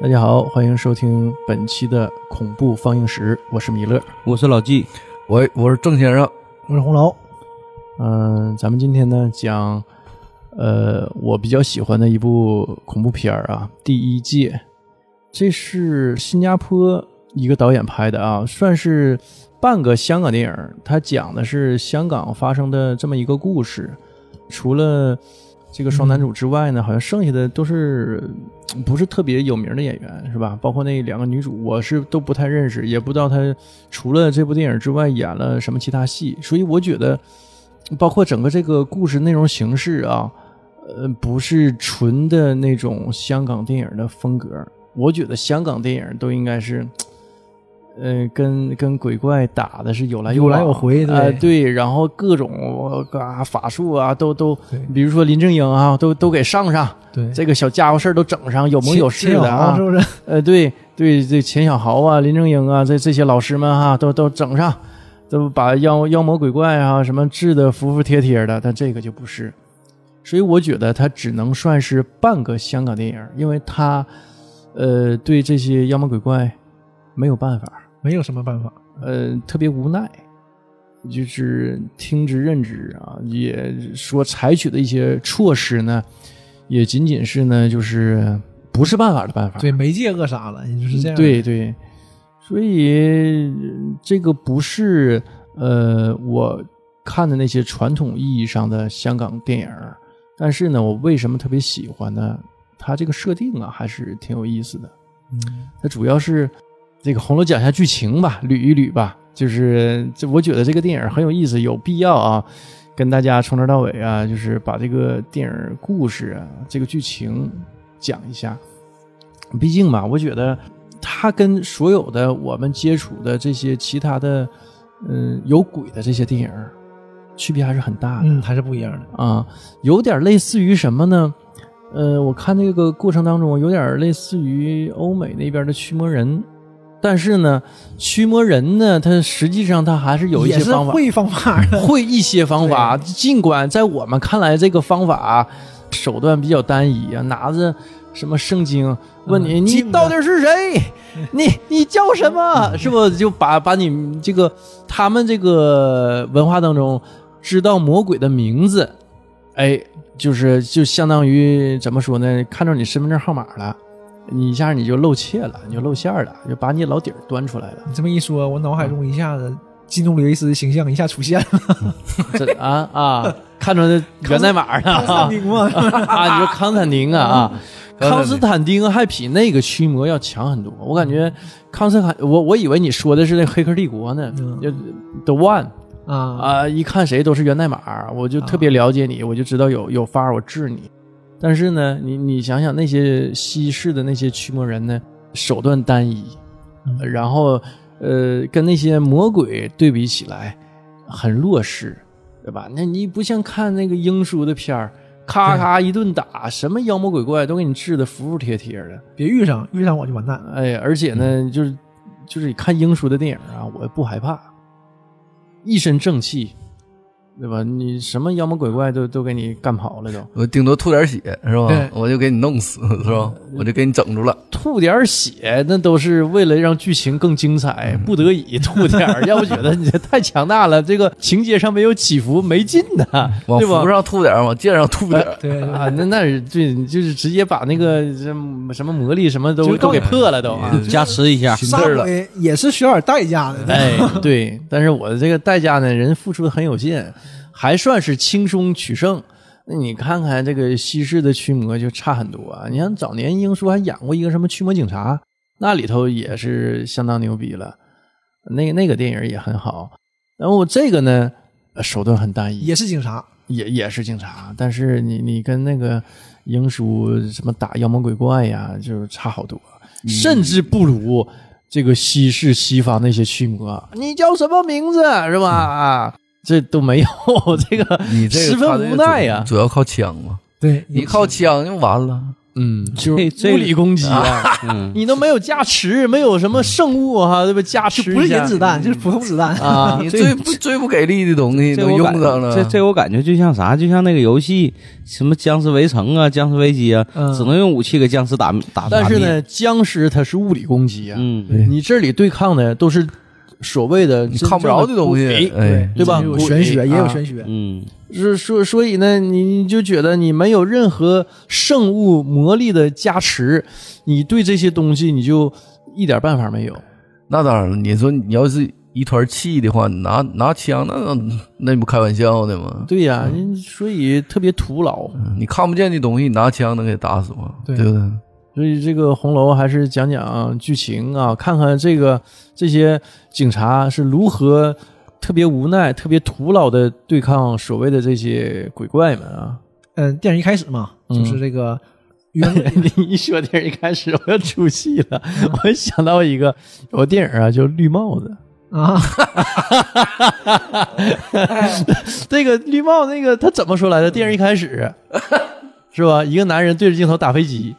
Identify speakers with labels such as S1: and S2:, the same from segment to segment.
S1: 大家好，欢迎收听本期的恐怖放映室，我是米勒。
S2: 我是老纪，
S3: 我我是郑先生，
S4: 我是红楼，
S1: 嗯、咱们今天呢讲，呃，我比较喜欢的一部恐怖片儿啊，《第一届》，这是新加坡一个导演拍的啊，算是半个香港电影儿。它讲的是香港发生的这么一个故事，除了这个双男主之外呢，好像剩下的都是嗯不是特别有名的演员，是吧？包括那两个女主，我是都不太认识，也不知道她除了这部电影之外演了什么其他戏，所以我觉得，包括整个这个故事内容形式啊，呃，不是纯的那种香港电影的风格。我觉得香港电影都应该是，呃，跟跟鬼怪打的是有来有
S4: 有来有
S1: 往
S4: 回对
S1: 呃对，然后各种啊法术啊，都都
S4: 对，
S1: 比如说林正英啊，都都给上上，
S4: 对，
S1: 这个小家伙事儿都整上，有模有式的啊，
S4: 是不是？
S1: 呃，对对，这钱小豪啊、林正英啊，这这些老师们哈、都都整上，都把妖妖魔鬼怪啊什么治的服服帖帖的，但这个就不是。所以我觉得它只能算是半个香港电影，因为它，呃，对这些妖魔鬼怪没有办法，
S4: 没有什么办法，
S1: 呃，特别无奈，就是听之任之啊，也说采取的一些措施呢，也仅仅是呢，就是不是办法的办法。
S4: 对，媒介扼杀了，也就是这样。
S1: 啊嗯对对，所以呃这个不是呃我看的那些传统意义上的香港电影儿，但是呢，我为什么特别喜欢呢？它这个设定啊，还是挺有意思的。
S4: 嗯，
S1: 它主要是这个红楼讲一下剧情吧，捋一捋吧。就是这，我觉得这个电影很有意思，有必要啊，跟大家从头到尾啊，就是把这个电影故事啊，这个剧情讲一下。毕竟嘛，我觉得它跟所有的我们接触的这些其他的，嗯、有鬼的这些电影儿区别还是很大的。
S4: 嗯，还是不一样的。
S1: 啊，有点类似于什么呢？呃，我看这个过程当中，有点类似于欧美那边的驱魔人，但是呢，驱魔人呢，他实际上他还是有一
S4: 也
S1: 些
S4: 是
S1: 方法，
S4: 会方法 的，
S1: 会一些方法，尽管在我们看来这个方法手段比较单一啊，拿着什么圣经问你、
S4: 嗯
S1: 你
S4: 镜子
S1: 到底是谁，你你叫什么，是不就把把你这个他们这个文化当中知道魔鬼的名字，哎，就是就相当于怎么说呢，看着你身份证号码了。你一下你就露怯了，你就露馅儿了，就把你老底儿端出来了。
S4: 你这么一说，我脑海中一下子金钟雷斯的形象一下出现 了，
S1: 这啊啊，看着这源代码呢，啊
S4: 看明嘛，
S1: 啊，你说康斯坦丁啊啊，
S3: 康
S1: 康斯
S3: 斯
S1: 坦丁还比那个驱魔要强很多。我感觉康斯坦，我我以为你说的是那《黑客帝国》呢，
S4: 嗯
S1: 就 The One
S4: 啊
S1: 啊，一看谁都是源代码，我就特别了解你，我就知道有有法儿我治你。但是呢，你你想想那些西式的那些驱魔人呢，手段单一，
S4: 嗯
S1: 然后呃，跟那些魔鬼对比起来，很弱势，对吧？那你不像看那个英叔的片儿，咔咔一顿打，什么妖魔鬼怪都给你治的服服帖帖的。
S4: 别遇上，遇上我就完蛋。
S1: 哎，而且呢，就是就是看英叔的电影啊，我不害怕，一身正气，对吧？你什么妖魔鬼怪都都给你干跑了都。
S3: 我顶多吐点血是吧
S4: 对？
S3: 我就给你弄死是吧？我就给你整住了，
S1: 吐点儿血，那都是为了让剧情更精彩，不得已吐点儿， 要不觉得你这太强大了，这个情节上没有起伏，没劲呐，
S3: 往
S1: 对吧
S3: 服？上吐点儿，往戒上吐点儿，
S4: 对， 对
S1: 啊，那那是对，就是直接把那个什么什么魔力什么都
S4: 就是
S1: 都
S4: 告
S1: 给
S4: 诉
S1: 破了都啊！
S2: 加持一下，
S3: 寻字
S4: 上
S3: 儿了。
S4: 回哎也是需要点代价的，
S1: 哎，对，但是我的这个代价呢，人付出的很有限，还算是轻松取胜。那你看看这个西式的驱魔就差很多啊！你像早年英叔还演过一个什么驱魔警察，那里头也是相当牛逼了，那那个电影也很好。然后这个呢，呃手段很单一，
S4: 也是警察，
S1: 也也是警察，但是你你跟那个英叔什么打妖魔鬼怪呀，就是差好多，甚至不如这个西式西方那些驱魔。啊你叫什么名字是吧？啊，这都没有，这个
S3: 你这个
S1: 十
S3: 他
S1: 分
S3: 这个
S1: 无奈呀、嗯
S3: 主主要靠枪嘛，
S4: 对，
S3: 你靠枪就完了。
S1: 嗯，就
S2: 这
S1: 是
S2: 这
S1: 物理攻击啊，
S2: 嗯，
S1: 你都没有加持，没有什么圣物哈、对吧？加持
S4: 就不是
S1: 一下嗯
S4: 原子弹，就是普通子弹。
S1: 啊，
S3: 你
S2: 这
S3: 最不最不给力的东西
S2: 这
S3: 都
S2: 我
S3: 用
S2: 感
S3: 上了，
S2: 这这我感觉就像啥，就像那个游戏什么僵尸围城啊、僵尸危机啊，
S4: 嗯
S2: 只能用武器给僵尸打打。
S1: 但是
S2: 打灭，
S1: 呢，僵尸它是物理攻击啊，
S2: 嗯，
S1: 你这里对抗的都是所谓的
S3: 你看不着的东西，
S1: 真正的
S3: 哎，
S1: 对吧
S4: 有
S1: 古
S4: 玄学，
S1: 哎
S4: 也有
S1: 啊
S4: 玄学。
S2: 嗯，
S1: 鬼是所所以呢，你你就觉得你没有任何圣物魔力的加持，你对这些东西你就一点办法没有。
S3: 那当然了，你说你要是一团气的话，你拿拿枪，那那你不开玩笑的吗？
S1: 对呀、你所以特别徒劳。
S3: 你看不见的东西，你拿枪能给打死吗？
S4: 对
S3: 对不对？
S1: 所以这个红楼还是讲讲剧情啊，看看这个这些警察是如何特别无奈、特别徒劳的对抗所谓的这些鬼怪们啊。
S4: 嗯，电影一开始嘛，
S1: 嗯
S4: 就是这个原
S1: 你一说电影一开始我就出戏了，我想到一个有个电影啊，叫《绿帽子
S4: 啊，》。
S1: 这个绿帽那个他怎么说来着？电影一开始是吧？一个男人对着镜头打飞机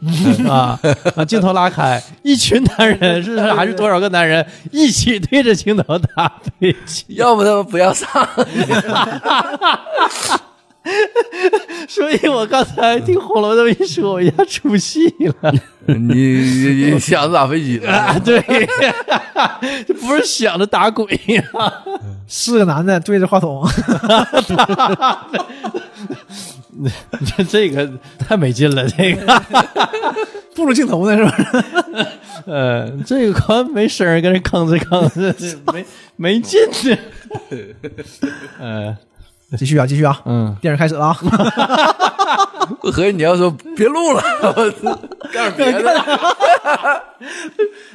S1: 啊，把镜头拉开，一群男人是还是多少个男人一起对着镜头打飞机，
S3: 要不他们不要上，
S1: 所以我刚才听红楼这么一说，我一下出戏了。
S3: 你你你想着打飞机了？
S1: 啊，对， 不是想着打鬼啊。
S4: 四个男的对着话筒，
S1: 这这个太没劲了，这个。
S4: 步入镜头呢，是不是？
S1: 呃，这个好像没声儿，跟这吭哧吭哧， 没没劲呢。 呃，
S4: 继续啊，继续啊，
S1: 嗯，
S4: 电影开始了啊，
S3: 我合计你要说别录了，我操干点别的。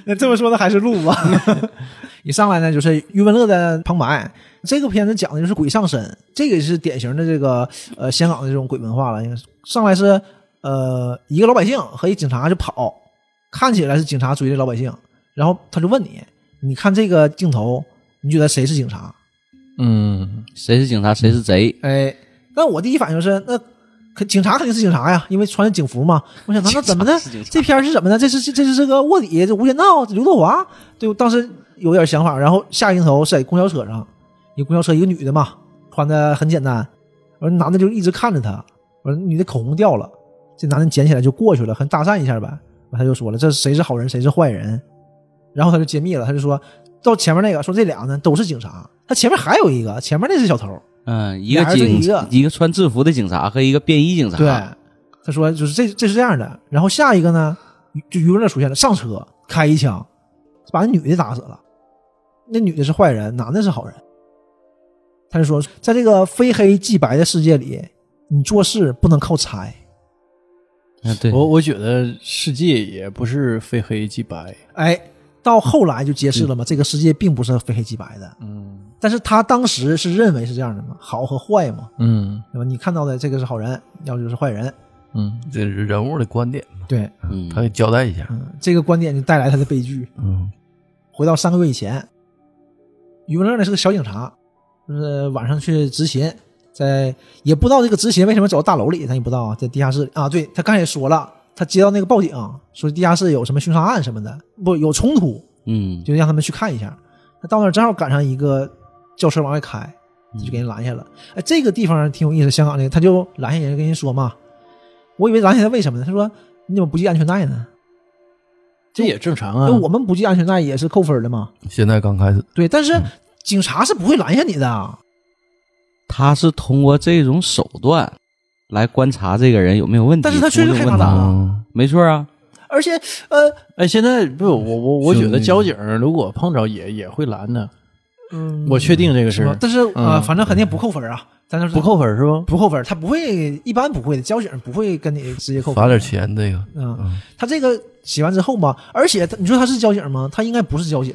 S4: 那这么说的还是录吧。 一上来呢，就是余文乐的旁白。这个片子讲的就是鬼上身，这个是典型的这个呃香港的这种鬼文化了。应该是上来是呃一个老百姓和一警察就跑，看起来是警察追着老百姓，然后他就问你，你看这个镜头，你觉得谁是警察？
S1: 嗯，
S2: 谁是警察，谁是贼？
S4: 哎，那我第一反应是，那可警察肯定是警察呀，因为穿着警服嘛。我想，那那怎么的
S2: 警察是警？察
S4: 这片儿是怎么的？这是这这是这个卧底，这无间道，刘德华，对我当时有点想法。然后下一个镜头是在公交车上，一个公交车一个女的嘛，穿的很简单，我说男的就一直看着她，我说女的口红掉了，这男的捡起来就过去了，很搭讪一下呗。完他就说了，这谁是好人，谁是坏人？然后他就揭秘了，他就说到前面那个说这俩呢都是警察，他前面还有一个，前面那是小偷。
S2: 嗯，一个
S4: 俩人就
S2: 警
S4: 一个
S2: 一个穿制服的警察和一个便衣警察。
S4: 对，他说就是这这是这样的。然后下一个呢，就舆论出现了，上车开一枪，把那女的打死了。那女的是坏人，男的是好人。他就说，在这个非黑即白的世界里，你做事不能靠猜。
S2: 嗯，对，
S4: 哦
S1: 我我觉得世界也不是非黑即白。
S4: 哎，到后来就揭示了嘛，这个世界并不是非黑即白的。
S1: 嗯
S4: 但是他当时是认为是这样的嘛，好和坏嘛，
S1: 嗯
S4: 对吧？你看到的这个是好人，要就是坏人。
S1: 嗯，
S3: 这是人物的观点，
S4: 对，
S2: 嗯
S3: 他给交代一下。
S4: 嗯，这个观点就带来他的悲剧。
S3: 嗯，
S4: 回到三个月以前，余文乐呢是个小警察，就是晚上去执勤，在也不知道这个执勤为什么走到大楼里，咱也不知道啊，在地下室里啊。对他刚才也说了，他接到那个报警，说地下室有什么凶杀案什么的，不有冲突，
S2: 嗯，
S4: 就让他们去看一下。他到那儿正好赶上一个轿车往外开，就给人拦下了。哎，这个地方挺有意思，香港的，他就拦下人跟人说嘛，我以为拦下他为什么呢？他说你怎么不系安全带呢？
S1: 这也正常啊。
S4: 那我们不系安全带也是扣分的嘛。
S3: 现在刚开始，
S4: 对，但是警察是不会拦下你的。
S2: 他是通过这种手段来观察这个人有没有问题，
S4: 但是他确实
S2: 主动
S4: 开
S2: 问
S4: 发达了
S3: 嗯，
S2: 没错啊，
S4: 而且，呃，
S1: 哎，现在不，我我我觉
S3: 兄弟
S1: 得交警如果碰着也也会拦的，
S4: 嗯，
S1: 我确定这个
S4: 什
S1: 事
S4: 么
S1: 儿？
S4: 但是呃，
S1: 嗯
S4: 反正肯定不扣分啊，咱就是
S1: 不扣分是不？
S4: 不扣分，他不会，一般不会的，交警不会跟你直接扣分。
S3: 罚点钱这个。
S4: 嗯，他这个写完之后嘛，而且他你说他是交警吗？他应该不是交警，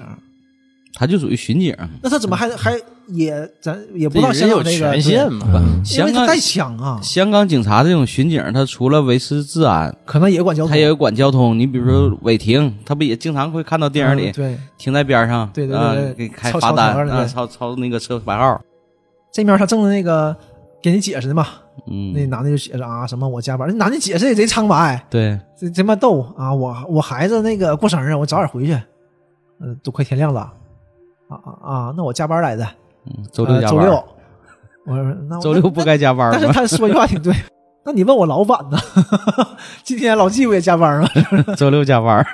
S2: 他就属于巡警。
S4: 那他怎么还还也咱也不
S1: 嗯这
S4: 知道香
S1: 人有
S4: 港这个
S1: 权限
S4: 对
S1: 嘛？
S3: 嗯
S4: 因
S2: 香
S4: 为他
S2: 港
S4: 带枪啊，
S2: 香港警察这种巡警，他除了维持治安，
S4: 可能也管交通，
S2: 他也管交通。你比如说违停，他不也经常会看到电影
S4: 嗯
S2: 里
S4: 对
S2: 停在边上，
S4: 对对对
S2: 啊
S4: 对
S2: 给开
S4: 超
S2: 罚
S4: 超
S2: 单
S4: 条的
S2: 啊，
S4: 对
S2: 超超那个车牌号。
S4: 这面他正那个给你解释的嘛。
S2: 嗯，
S4: 那男的就解释啊什么我加班，那男的解释也贼苍白，
S2: 对，
S4: 这他妈逗啊！我我孩子那个过生日，我早点回去，嗯、都快天亮了，啊啊啊！那我加班来的，
S2: 嗯周六
S4: 呃
S2: 加
S4: 周
S2: 班，
S4: 六，我说那我
S2: 周六不该加班
S4: 但是
S2: 吗？
S4: 他说一句话挺对，那你问我老板呢？今天老纪不也加班吗？
S2: 周六加 班，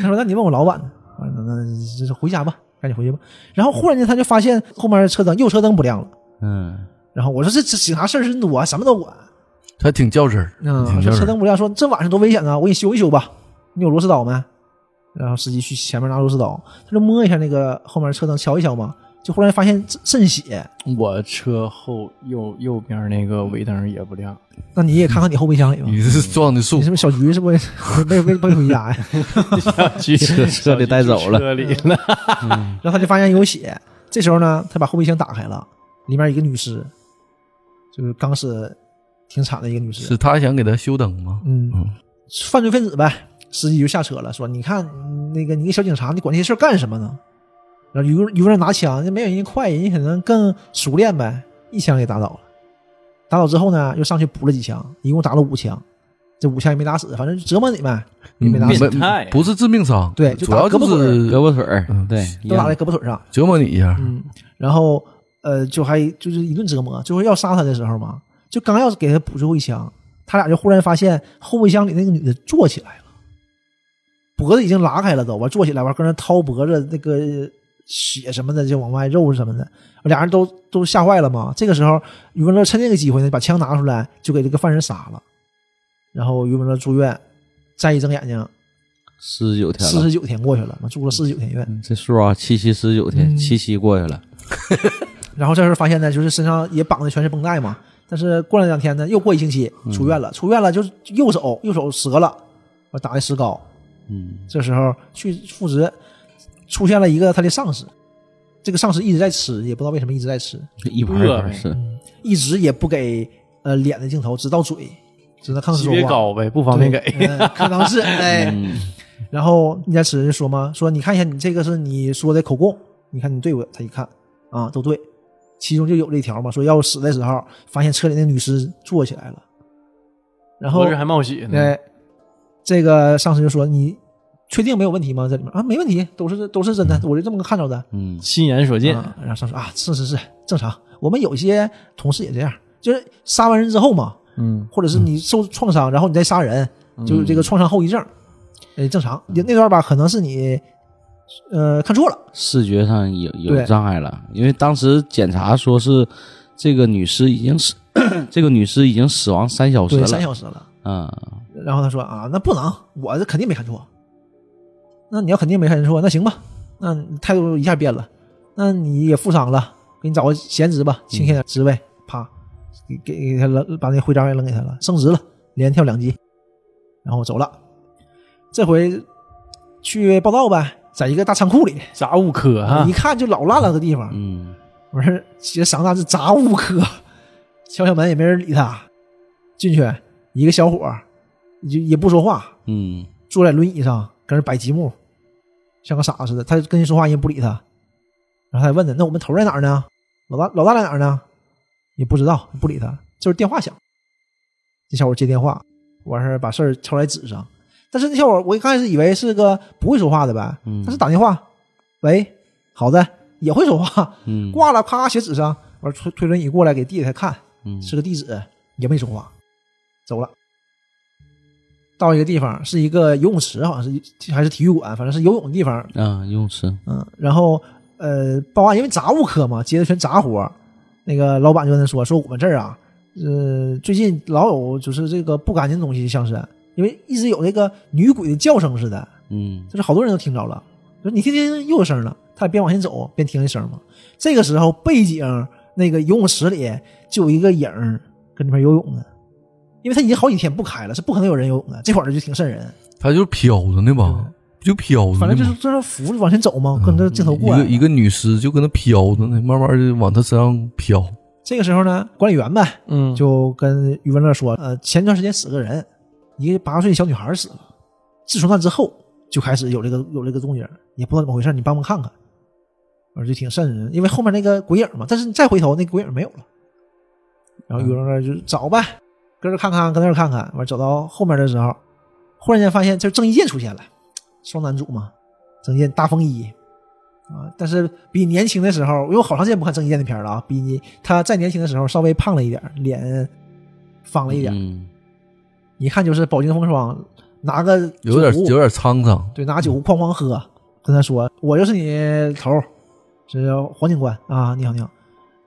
S4: 他说那你问我老板呢？我说那那就是回家吧，赶紧回去吧。然后忽然间他就发现后面车灯右车灯不亮了，
S2: 嗯，
S4: 然后我说这这警察事儿真多，什么都管。
S3: 他挺较真儿，
S4: 嗯，
S3: 挺
S4: 我
S3: 较
S4: 说车
S3: 真儿。
S4: 灯不亮，说这晚上多危险啊！我给你修一修吧。你有螺丝刀没？然后司机去前面拿螺丝刀，他就摸一下那个后面车灯，敲一敲嘛，就忽然发现渗渗血。
S1: 我车后右右边那个尾灯也不亮，
S4: 那你也看看你后备箱里吧，
S3: 你是撞的
S4: 嗯
S3: 树
S4: 你是，不是小菊是不是没没没回家呀？
S1: 去
S2: 车车里带走了
S1: 车里 了。
S4: 然后他就发现有血。这时候呢，他把后备箱打开了，里面一个女尸，就是刚死，挺惨的一个女尸
S3: 是。他想给他修灯吗？
S4: 嗯，犯罪分子呗。司机就下车了，说：“你看嗯那个你一个小警察，你管这些事儿干什么呢？”然后有人有人拿枪，那没有人家快，人家可能更熟练呗，一枪给打倒了。打倒之后呢，又上去补了几枪，一共打了五枪，这五枪也没打死，反正就折磨你呗，也没打死，
S1: 嗯变态
S3: 不是致命伤，
S4: 对就
S3: 主
S4: 打
S3: 要就
S4: 胳膊腿儿
S3: 是
S2: 胳膊腿儿
S3: 嗯，
S2: 对，一
S4: 都打
S2: 样
S4: 在胳膊腿上。
S3: 折磨你一下。
S4: 嗯，然后呃，就还就是一顿折磨，最后要杀他的时候嘛，就刚要给他补最后一枪，他俩就忽然发现后备箱里那个女的坐起来了，脖子已经拉开了都，完坐起来完搁那掏脖子那个血什么的就往外肉什么的，俩人都都吓坏了嘛。这个时候余文乐趁这个机会呢，把枪拿出来就给这个犯人杀了，然后余文乐住院，再一睁眼睛
S2: 四十九天
S4: 四
S2: 了
S4: 十。九天过去了，住了四十九天院。
S2: 嗯这数啊，七七十九天，
S4: 嗯
S2: 七七过去了，
S4: 然后这时候发现呢，就是身上也绑的全是绷带嘛。但是过了两天呢，又过一星期
S1: 嗯
S4: 出院了，出院了就是右手右手折了，我打的石膏。
S2: 嗯，
S4: 这时候去复职，出现了一个他的上司，这个上司一直在吃，也不知道为什么一直在吃，
S2: 一
S1: 啊
S2: 盘一盘是，
S4: 一直也不给呃脸的镜头，只到嘴，只能看
S1: 级
S4: 说
S1: 别
S4: 话。
S1: 高呗，不方便给。
S4: 嗯可能 是哎，
S2: 嗯，
S4: 然后你在此人说嘛，说你看一下你这个是你说的口供，你看你对不对？他一看啊，都对，其中就有这一条嘛，说要死的时候发现车里那女尸坐起来了，然后
S1: 我这还冒血
S2: 嗯
S1: 呢，
S4: 哎，这个上司就说你确定没有问题吗？这里面啊没问题，都是都是真的，我就这么看着的。
S2: 嗯，
S1: 亲眼所见，
S4: 啊然后上司啊是是是正常，我们有些同事也这样，就是杀完人之后嘛，
S1: 嗯，
S4: 或者是你受创伤，然后你再杀人，就是这个创伤后遗症，呃，正常。也那段吧，可能是你呃看错了，
S2: 视觉上有有
S4: 对
S2: 障碍了，因为当时检查说是这个女尸已经死， 这个女尸已经死亡三小时
S4: 对，
S2: 了，
S4: 三小时了。
S2: 嗯，
S4: 然后他说啊，那不能，我这肯定没看错。那你要肯定没看错，那行吧，那你态度一下变了，那你也负伤了，给你找个闲职吧，清闲点职位，啪，给给给他扔，把那徽章也扔给他了，升职了，连跳两级，然后走了。这回去报道呗，在一个大仓库里，
S1: 杂物科哈
S4: 哎一，看就老烂了个地方。
S2: 嗯，
S4: 我说其实桑大是杂物科，敲敲门也没人理他。进去一个小伙儿，就也不说话，
S2: 嗯，
S4: 坐在轮椅上跟人摆积木，像个傻子似的。他跟人说话，人也不理他。然后他还问他：“那我们头在哪儿呢？老大老大在哪儿呢？”也不知道，不理他。就是电话响，这小伙接电话，完事儿把事儿抄在纸上。但是那小伙，我一开始以为是个不会说话的呗，
S2: 嗯
S4: 他是打电话，喂，好的，也会说话，
S2: 嗯，
S4: 挂了，啪写纸上，完推推轮椅过来给弟弟他看，
S2: 嗯，
S4: 是个地址，也没说话，走了。到一个地方，是一个游泳池，好像是还是体育馆，反正是游泳的地方。
S2: 啊，游泳池，
S4: 嗯，然后呃，报案因为杂物科嘛，接的全杂活儿。那个老板就跟他说：“说我们这儿啊，呃，最近老有就是这个不干净的东西上身，因为一直有那个女鬼的叫声似的。
S2: 嗯，
S4: 就是好多人都听着了，就是你听听又有声了，他也边往前走边听一声嘛。这个时候背景那个游泳池里就有一个影儿跟里面游泳呢，因为他已经好几天不开了，是不可能有人游泳的。这会儿就挺瘆人，
S3: 他就是飘着呢吧，不就飘着
S4: 反
S3: 呢
S4: 正就是
S3: 吗？
S4: 这样扶着往前走嘛，跟着镜头
S3: 嗯一
S4: 过来
S3: 个。一个女尸就跟那飘着呢，慢慢就往他身上飘。
S4: 这个时候呢，管理员呗
S1: 嗯，
S4: 就跟余文乐说，呃，前段时间死个人，一个八岁小女孩死了，自从那之后就开始有这个有这个动静儿，也不知道怎么回事儿，你帮忙看看。我说就挺瘆人，因为后面那个鬼影嘛，但是你再回头那个鬼影没有了。然后于荣哥就找呗，搁这儿看看，搁那儿看看，完走到后面的时候，忽然间发现这郑伊健出现了，双男主嘛，郑伊健大风衣啊，但是比年轻的时候，因为我好长时间不看郑伊健的片儿了啊，比你他再年轻的时候稍微胖了一点儿，脸方了一点儿，
S2: 嗯，
S4: 一看就是饱经风霜，拿个
S3: 有点
S4: 酒壶
S3: 有点沧桑，
S4: 对，拿酒壶哐哐喝，啊跟他说：“我就是你头儿，是黄警官啊，你好，你好。”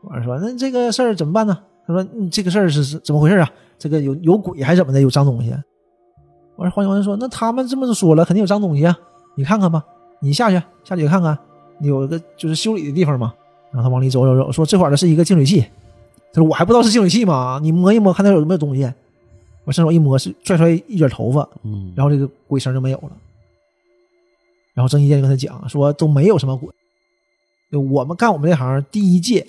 S4: 完了说：“那这个事儿怎么办呢？”他说：“嗯、这个事儿是是怎么回事啊？这个有有鬼还是怎么的？有脏东西。”完了，黄警官说：“那他们这么说了，肯定有脏东西啊，你看看吧，你下去下去看看，你有一个就是修理的地方嘛。”然后他往里走走走，说：“这块儿的是一个净水器。”他说：“我还不知道是净水器嘛，你摸一摸，看它有没有东西。”我伸手一摸，是拽出来一卷头发，
S2: 嗯
S4: 然后这个鬼声就没有了。然后郑伊健就跟他讲说都没有什么鬼，就我们干我们这行第一届，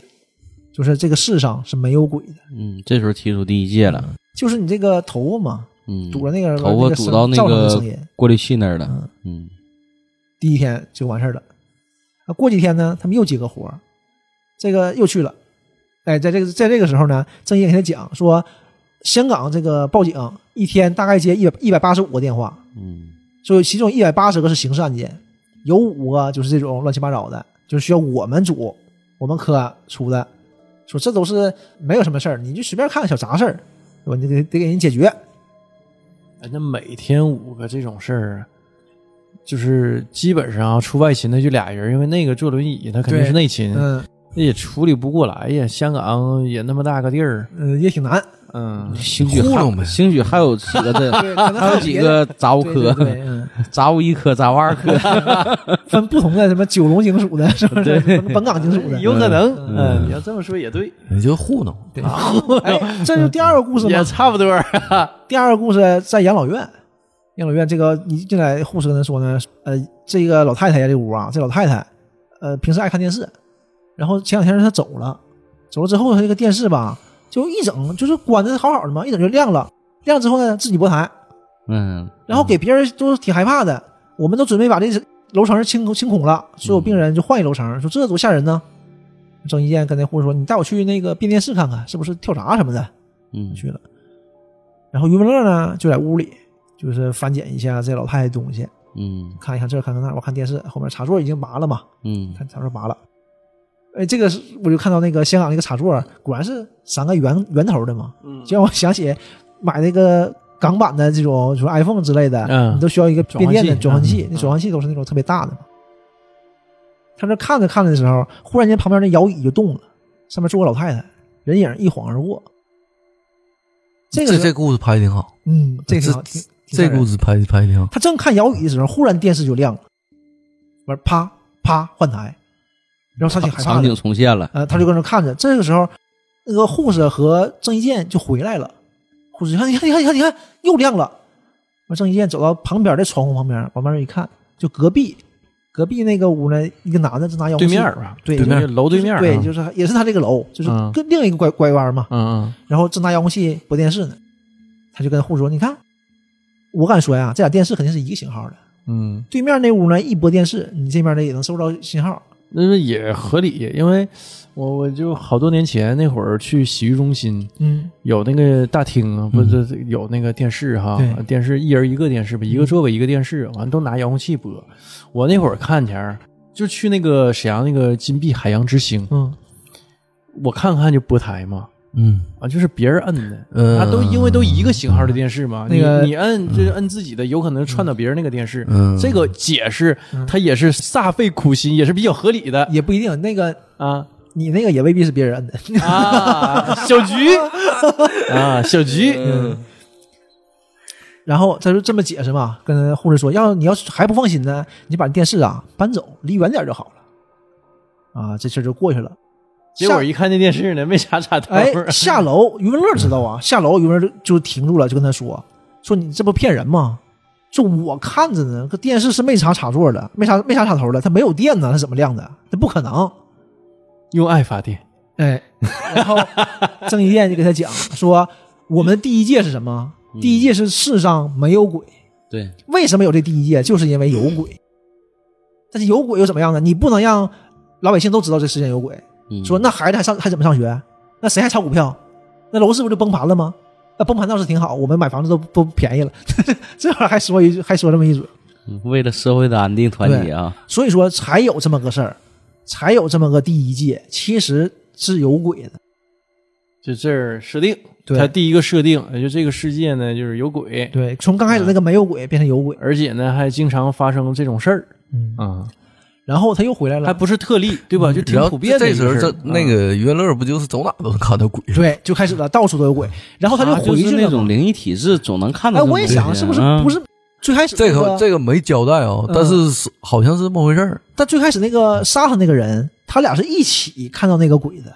S4: 就是这个世上是没有鬼的，
S2: 嗯，这时候提出第一届了，
S4: 就是你这个头发嘛
S2: 嗯，
S4: 堵了那个
S2: 头发堵到
S4: 那
S2: 那
S4: 个声造成的
S2: 个
S4: 声音，
S2: 过滤器那儿了，
S4: 嗯，
S2: 嗯
S4: 第一天就完事儿了。啊，过几天呢，他们又接个活儿，这个又去了。哎，在这个在这个时候呢，郑伊健跟他讲说，香港这个报警一天大概接一百一百八十五个电话，
S2: 嗯
S4: 所以其中一百八十个是刑事案件，有五个就是这种乱七八糟的，就是需要我们组、我们科啊出的。说这都是没有什么事儿，你就随便看个小杂事儿，对吧？你得得给人解决。
S1: 哎，那每天五个这种事儿，啊就是基本上啊出外勤的就俩人，因为那个坐轮椅，他肯定
S4: 对
S1: 是内勤，
S4: 嗯
S1: 那也处理不过来呀。香港啊也那么大个地儿，
S4: 嗯、也挺难。
S1: 嗯，
S2: 兴许
S3: 糊弄
S2: 还
S3: 呗
S2: 兴许还有几个
S4: 对
S2: 的，
S4: 可能
S2: 还有几个杂务
S4: 对对对
S2: 科，
S4: 嗯，
S2: 杂务一科，杂务 二科，
S4: 分不同的什么九龙警署的，是不是？
S2: 对
S4: 本港警署的。
S1: 有可能，
S4: 嗯
S1: 嗯，你要这么说也对，
S3: 你就糊弄。
S4: 哎，这就第二个故事嘛
S1: 也。差不多。
S4: 第二个故事在养老院，养老院这个一进来，护士跟他说呢，呃，这个老太太呀，这屋啊，这老太太，呃，平时爱看电视，然后前两天她走了，走了之后，她这个电视吧，就一整就是关的好好的嘛，一整就亮了，亮之后呢，自己拨台，
S2: 嗯，
S4: 然后给别人都挺害怕的。我们都准备把这楼层清清空了，所有病人就换一楼层，说这多吓人呢。郑伊健跟那护士说：“你带我去那个变电室看看，是不是跳闸什么的？”
S2: 嗯
S4: 去了。然后余文乐呢，就在屋里就是翻检一下这老太太东西，
S2: 嗯
S4: 看一看这儿看看那儿，我看电视后面插座已经拔了嘛，
S2: 嗯
S4: 看插座拔了。哎，这个是我就看到那个香港那个插座，果然是三个圆圆头的嘛，就让我想起买那个港版的这种什么 iPhone 之类的，
S1: 嗯
S4: 你都需要一个变电的转
S1: 转换
S4: 换
S1: 器
S4: 器，那转换器都是那种特别大的嘛。他这看着看着的时候，忽然间旁边那摇椅就动了，上面坐个老太太，人影一晃而过。这个
S3: 这
S4: 时候
S3: 这故事拍的挺好，
S4: 嗯，这个挺好，挺
S3: 这故
S4: 事，
S3: 事拍的拍的挺好。
S4: 他正看摇椅的时候，忽然电视就亮了，完啪啪换台，然后他挺害怕
S2: 场景
S4: 的，
S2: 重现了，
S4: 呃，他就搁那看着。这个时候，那个护士和郑伊健就回来了，护士你看你看你看你看你看又亮了，完郑伊健走到旁边的窗户旁边，往那儿一看，就隔壁隔壁那个屋呢，一个男的正拿遥控
S1: 对
S4: 器
S1: 面儿吧，
S4: 对
S1: 就
S4: 就是
S1: 楼对面儿啊，
S4: 对，就是也是他这个楼，就是
S1: 嗯
S4: 跟另一个拐拐弯嘛，
S1: 嗯嗯
S4: 然后正拿遥控器播电视呢，他就跟护士说：“你看，我敢说呀，这俩电视肯定是一个型号的。
S1: 嗯，
S4: 对面那屋呢一播电视，你这边的也能收到信号。
S1: 那是也合理，因为我我就好多年前那会儿去洗浴中心，
S4: 嗯
S1: 有那个大厅啊，不是有那个电视哈
S4: 对，嗯
S1: 电视一人一个电视吧，一个座位一个电视，完都拿遥控器播。我那会儿看前儿就去那个沈阳那个金碧海洋之星，
S4: 嗯，
S1: 我看看就播台嘛，
S3: 嗯，
S1: 啊，就是别人摁的。
S3: 嗯
S1: 啊，都因为都一个型号的电视嘛，
S4: 那个嗯
S1: 你你摁就是摁自己的，有可能串到别人那个电视。
S3: 嗯
S1: 这个解释
S4: 嗯
S1: 他也是煞费苦心，也是比较合理的
S4: 也不一定，那个
S1: 啊
S4: 你那个也未必是别人摁的。
S1: 啊，小菊
S4: 嗯
S1: 啊，小菊，
S4: 然后他就这么解释嘛，跟护士说：要你要是还不放心呢，你把电视啊搬走，离远点就好了。啊，这事儿就过去了。
S1: 结果
S4: 下
S1: 一看那电视呢，没啥插头。
S4: 哎， 下楼，余文乐知道啊，下楼余文乐就停住了，就跟他说：“说你这不骗人吗？说我看着呢，这电视是没插插座的，没啥没啥插头的，它没有电呢，它怎么亮的？这不可能。
S1: 用爱发电。”
S4: 哎， 然后郑伊健就给他讲说：“我们第一届是什么？第一届是世上没有鬼。
S2: 对，
S4: 为什么有这第一届？就是因为有鬼。但是有鬼又怎么样呢？你不能让老百姓都知道这世界有鬼。
S2: 嗯
S4: 啊说那孩子还上还怎么上学？那谁还炒股票？那楼市不就崩盘了吗？那崩盘倒是挺好，我们买房子都不不便宜了， 这会儿还说一句，还说这么一嘴，
S2: 嗯为了社会的安定团结啊，
S4: 所以说才有这么个事儿，才有这么个第一届，其实是有鬼的。
S1: 就这儿设定，
S4: 对
S1: 它第一个设定，也就这个世界呢就是有鬼，
S4: 对，从刚开始那个没有鬼变成有鬼，
S1: 而且呢还经常发生这种事儿
S4: 嗯，
S1: 啊，
S4: 然后他又回来
S1: 还
S4: 了，
S1: 不是特例，对吧？就挺
S3: 嗯然后
S1: 普遍的
S3: 这
S1: 一
S3: 时候
S1: 个事
S3: 这
S1: 儿。
S4: 嗯
S3: 那
S1: 啊
S3: 个约乐不就是走哪都能看到鬼？
S4: 对，就开始了，到处都有鬼，然后他
S2: 啊
S4: 回
S2: 是
S4: 去
S2: 那
S4: 了嘛。
S2: 种灵异体质，总能看
S4: 哎，
S2: 到这种
S4: 我
S2: 东
S4: 也
S2: 西啊。
S4: 想是不是
S2: 嗯
S4: 不是最开始
S3: 这
S4: 那
S3: 个这个没交代啊
S4: 嗯，
S3: 但是是好像是这么回事儿。
S4: 但最开始那个杀他那个人，他俩是一起看到那个鬼的，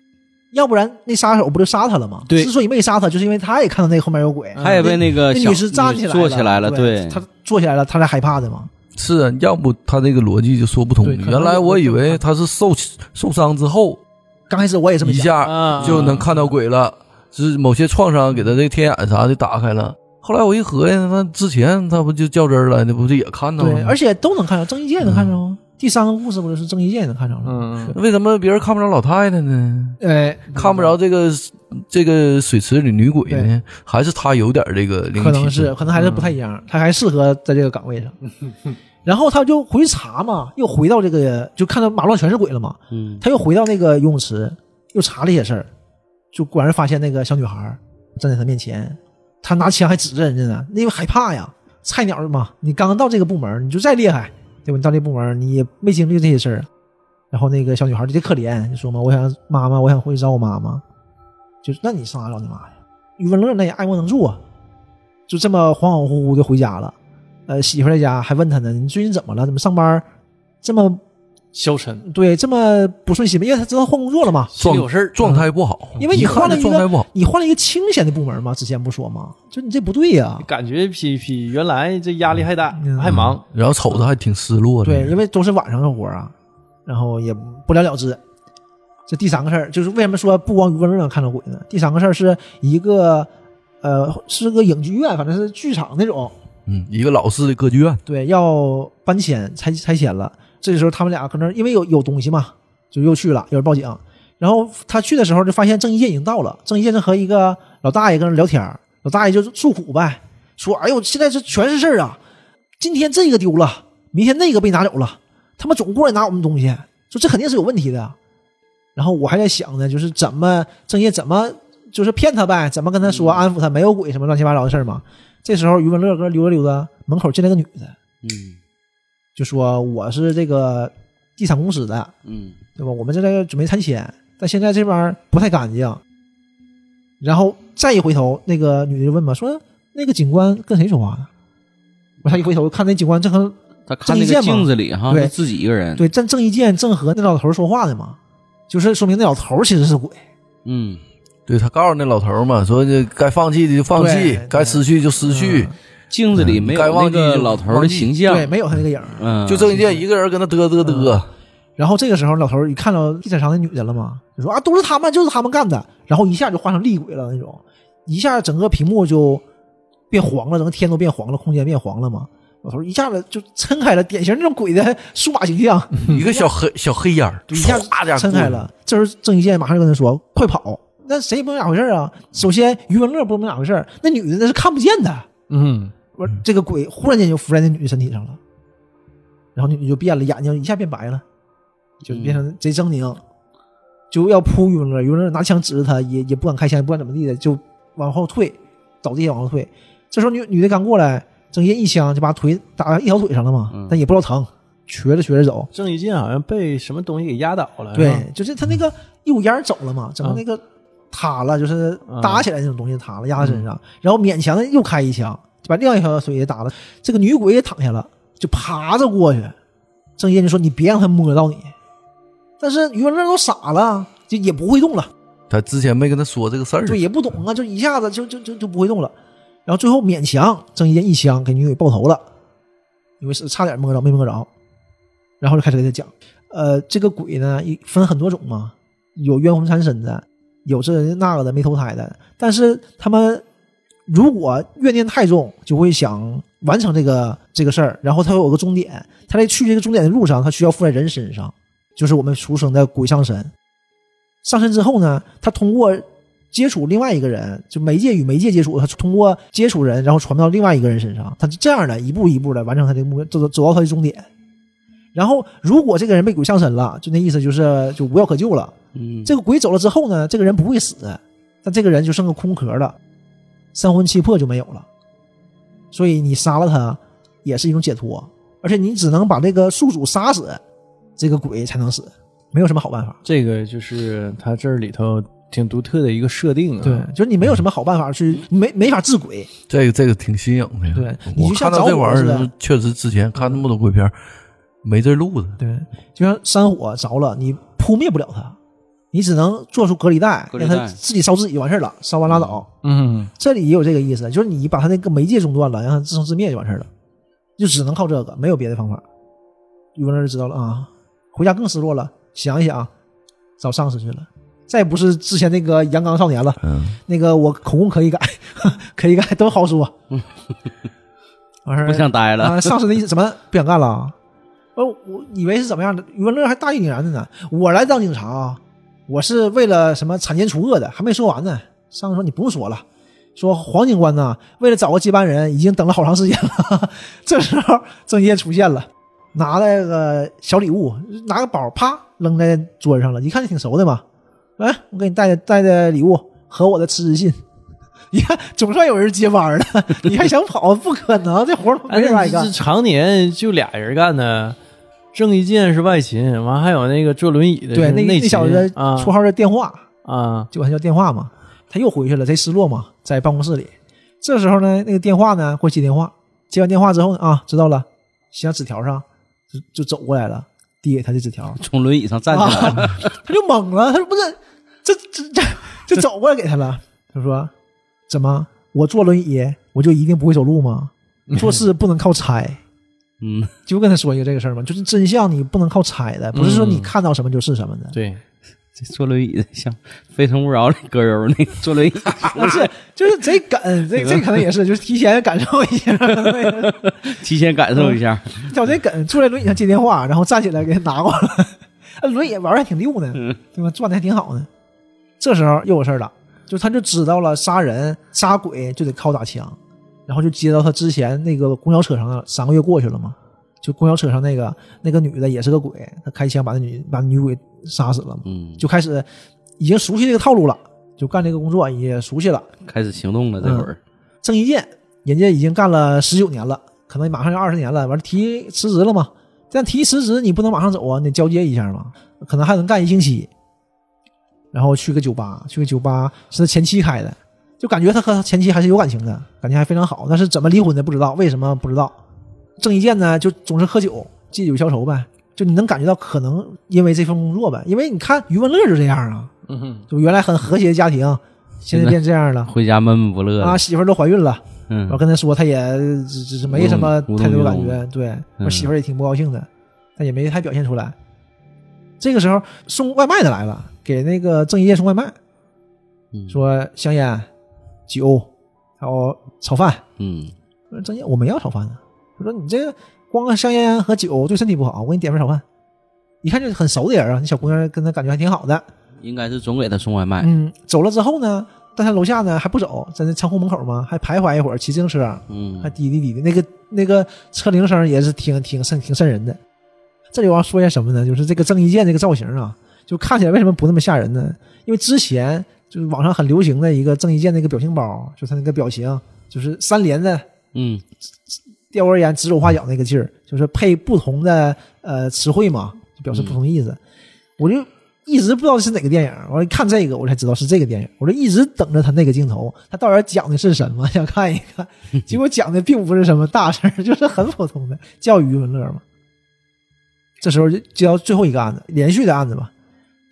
S4: 要不然那杀手不就杀他了吗？
S1: 对
S4: 之所以没杀他，就是因为他也看到那后面有鬼，
S1: 嗯
S2: 他也被那个
S4: 那
S2: 小
S4: 女士站起来
S2: 坐起来了，
S4: 对，他坐起来了，他才害怕的嘛。
S3: 是啊，要不他这个逻辑就说不通
S4: 对。可能
S3: 原来我以为他是受受伤之后
S4: 刚开始我也这么
S3: 一
S4: 想，
S3: 下
S1: 啊
S3: 就能看到鬼了，是某些创伤给他这天眼啥的打开了。后来我一合计，那之前他不就较真儿了，那不就也看到了
S4: 对，
S3: 吗？
S4: 而且都能看到，郑伊健能看着
S2: 嗯
S4: 吗？第三个故事不就是郑伊健能看着了？
S1: 嗯，嗯
S3: 为什么别人看不着老太太呢？
S4: 哎，
S3: 看不着这个这个水池里女鬼呢？还是他有点这个灵
S4: 可
S3: 异体
S4: 能
S3: 质
S4: 是，？可能还是不太一样，
S2: 嗯
S4: 他还适合在这个岗位 上。然后他就回去查嘛，又回到这个，就看到马路上全是鬼了嘛。
S2: 嗯，
S4: 他又回到那个游泳池，又查了一些事儿，就果然发现那个小女孩儿站在他面前，他拿枪还指着人家呢，因为害怕呀，菜鸟嘛，你刚刚到这个部门儿，你就再厉害，对吧？你到这部门儿，你也没经历这些事儿。然后那个小女孩儿就特可怜，就说嘛，我想妈妈，我想回去找我妈妈。就是那你上哪找你妈呀？余文乐那也爱莫能助啊，就这么恍恍惚惚就回家了。呃，媳妇儿在家还问他呢，你最近怎么了？怎么上班儿这么
S1: 消沉，
S4: 对，这么不顺心吧？因为他知道换工作了嘛，
S1: 心里有
S3: 状
S1: 事儿，
S3: 状态不好，
S4: 嗯因为你
S3: 一看
S4: 换了
S3: 这
S4: 一
S3: 状态不
S4: 个
S3: 好，，
S4: 你换了一个清闲的部门嘛，之前不说嘛，就你这不对呀、
S1: 感觉比比原来这压力还大
S4: 嗯，
S1: 还忙，
S3: 然后瞅着还挺失落的。
S4: 对，因为都是晚上的活儿啊，然后也不了了之。这第三个事儿就是为什么说不光余文乐能看到鬼呢？第三个事儿是一个，呃，是个影剧院，反正是剧场那种，
S3: 嗯，一个老式的歌剧院，
S4: 啊对，要搬迁拆拆迁了。这时候他们俩搁那儿，因为有有东西嘛，就又去了，有人报警。然后他去的时候就发现郑伊健已经到了，郑伊健正和一个老大爷跟那聊天儿，老大爷就诉苦呗，说：“哎呦，现在这全是事儿啊，今天这个丢了，明天那个被拿走了，他们总过来拿我们东西，说这肯定是有问题的。”然后我还在想呢，就是怎么郑业怎么就是骗他呗，怎么跟他说安抚他没有鬼什么乱七八糟的事儿嘛。这时候余文乐搁那溜达溜达，门口进来个女的，
S2: 嗯
S4: 就说我是这个地产公司的，
S2: 嗯
S4: 对吧？我们这在准备拆迁，但现在这边儿不太干净。然后再一回头，那个女的就问嘛，说那个警官跟谁说话呢？我他一回头看那警官正和
S2: 他看那
S4: 郑伊
S2: 个
S4: 健嘛
S2: 镜子里哈，
S4: 对
S2: 是自己一个人，
S4: 对正郑伊健正和那老头儿说话呢嘛，就是说明那老头儿其实是鬼。
S2: 嗯，
S3: 对他告诉那老头儿嘛，说这该放弃的就放
S4: 对嗯
S3: 弃
S4: 对，
S3: 该失去就失去。
S2: 镜子里没有
S3: 嗯该忘
S2: 那
S3: 记
S2: 个
S3: 就
S2: 老头儿的
S3: 忘记
S2: 形象
S4: 对，，没有他那个影儿。
S2: 嗯，
S3: 就郑伊健一个人跟他嘚嘚
S4: 嗯
S3: 嘚，
S4: 然后这个时候，老头儿一看到地产商那女的了嘛，就说啊，都是他们，就是他们干的。然后一下就换成厉鬼了那种，一下整个屏幕就变黄了，整个天都变黄了，空间变黄了嘛。老头儿一下子就撑开了，典型那种鬼的数码形象，
S3: 一个小黑小黑烟儿，
S4: 嗯一下子
S3: 唰家伙
S4: 撑开了。这时候郑伊健马上就跟他说：“快跑！”那谁也不明白咋回事儿啊？首先，余文乐不明白咋回事儿，那女的那是看不见的。
S1: 嗯，
S4: 我这个鬼忽然间就附在那女的身体上了，然后女的就变了，眼睛一下变白了，就是变成贼狰狞，就要扑晕了。有人拿枪指着他，也也不敢开枪，也不敢怎么地的，就往后退，倒地下往后退。这时候女女的刚过来，郑业一枪就把腿打一条腿上了嘛
S2: 嗯，
S4: 但也不知道疼，瘸着瘸着走。
S1: 郑伊健好像被什么东西给压倒了，是吧
S4: 对，就是他那个一股烟儿走了嘛，整个那个塌了，就是搭起来那种东西塌了，压在身上，然后勉强的又开一枪，就把另外一条腿也打了。这个女鬼也躺下了，就爬着过去。郑业就说：“你别让他摸到你。”但是余文乐都傻了，就也不会动了，
S3: 他之前没跟他说这个事儿，
S4: 对，也不懂啊，就一下子就就就就不会动了。然后最后勉强郑业一枪给女鬼爆头了，因为是差点摸着没摸着，然后就开始给他讲，呃，这个鬼呢一分很多种嘛，有冤魂缠身的，有这那个的没投胎的，但是他们如果怨念太重，就会想完成这个这个事儿，然后他会有个终点，他在去这个终点的路上，他需要附在人身上，就是我们俗称的鬼上身。上身之后呢，他通过接触另外一个人，就媒介与媒介接触，他通过接触人，然后传到另外一个人身上，他就这样的一步一步的完成他的目标，走走到他的终点。然后，如果这个人被鬼上身了，就那意思就是就无药可救了。
S2: 嗯，
S4: 这个鬼走了之后呢，这个人不会死，但这个人就剩个空壳了，三魂七魄就没有了。所以你杀了他也是一种解脱，而且你只能把这个宿主杀死，这个鬼才能死，没有什么好办法。
S1: 这个就是它这里头挺独特的一个设定啊。
S4: 对，就是你没有什么好办法去，没没法治鬼。
S3: 这个这个挺新颖的呀。
S4: 对你
S3: 嗯我
S4: 就像
S3: 看到这
S4: 找我
S3: 玩意
S4: 似
S3: 儿
S4: 的，
S3: 确实之前看那么多鬼片儿，没这路子。
S4: 对，就像山火着了，你扑灭不了它，你只能做出隔离带，
S2: 隔离
S4: 让
S2: 带
S4: 它自己烧自己就完事儿了，烧完拉倒。
S1: 嗯，
S4: 这里也有这个意思，就是你把它那个媒介中断了，让它自生自灭就完事儿了，就只能靠这个，没有别的方法。有人就知道了啊，回家更失落了，想一想，找上司去了。再也不是之前那个阳刚少年了，
S3: 嗯，
S4: 那个我口供可以改， 可以改都好说。完事儿
S2: 嗯不想待了，
S4: 啊，上司的意 思怎么不想干了啊？哦，我以为是怎么样的，余文乐还大义凛然的呢。我来当警察啊，我是为了什么铲奸除恶的，还没说完呢。上司说你不用说了，说黄警官呢，为了找个接班人，已经等了好长时间了。 这时候郑业出现了，拿了个小礼物，拿个包，啪扔在桌子上了。一看就挺熟的嘛，来，我给你带的带的礼物和我的辞职信。你看，总算有人接班了，你还想跑？不可能，这活儿没
S1: 哎，
S4: 人
S1: 那
S4: 爱
S1: 你
S4: 干
S1: 这。常年就俩人干的，郑伊健是外勤，完还有那个坐轮椅的是
S4: 对，那
S1: 内
S4: 那
S1: 勤
S4: 小子
S1: 啊
S4: 绰号叫电话，
S1: 啊，
S4: 就管他叫电话嘛。他又回去了，贼失落嘛，在办公室里。这时候呢，那个电话呢会接电话，接完电话之后呢，啊，知道了，写在纸条上，就就走过来了，递给他这纸条，
S2: 从轮椅上站起来了，
S4: 他就懵了，他说不是，这这这这走过来给他了。他说怎么我坐轮椅我就一定不会走路吗？做事不能靠猜。
S2: 嗯，
S4: 就跟他说一个这个事儿嘛，就是真相你不能靠猜的，不是说你
S1: 嗯
S4: 看到什么就是什么的。
S1: 对，
S2: 这坐轮椅的像《非诚勿扰》里葛优那个 坐轮椅，
S4: 不是，就是贼梗，这这可能也是，就是提前感受一下。
S2: 提前感受一下，
S4: 叫这梗坐在轮椅上接电话，然后站起来给他拿过来，啊轮椅玩的还挺溜呢，对吧？转的还挺好呢。这时候又有事儿了，就他就知道了杀人杀鬼就得靠打枪，然后就接到他之前那个公交车上的三个月过去了嘛，就公交车上那个那个女的也是个鬼，他开枪把那女把女鬼杀死了嘛，
S2: 嗯，
S4: 就开始已经熟悉这个套路了，就干这个工作也熟悉了。
S2: 开始行动了。这会儿，
S4: 郑伊健，人家已经干了十九年了，可能马上要二十年了，完了提辞职了嘛。但提辞职你不能马上走啊，你得交接一下嘛，可能还能干一星期。然后去个酒吧，去个酒吧是他前妻开的，就感觉他和他前妻还是有感情的，感情还非常好。但是怎么离婚的不知道，为什么不知道？郑伊健呢，就总是喝酒，借酒消愁呗。就你能感觉到，可能因为这份工作呗，因为你看余文乐就这样啊，
S1: 嗯哼，
S4: 就原来很和谐的家庭，现在变这样了
S2: 回家闷闷不乐
S4: 啊，
S2: 的，
S4: 媳妇儿都怀孕了。
S2: 嗯
S4: 我，跟他说，他也只只是没什么太多感
S2: 无动于
S4: 觉。对
S2: 嗯
S4: 我媳妇儿也挺不高兴的，但也没太表现出来。这个时候送外卖的来了，给那个郑伊健送外卖，
S2: 嗯
S4: 说香烟、酒，还有炒饭。
S2: 嗯，
S4: 我说郑伊健，我没要炒饭啊。他说你这光香烟和酒对身体不好，我给你点份炒饭。一看就是很熟的人啊，那小姑娘跟他感觉还挺好的。
S2: 应该是总给他送外卖，
S4: 嗯，走了之后呢，但他楼下呢还不走，在那仓库门口嘛，还徘徊一会儿，骑自行车。啊
S2: 嗯
S4: 还，滴滴滴的，那个那个车铃声也是挺挺瘆挺瘆人的。这里我要说一下什么呢？就是这个郑伊健这个造型啊，就看起来为什么不那么吓人呢？因为之前就是网上很流行的一个郑伊健那个表情包，就他那个表情，就是三连的
S2: 嗯，
S4: 吊根烟指手画脚那个劲儿，就是配不同的呃词汇嘛，就表示不同意思。我就一直不知道是哪个电影，我一看这个我才知道是这个电影，我就一直等着他那个镜头，他到底讲的是什么， 想看一看。结果讲的并不是什么大事儿， 就是很普通的教育余文乐嘛。这时候就接到最后一个案子，连续的案子吧，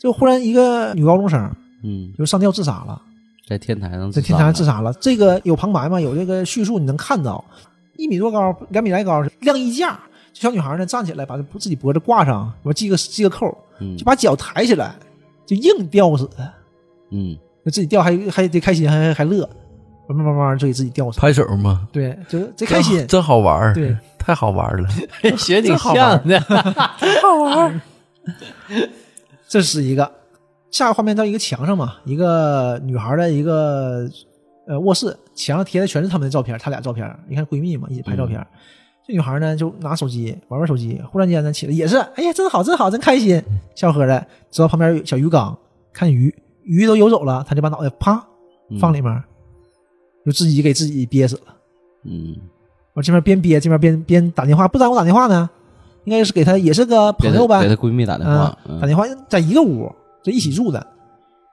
S4: 就忽然一个女高中生
S2: 嗯，
S4: 就上吊自杀了。
S2: 在天台上，
S4: 在天台上自，杀了。这个有旁白嘛？有这个叙述，你能看到，一米多高，两米来高，晾衣架。这小女孩呢，站起来把自己脖子挂上，我系个系个扣，
S2: 嗯
S4: 就把脚抬起来，就硬吊死的。
S2: 嗯，
S4: 就自己吊还还得开心，还还乐，慢慢慢慢就给自己吊死。
S3: 拍手嘛，
S4: 对，就是贼开心
S3: 真，真好玩儿，
S4: 对，
S3: 太好玩儿了。
S1: 学挺像的，
S4: 这是一个。下个画面到一个墙上嘛，一个女孩的一个呃卧室，墙上贴的全是他们的照片，她俩照片，你看闺蜜嘛，一起拍照片。这女孩呢就拿手机玩玩手机，忽然间呢起来也是，哎呀真好真好真开心，笑呵的，走到旁边有小鱼缸看鱼，鱼都游走了，她就把脑袋啪放里面，就自己给自己憋死了。
S2: 嗯，
S4: 我这边边憋这边边边打电话，不然我打电话呢，应该是给她也是个
S2: 给
S4: 朋
S2: 她
S4: 友呗，
S2: 给她闺蜜打电
S4: 啊
S2: 话，，
S4: 打
S2: 嗯
S4: 电话在一个屋，这一起住的。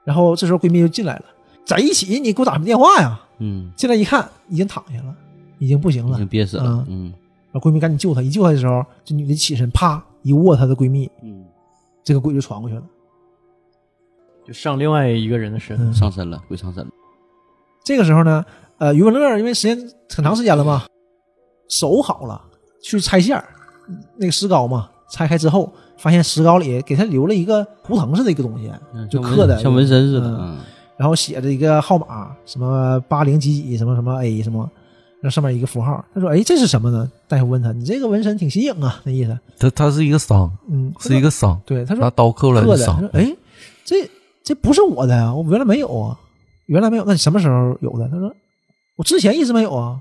S4: 然后这时候闺蜜就进来了，在一起，你给我打什么电话呀？
S2: 嗯，
S4: 进来一看，已经躺下了，已经不行
S2: 已
S4: 了
S2: 经。憋死了，嗯
S4: 然后闺蜜赶紧救她，一救她的时候，这女的起身，啪一握她的闺蜜，
S2: 嗯，
S4: 这个鬼就传过去了。
S1: 就上另外一个人的身。
S4: 嗯，
S2: 上身了，鬼上身了，
S4: 这个时候呢，呃，余文乐因为时间很长时间了嘛，手好了，去拆线儿那个石膏嘛，拆开之后发现石膏里给她留了一个图腾似的一个东西，
S2: 嗯
S4: 就
S2: 像
S4: 刻
S2: 纹
S4: 的
S2: 像纹身似的，
S4: 嗯
S2: 嗯
S4: 然后写着一个号码，什么八零几几，什么什么 A 什么，那上面一个符号。他说：“哎，这是什么呢？”大夫问他：“你这个纹身挺新颖啊，那意思。
S3: 它它是一个伤，”
S4: 嗯，
S3: 是一
S4: 个
S3: 个伤，
S4: 对。他
S3: 拿
S4: 说
S3: 刀刻出来
S4: 刻
S3: 的
S4: 的。他
S3: 伤
S4: 说：“。哎，这这不是我的呀，我原来没有啊，原来没有。那你什么时候有的？”他说：“我之前一直没有啊。”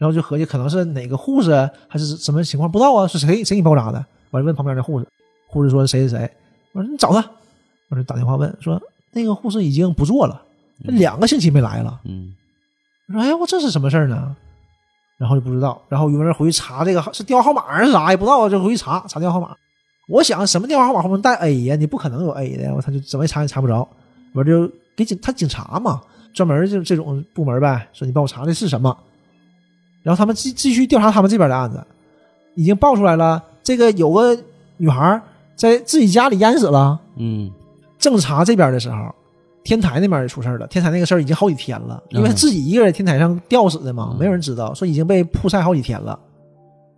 S4: 然后就合计可能是哪个护士啊还是什么情况，不知道啊，是谁谁给你包扎的？完了问旁边的护士，护士说谁谁谁，我说你找他，我就打电话问说那个护士已经不做了，这两个星期没来了。
S2: 嗯
S4: 我说：“哎，我这是什么事儿呢？”然后就不知道，然后有人回去查这个号是电话号码还是啥也不知道，啊就回去查查电话号码。我想什么电话号码后面带 A 呀？你不可能有 A 的，我他就怎么也查也查不着。完了就给警他警察嘛，专门就这种部门呗，说你帮我查这是什么。然后他们继继续调查他们这边的案子，已经爆出来了，这个有个女孩在自己家里淹死了。
S2: 嗯
S4: 正查这边的时候，天台那边也出事儿了。天台那个事儿已经好几天了，因为他
S2: 嗯
S4: 自己一个人在天台上吊死的嘛，
S2: 嗯
S4: 没有人知道，说已经被曝晒好几天了。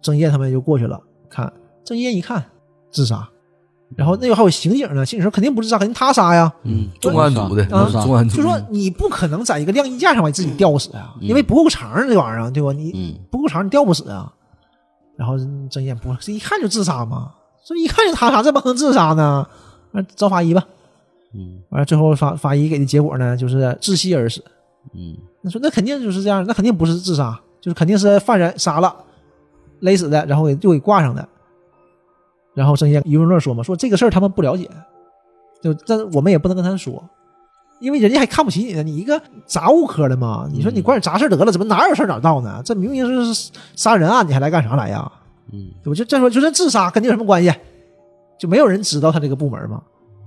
S4: 郑业他们就过去了，看郑业一看自杀，然后那边还有刑警呢，刑警说肯定不是自杀，肯定他杀呀。
S2: 嗯，
S3: 重案组的，嗯
S2: 啊
S3: 重案组
S4: 就说你不可能在一个晾衣架上把自己吊死啊，
S2: 嗯
S4: 因为不够长啊这玩意儿，对吧？你
S2: 嗯
S4: 不够长，你吊不死啊。然后郑业不，这一看就自杀嘛，这一看就他杀，这不可能自杀呢？那找法医吧。
S2: 嗯
S4: 完了最后法法医给的结果呢，就是窒息而死。
S2: 嗯
S4: 那说那肯定就是这样，那肯定不是自杀，就是肯定是犯人杀了，勒死的，然后给又给挂上的。然后郑业余文乐说嘛，说这个事儿他们不了解，就但我们也不能跟他说，因为人家还看不起你呢，你一个杂物科的嘛，你说你管点杂事儿得了，怎么哪有事儿哪到呢？这明明是杀人案，你还来干啥来呀？
S2: 嗯
S4: 我就再说，就算自杀跟你有什么关系？就没有人知道他这个部门嘛，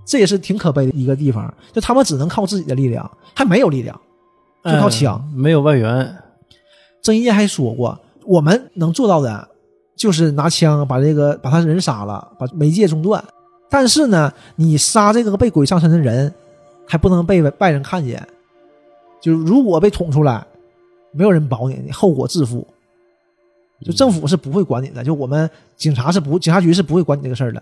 S4: 这也是挺可悲的一个地方。就他们只能靠自己的力量，还没有力量，就靠枪。
S1: 嗯没有外援，
S4: 郑伊健还说过，我们能做到的就是拿枪把这个把他人杀了，把媒介中断。但是呢，你杀这个被鬼上身的人，还不能被外人看见。就是如果被捅出来，没有人保你，你后果自负。就政府是不会管你的，就我们警察是不警察局是不会管你这个事儿的。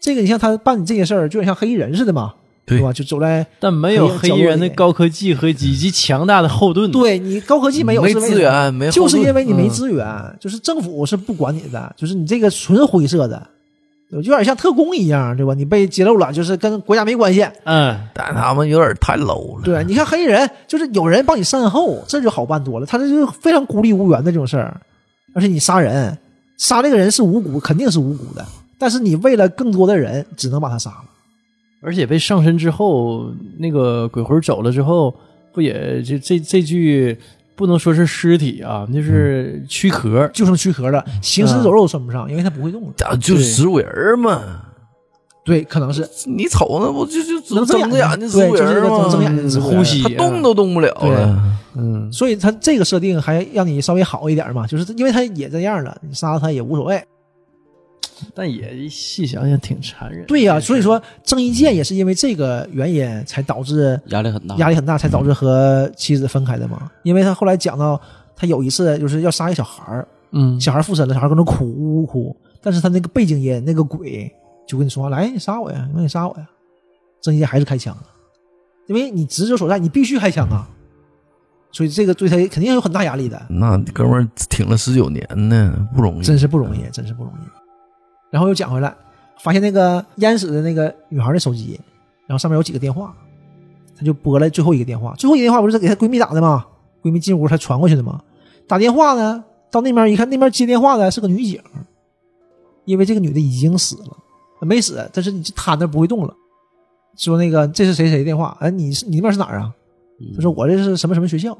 S4: 这个你像他办你这些事儿，就很像黑衣人似的嘛，
S3: 对嗯
S4: 吧？就走在
S1: 但没有黑衣人的高科技和以及强大的后盾。，
S4: 对你高科技没有
S3: 没
S4: 是为什
S3: 资
S4: 么
S3: 源，没
S4: 就是
S3: 后盾
S4: 因为你没
S1: 嗯
S4: 资源，就是政府是不管你的，就是你这个纯灰色的，有有点像特工一样，对吧？你被揭露了，就是跟国家没关系。
S1: 嗯，
S3: 但他们有点太 low 了。
S4: 对，你看黑衣人，就是有人帮你善后，这就好办多了。他这就非常孤立无援的这种事儿，而且你杀人，杀这个人是无辜，肯定是无辜的，但是你为了更多的人，只能把他杀了。
S1: 而且被上身之后，那个鬼魂走了之后，不也这这这具不能说是尸体啊，就是躯壳。
S4: 就剩躯壳了，行尸走肉算不上，因为他不会动了。
S3: 啊，就植物人儿嘛，
S4: 对，可能是
S3: 你瞅那不就就只
S4: 能
S3: 睁着眼睛植物人
S4: 对就
S3: 儿
S4: 是那个
S3: 吗？
S4: 睁眼睛植物人
S1: 呼吸
S3: 他
S2: 啊
S3: 动都动不了了。
S1: 嗯，
S4: 所以他这个设定还让你稍微好一点嘛，就是因为他也这样了，你杀了他也无所谓。
S1: 但也细想想挺残忍。
S4: 对呀、所以说郑伊健也是因为这个原因才导致
S2: 压力很大，
S4: 压力很大，才导致和妻子分开的嘛。因为他后来讲到，他有一次就是要杀一小孩儿，
S1: 嗯，
S4: 小孩附身了，小孩搁那哭呜呜哭，但是他那个背景音，那个鬼就跟你说话，来你杀我呀，那你杀我呀，郑伊健还是开枪了，因为你职责所在，你必须开枪啊，所以这个对他肯定有很大压力的。
S3: 那哥们儿挺了十九年呢，不容易，
S4: 真是不容易，真是不容易。然后又讲回来，发现那个淹死的那个女孩的手机然后上面有几个电话，她就拨了最后一个电话，最后一个电话不是给她闺蜜打的吗？闺蜜进屋她传过去的吗？打电话呢，到那边一看，那边接电话的是个女警，因为这个女的已经死了，没死，但是你就瘫那不会动了。说那个这是谁谁的电话？哎，你是你那边是哪儿啊？
S2: 嗯
S4: 她说我这是什么什么学校。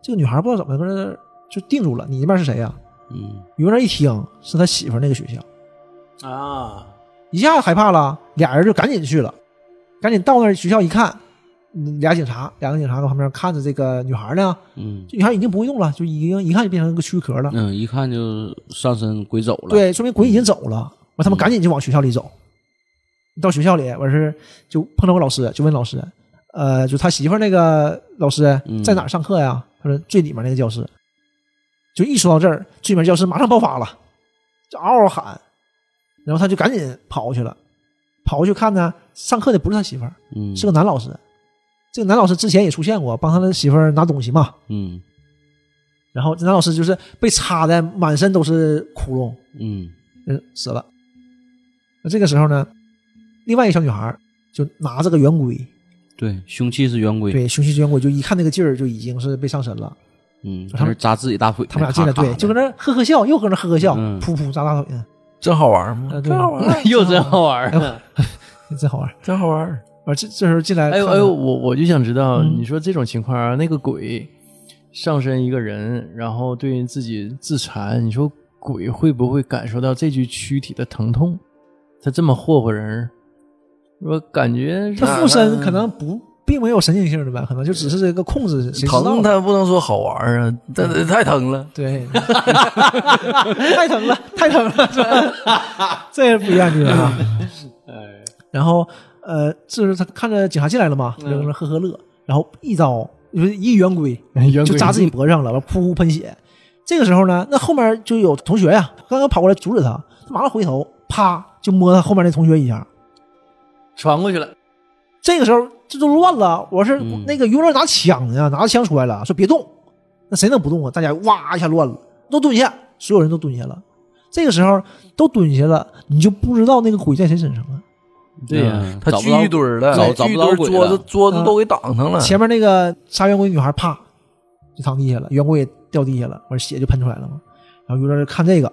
S4: 这个女孩不知道怎么搁那就定住了，你那边是谁啊呀、
S2: 嗯，
S4: 于文亮一听是他媳妇儿那个学校，
S1: 啊，
S4: 一下子害怕了，俩人就赶紧去了，赶紧到那儿学校一看，嗯俩警察，两个警察搁旁边看着这个女孩呢，
S2: 嗯
S4: 这女孩已经不会动了，就已经一看就变成个躯壳了，
S2: 嗯，一看就上身鬼走了。，嗯
S4: 对，说明鬼已经走了。完，他们赶紧就往学校里走，到学校里完事儿就碰到个老师，就问老师，呃，就他媳妇儿那个老师
S2: 嗯
S4: 在哪儿上课呀？他说最里面那个教室。就一说到这儿，最里面教室马上爆发了，就嗷嗷喊，然后他就赶紧跑过去了，跑过去看呢，上课的不是他媳妇儿，
S2: 嗯，
S4: 是个男老师。这个男老师之前也出现过，帮他的媳妇儿拿东西嘛。
S2: 嗯
S4: 然后这男老师就是被插的满身都是窟窿，
S2: 嗯
S4: 嗯，死了。那这个时候呢，另外一个小女孩就拿着个圆规，
S2: 对，凶器是圆规。，
S4: 对，凶器是圆规，就一看那个劲儿就已经是被上身了。
S2: 嗯，
S4: 他们
S2: 还是扎自己大腿。
S4: 他们俩进来，
S2: 咔咔
S4: 对，
S2: 的
S4: 就搁那呵呵笑，又搁那呵呵笑，
S2: 嗯
S4: 噗噗扎大腿呢，
S3: 真好玩吗？
S4: 呃，对，
S2: 又真好玩
S4: 哎
S2: 儿。
S4: 呦，真好玩儿。
S3: 真好玩。
S4: 完这这时候进来，
S1: 哎 呦
S4: 看
S1: 哎呦，
S4: 看，
S1: 我我就想知道，
S4: 嗯
S1: 你说这种情况啊，那个鬼上身一个人，然后对自己自残，你说鬼会不会感受到这具躯体的疼痛？他这么霍霍人，我感觉是
S4: 他附身可能不并没有神经性的吧，可能就只是这个控制，谁知道呢嗯
S3: 疼他不能说好玩儿啊，但是太疼了。
S4: 对， 太疼 了，太疼了，是吧？ 这也不一样地方啊。然后呃，这时候他看着警察进来了嘛，就在那呵呵乐，然后一刀就是一圆规
S1: 圆规
S4: 就扎自己脖子上了，完噗噗喷血。这个时候呢，那后面就有同学呀、刚刚跑过来阻止他，他马上回头，啪就摸他后面那同学一下。
S1: 传过去了，
S4: 这个时候这就乱了，我是、
S2: 嗯
S4: 那个游乐拿枪呢，拿着枪出来了，说别动，那谁能不动啊？大家哇一下乱了，都蹲下，所有人都蹲下了。这个时候都蹲下了，你就不知道那个鬼在谁身上了。
S1: 对呀
S2: 嗯
S3: 他
S2: 找不到
S3: 聚一堆儿了，
S2: 找
S3: 聚
S2: 找
S3: 一堆
S2: 不到
S3: 儿
S2: 鬼
S3: 桌
S2: 了
S3: 子桌子都给挡上了。
S4: 嗯前面那个杀圆规女孩啪就躺地下了，圆规也掉地下了，完血就喷出来了嘛。然后游乐就看这个，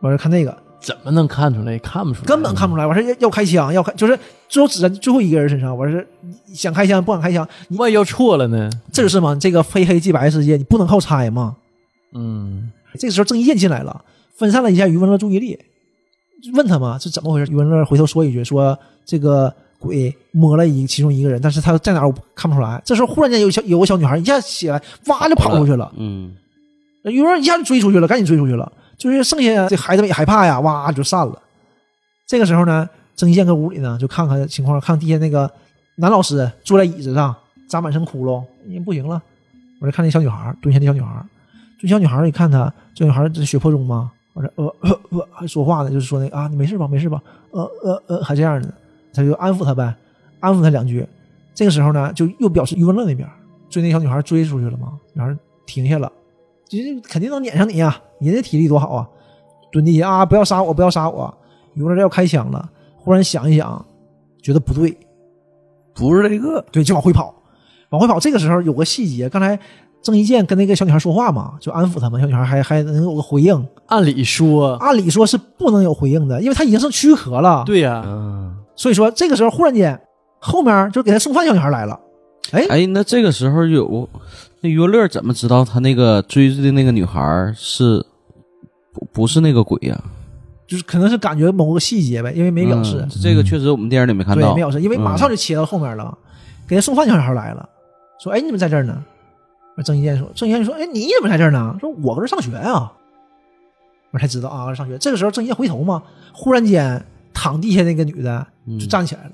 S4: 完事看那个，
S1: 怎么能看出来？看不出来，
S4: 根本看不出来。完事要要开枪，要开就是最后指在最后一个人身上。完事想开枪不敢开枪，你
S1: 万一要错了呢？
S4: 这就是嘛，这个非黑即白世界，你不能靠猜嘛。
S1: 嗯，
S4: 这个时候郑伊健进来了，分散了一下余文乐注意力，问他嘛是怎么回事。余文乐回头说一句说这个鬼摸了一其中一个人，但是他在哪儿我看不出来。这时候忽然间有小有个小女孩一下起来，哇就跑出去了，
S2: 嗯
S4: 余文乐一下就追出去了，赶紧追出去了。就是剩下这孩子们也害怕呀，哇就散了。这个时候呢，郑伊健搁屋里呢就看看情况，看地下那个男老师坐在椅子上扎满身窟窿，人不行了。我就看那小女孩蹲下，那小女孩这小女孩儿一看她，这女孩儿这血泊中吗？我说呃呃呃，还说话呢，就是说那个啊，你没事吧，没事吧，呃呃呃，还这样呢，他就安抚她呗，安抚她两句。这个时候呢，就又表示余文乐那边儿追那小女孩儿追出去了嘛，女孩儿停下了，就是肯定能撵上你呀、你这体力多好啊，蹲地下啊，不要杀我，不要杀我。余文乐要开枪了，忽然想一想，觉得不对，
S3: 不是这个，
S4: 对，就往回跑，往回跑。这个时候有个细节，刚才郑伊健跟那个小女孩说话嘛，就安抚她嘛，小女孩还还能有个回应。
S1: 按理说，
S4: 按理说是不能有回应的，因为她已经是躯壳了。，
S1: 对呀、
S3: 嗯，
S4: 所以说这个时候忽然间，后面就给她送饭小女孩来了。哎，
S2: 哎，那这个时候有那约乐怎么知道他那个追的那个女孩儿是不不是那个鬼呀、
S4: 就是可能是感觉某个细节呗，因为没表示，
S2: 嗯这个确实我们电影里没看
S4: 对，
S2: 到
S4: 没。表示，因为马上就切到后面了，给人送饭小女孩来了，说：“哎，你怎么在这儿呢？”郑伊健说：“郑伊健说，哎，你怎么在这儿呢？”说：“我搁这儿上学啊。”我才知道啊，上学。这个时候，郑伊健回头嘛，忽然间躺地下那个女的
S2: 嗯
S4: 就站起来了。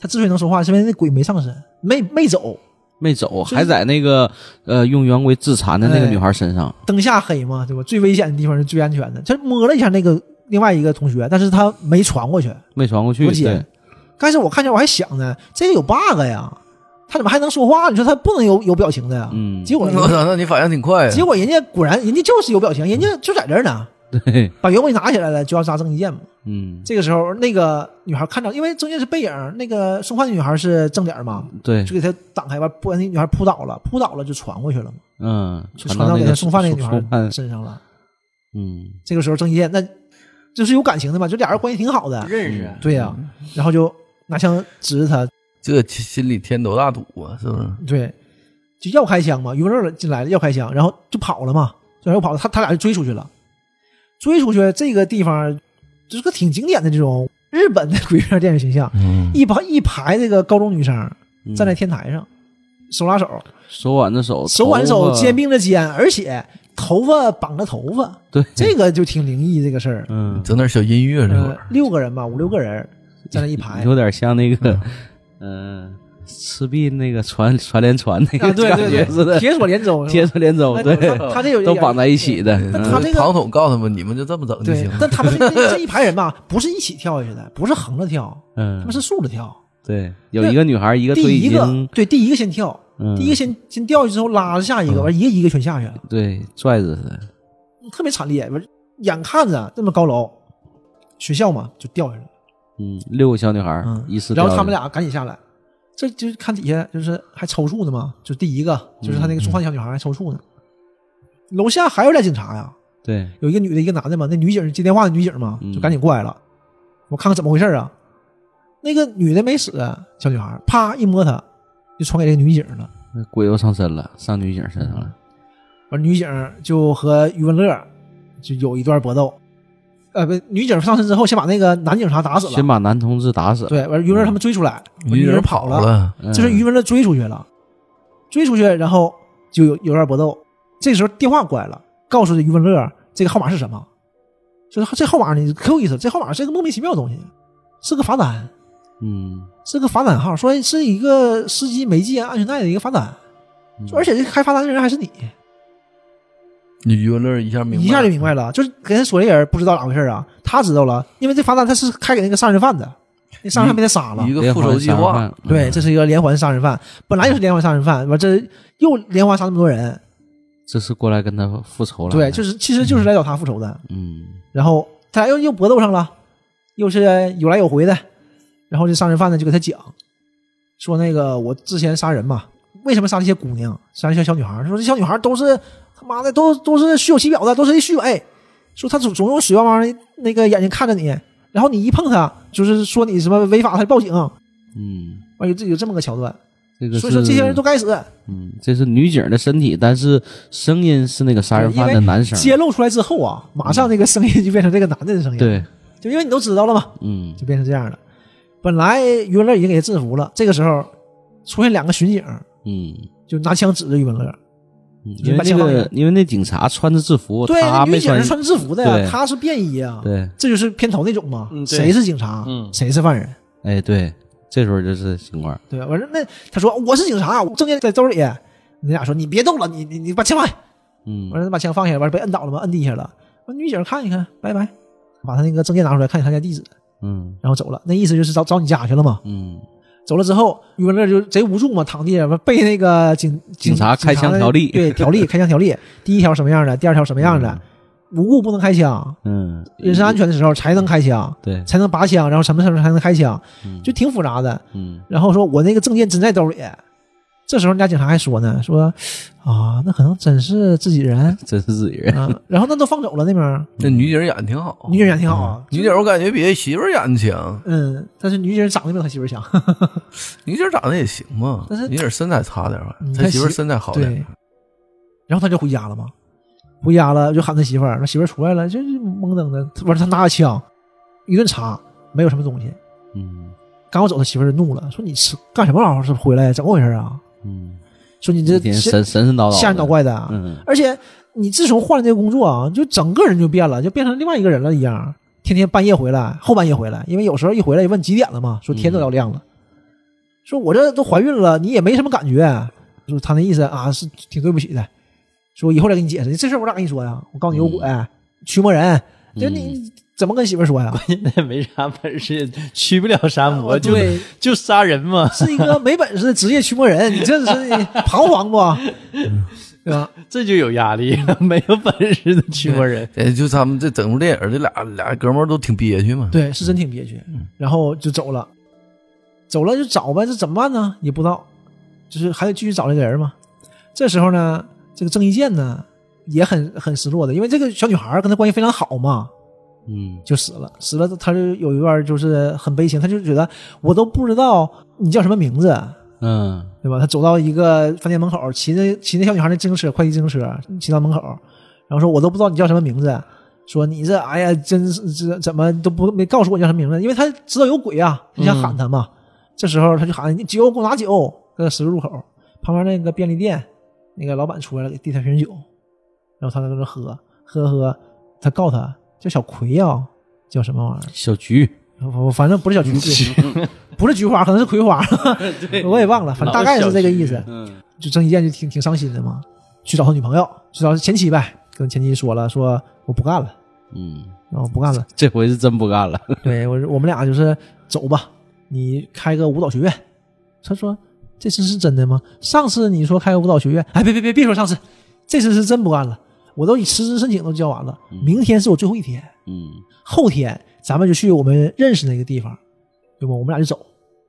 S4: 她之所以能说话，是因为那鬼没上身，没没走，
S2: 没走，
S4: 是
S2: 还在那个呃用圆规自残的那个
S4: 哎
S2: 女孩身上。
S4: 灯下黑嘛，对吧？最危险的地方是最安全的。他摸了一下那个另外一个同学，但是他没传过去。
S2: 没传过去，
S4: 我姐
S2: 对，
S4: 刚开始我看见我还想呢，这个有 bug 呀，他怎么还能说话？你说他不能有有表情的呀？
S2: 嗯
S4: 结果
S3: 我操，那你反应挺快啊。
S4: 结果人家果然人家就是有表情，人家就在这儿呢。
S2: 对，
S4: 把原本拿起来了就要杀郑伊健嘛。
S2: 嗯，
S4: 这个时候，那个女孩看着，因为郑伊健是背影，那个送饭的女孩是正脸嘛，
S2: 对，
S4: 就给她挡开，完不然那女孩扑倒了，扑倒了就传过去了嘛，
S2: 嗯，
S4: 就
S2: 传
S4: 传到
S2: 那
S4: 给
S2: 个
S4: 她送饭那个女
S2: 送
S4: 孩
S2: 饭，
S4: 身上了。
S2: 嗯，
S4: 这个时候，郑伊健那就是有感情的嘛，就俩人关系挺好
S2: 嗯
S4: 的，
S1: 认识
S4: 对呀、然后就拿枪指着他，
S3: 这心心里添多大堵啊，是不是？
S4: 对，就要开枪嘛，余文乐进来了要开枪，然后就跑了嘛，然后跑了，他他俩就追出去了，追出去这个地方就是个挺经典的这种日本的鬼片电影形象，
S1: 嗯，
S4: 一排一排这个高中女生
S2: 嗯
S4: 站在天台上，手拉手，
S2: 手挽着手，
S4: 手挽
S2: 头
S4: 手，
S2: 发
S4: 肩，并着肩，而且头发绑着头发，
S2: 对，
S4: 这个就挺灵异这个事儿。
S2: 嗯，
S3: 整点小音乐这会
S4: 呃
S3: 儿，，
S4: 六个人吧，五六个人站在一排，
S2: 有点像那个， 嗯，赤壁那个传传连传那
S4: 啊，
S2: 个
S4: 对
S2: 感
S4: 对
S2: 觉似
S4: 对，
S2: 的，
S4: 铁索连舟，
S2: 接着连走，
S4: 那
S2: 对，
S4: 他他这有
S2: 都绑在一起的，
S4: 那
S2: 嗯
S4: 他这个
S3: 呃庞统告诉他们，你们就这么整就
S4: 对
S3: 行，了。
S4: 但他 们这这一排人吧，不是一起跳下去的，不是横着跳，他
S2: 嗯
S4: 们，是竖着跳。
S2: 对，有一个女孩，一个
S4: 第
S2: 腿
S4: 一
S2: 已
S4: 个
S2: 经，
S4: 对，第一个先跳，
S2: 嗯
S4: 第一个先先掉下去之后拉着下一个，完一个一个全下去了，
S2: 对拽着她，
S4: 特别惨烈。完眼看着这么高楼，学校嘛就掉下去了，
S2: 嗯，六个小女孩
S4: 嗯
S2: 一次，
S4: 然后他们，俩赶紧下来，这就是看底下就是还抽搐呢嘛，就第一个就是他那个
S2: 嗯
S4: 送饭小女孩还抽搐呢，楼下还有俩警察呀、
S2: 对，
S4: 有一个女的，一个男的嘛。那女警接电话的女警嘛，
S2: 嗯
S4: 就赶紧过来了，我看看怎么回事啊。那个女的没死，啊小女孩啪一摸她，就传给这个女警了。
S2: 那鬼又上身了，上女警身上了，
S4: 完，女警就和余文乐就有一段搏斗。呃，不，女警上身之后，先把那个男警察打死
S2: 先
S4: 了。
S2: 把男同志打死，
S4: 对，完余文乐他们追出来，完
S3: 女
S4: 女
S3: 人
S4: 警
S3: 跑
S4: 了，
S3: 了，
S2: 嗯，
S4: 就是余文乐追出去了，追出去，然后就有有段搏斗。这时候电话过来了，告诉这余文乐这个号码是什么，就是这号码你可有意思，这号码是个莫名其妙的东西，是个罚单，
S2: 嗯，
S4: 是个罚单号，说是一个司机没系安全带的一个罚单，
S2: 嗯，
S4: 而且这开罚单的人还是你，
S3: 你余文乐一下明白，嗯
S4: 一下就明白了，就是给人说这人不知道咋回事啊，他知道了，因为这罚单他是开给那个杀人犯的，那杀人犯被他杀了
S3: 一。个
S2: 嗯连
S3: 复
S2: 环
S3: 仇计
S2: 杀人
S3: 划
S2: 犯，，
S4: 对，
S2: 嗯
S4: 这是一个连环杀人犯，本来就是连环杀人犯，完这又连环杀那么多人，
S2: 这是过来跟他复仇了，
S4: 对，就是其实就是来找他复仇的。
S2: 嗯，
S4: 然后他俩又又搏斗上了，又是有来有回的。然后这杀人犯呢就给他讲，说那个我之前杀人嘛，为什么杀这些姑娘，杀这些小女孩？说这小女孩都是他妈的都都是虚有其表的，都是一虚伪。说他总总用水汪汪的那个眼睛看着你，然后你一碰她，就是说你什么违法，他就报警。
S2: 嗯，
S4: 哎有这有这么个桥段，
S2: 这个
S4: 所以说
S2: 是
S4: 这些人都该死。
S2: 嗯，这是女警的身体，但是声音是那个杀人犯的男声，
S4: 揭露出来之后啊，马上这个声音就变成这个男的的声音，，
S2: 嗯对，
S4: 就因为你都知道了嘛，
S2: 嗯
S4: 就变成这样了。本来余文乐已经给他制服了，这个时候出现两个巡警，
S2: 嗯。
S4: 就拿枪指着余文乐。
S2: 嗯
S4: 就
S2: 因为
S4: 把
S2: 那
S4: 枪放
S2: 个
S4: 下，
S2: 因为那警察穿着制服，
S4: 对，那
S2: 他
S4: 女
S2: 没
S4: 警
S2: 穿
S4: 是，穿制服的呀，
S2: 对
S4: 她是便衣啊。
S2: 对，
S4: 这就是片头那种嘛，
S1: 嗯对
S4: 谁是警察，
S1: 嗯
S4: 谁是犯人，
S2: 哎，对，这时候就是情况，
S4: 对吧？完事那他说我是警察，我证件在兜里。你俩说你别动了，你你你把枪放下。
S2: 嗯
S4: 完，了，把枪放下，完了被摁倒了嘛，摁地下了。完女警看一看，拜拜，把他那个证件拿出来，看一看他家地址，
S2: 嗯
S4: 然后走了。那意思就是找找你家去了嘛。
S2: 嗯，
S4: 走了之后，余文乐就贼无助嘛，躺地上被那个警
S2: 警察开枪
S4: 的
S2: 条例
S4: 对条 例开枪条例，第一条什么样的，第二条什么样的，无故不能开枪，
S2: 嗯，
S4: 人身安全的时候才能开枪，
S2: 对，
S4: 才能拔枪，然后什么时候才能开枪，
S2: 嗯
S4: 就挺复杂的。
S2: 嗯
S4: 然后说我那个证件真在兜里，这时候人家警察还说呢，说啊，那可能真是自己人
S2: 真是自己人，
S4: 啊。然后那都放走了那边，
S3: 那女警演得挺
S2: 哦
S3: 好，
S4: 女警演挺
S2: 嗯
S4: 好啊，
S3: 女警我感觉比媳妇儿演的强，
S4: 嗯，但是女警长得没有他媳妇儿强，
S3: 女警长得也行嘛，
S4: 但是
S3: 女警身材差点吧
S4: 嗯，
S3: 他媳妇儿
S4: 她媳
S3: 身材好点
S4: 对，，然后他就回家了嘛，回家了就喊他媳妇儿，他媳妇儿出来了，就是懵登的，完他拿着枪一顿查，没有什么东西。
S2: 嗯
S4: 刚要走，他媳妇儿就怒了，说你是干什么玩意儿？是回来怎么回事啊？
S2: 嗯，
S4: 说你
S2: 这
S4: 这
S2: 天
S4: 是
S2: 神神神叨叨，
S4: 吓人搞，怪的啊，
S2: 嗯
S4: 而且你自从换了这个工作啊，就整个人就变了，就变成另外一个人了一样。天天半夜回来，后半夜回来，因为有时候一回来也问几点了嘛，说天都要亮了，说我这都怀孕了，你也没什么感觉，说他那意思啊是挺对不起的，说以后再给你解释，这事儿我咋跟你说呀？我告诉你有鬼，驱魔人，就你怎么跟媳妇儿说呀？
S1: 那没啥本事，驱不了杀魔，就
S4: 啊对，
S1: 就杀人嘛。
S4: 是一个没本事的职业驱魔人，你这是彷徨不？对吧？
S1: 这就有压力了，没有本事的驱魔人，
S3: 哎，就他们这整部电影，这俩俩哥们儿都挺憋屈嘛。
S4: 对，是真挺憋屈。然后就走了，走了就找呗，这怎么办呢？也不知道，就是还得继续找这个人嘛。这时候呢，这个郑伊健呢也很很失落的，因为这个小女孩跟他关系非常好嘛，
S2: 嗯，
S4: 就死了。死了，他就有一段就是很悲情，他就觉得我都不知道你叫什么名字，
S2: 嗯，
S4: 对吧？他走到一个饭店门口，骑着骑那小女孩那自行车，快递自行车，骑到门口，然后说：“我都不知道你叫什么名字。”说你这，哎呀，真是这怎么都不没告诉我你叫什么名字？因为他知道有鬼啊，就想喊他嘛。这时候他就喊：“你酒给我拿酒！”在十字路口旁边那个便利店，那个老板出来了，给递他瓶酒，然后他在那喝喝喝，他告他叫小葵呀、叫什么玩意儿？
S2: 小菊，
S4: 我反正不是小菊，对不是菊花，可能是葵花， 我也忘了，反正大概是这个意思。
S2: 嗯
S4: 就郑伊健就挺挺伤心的嘛，去找他女朋友，去找前妻呗，跟前妻说了，说我不干了，
S2: 嗯，
S4: 然后不干了，
S2: 这回是真不干了，
S4: 对我我们俩就是走吧，你开个舞蹈学院。他说这次是真的吗？上次你说开个舞蹈学院，哎，别别别别说上次，这次是真不干了，我都已辞职申请都交完了，明天是我最后一天，
S2: 嗯
S4: 后天咱们就去我们认识那个地方，对吧？我们俩就走。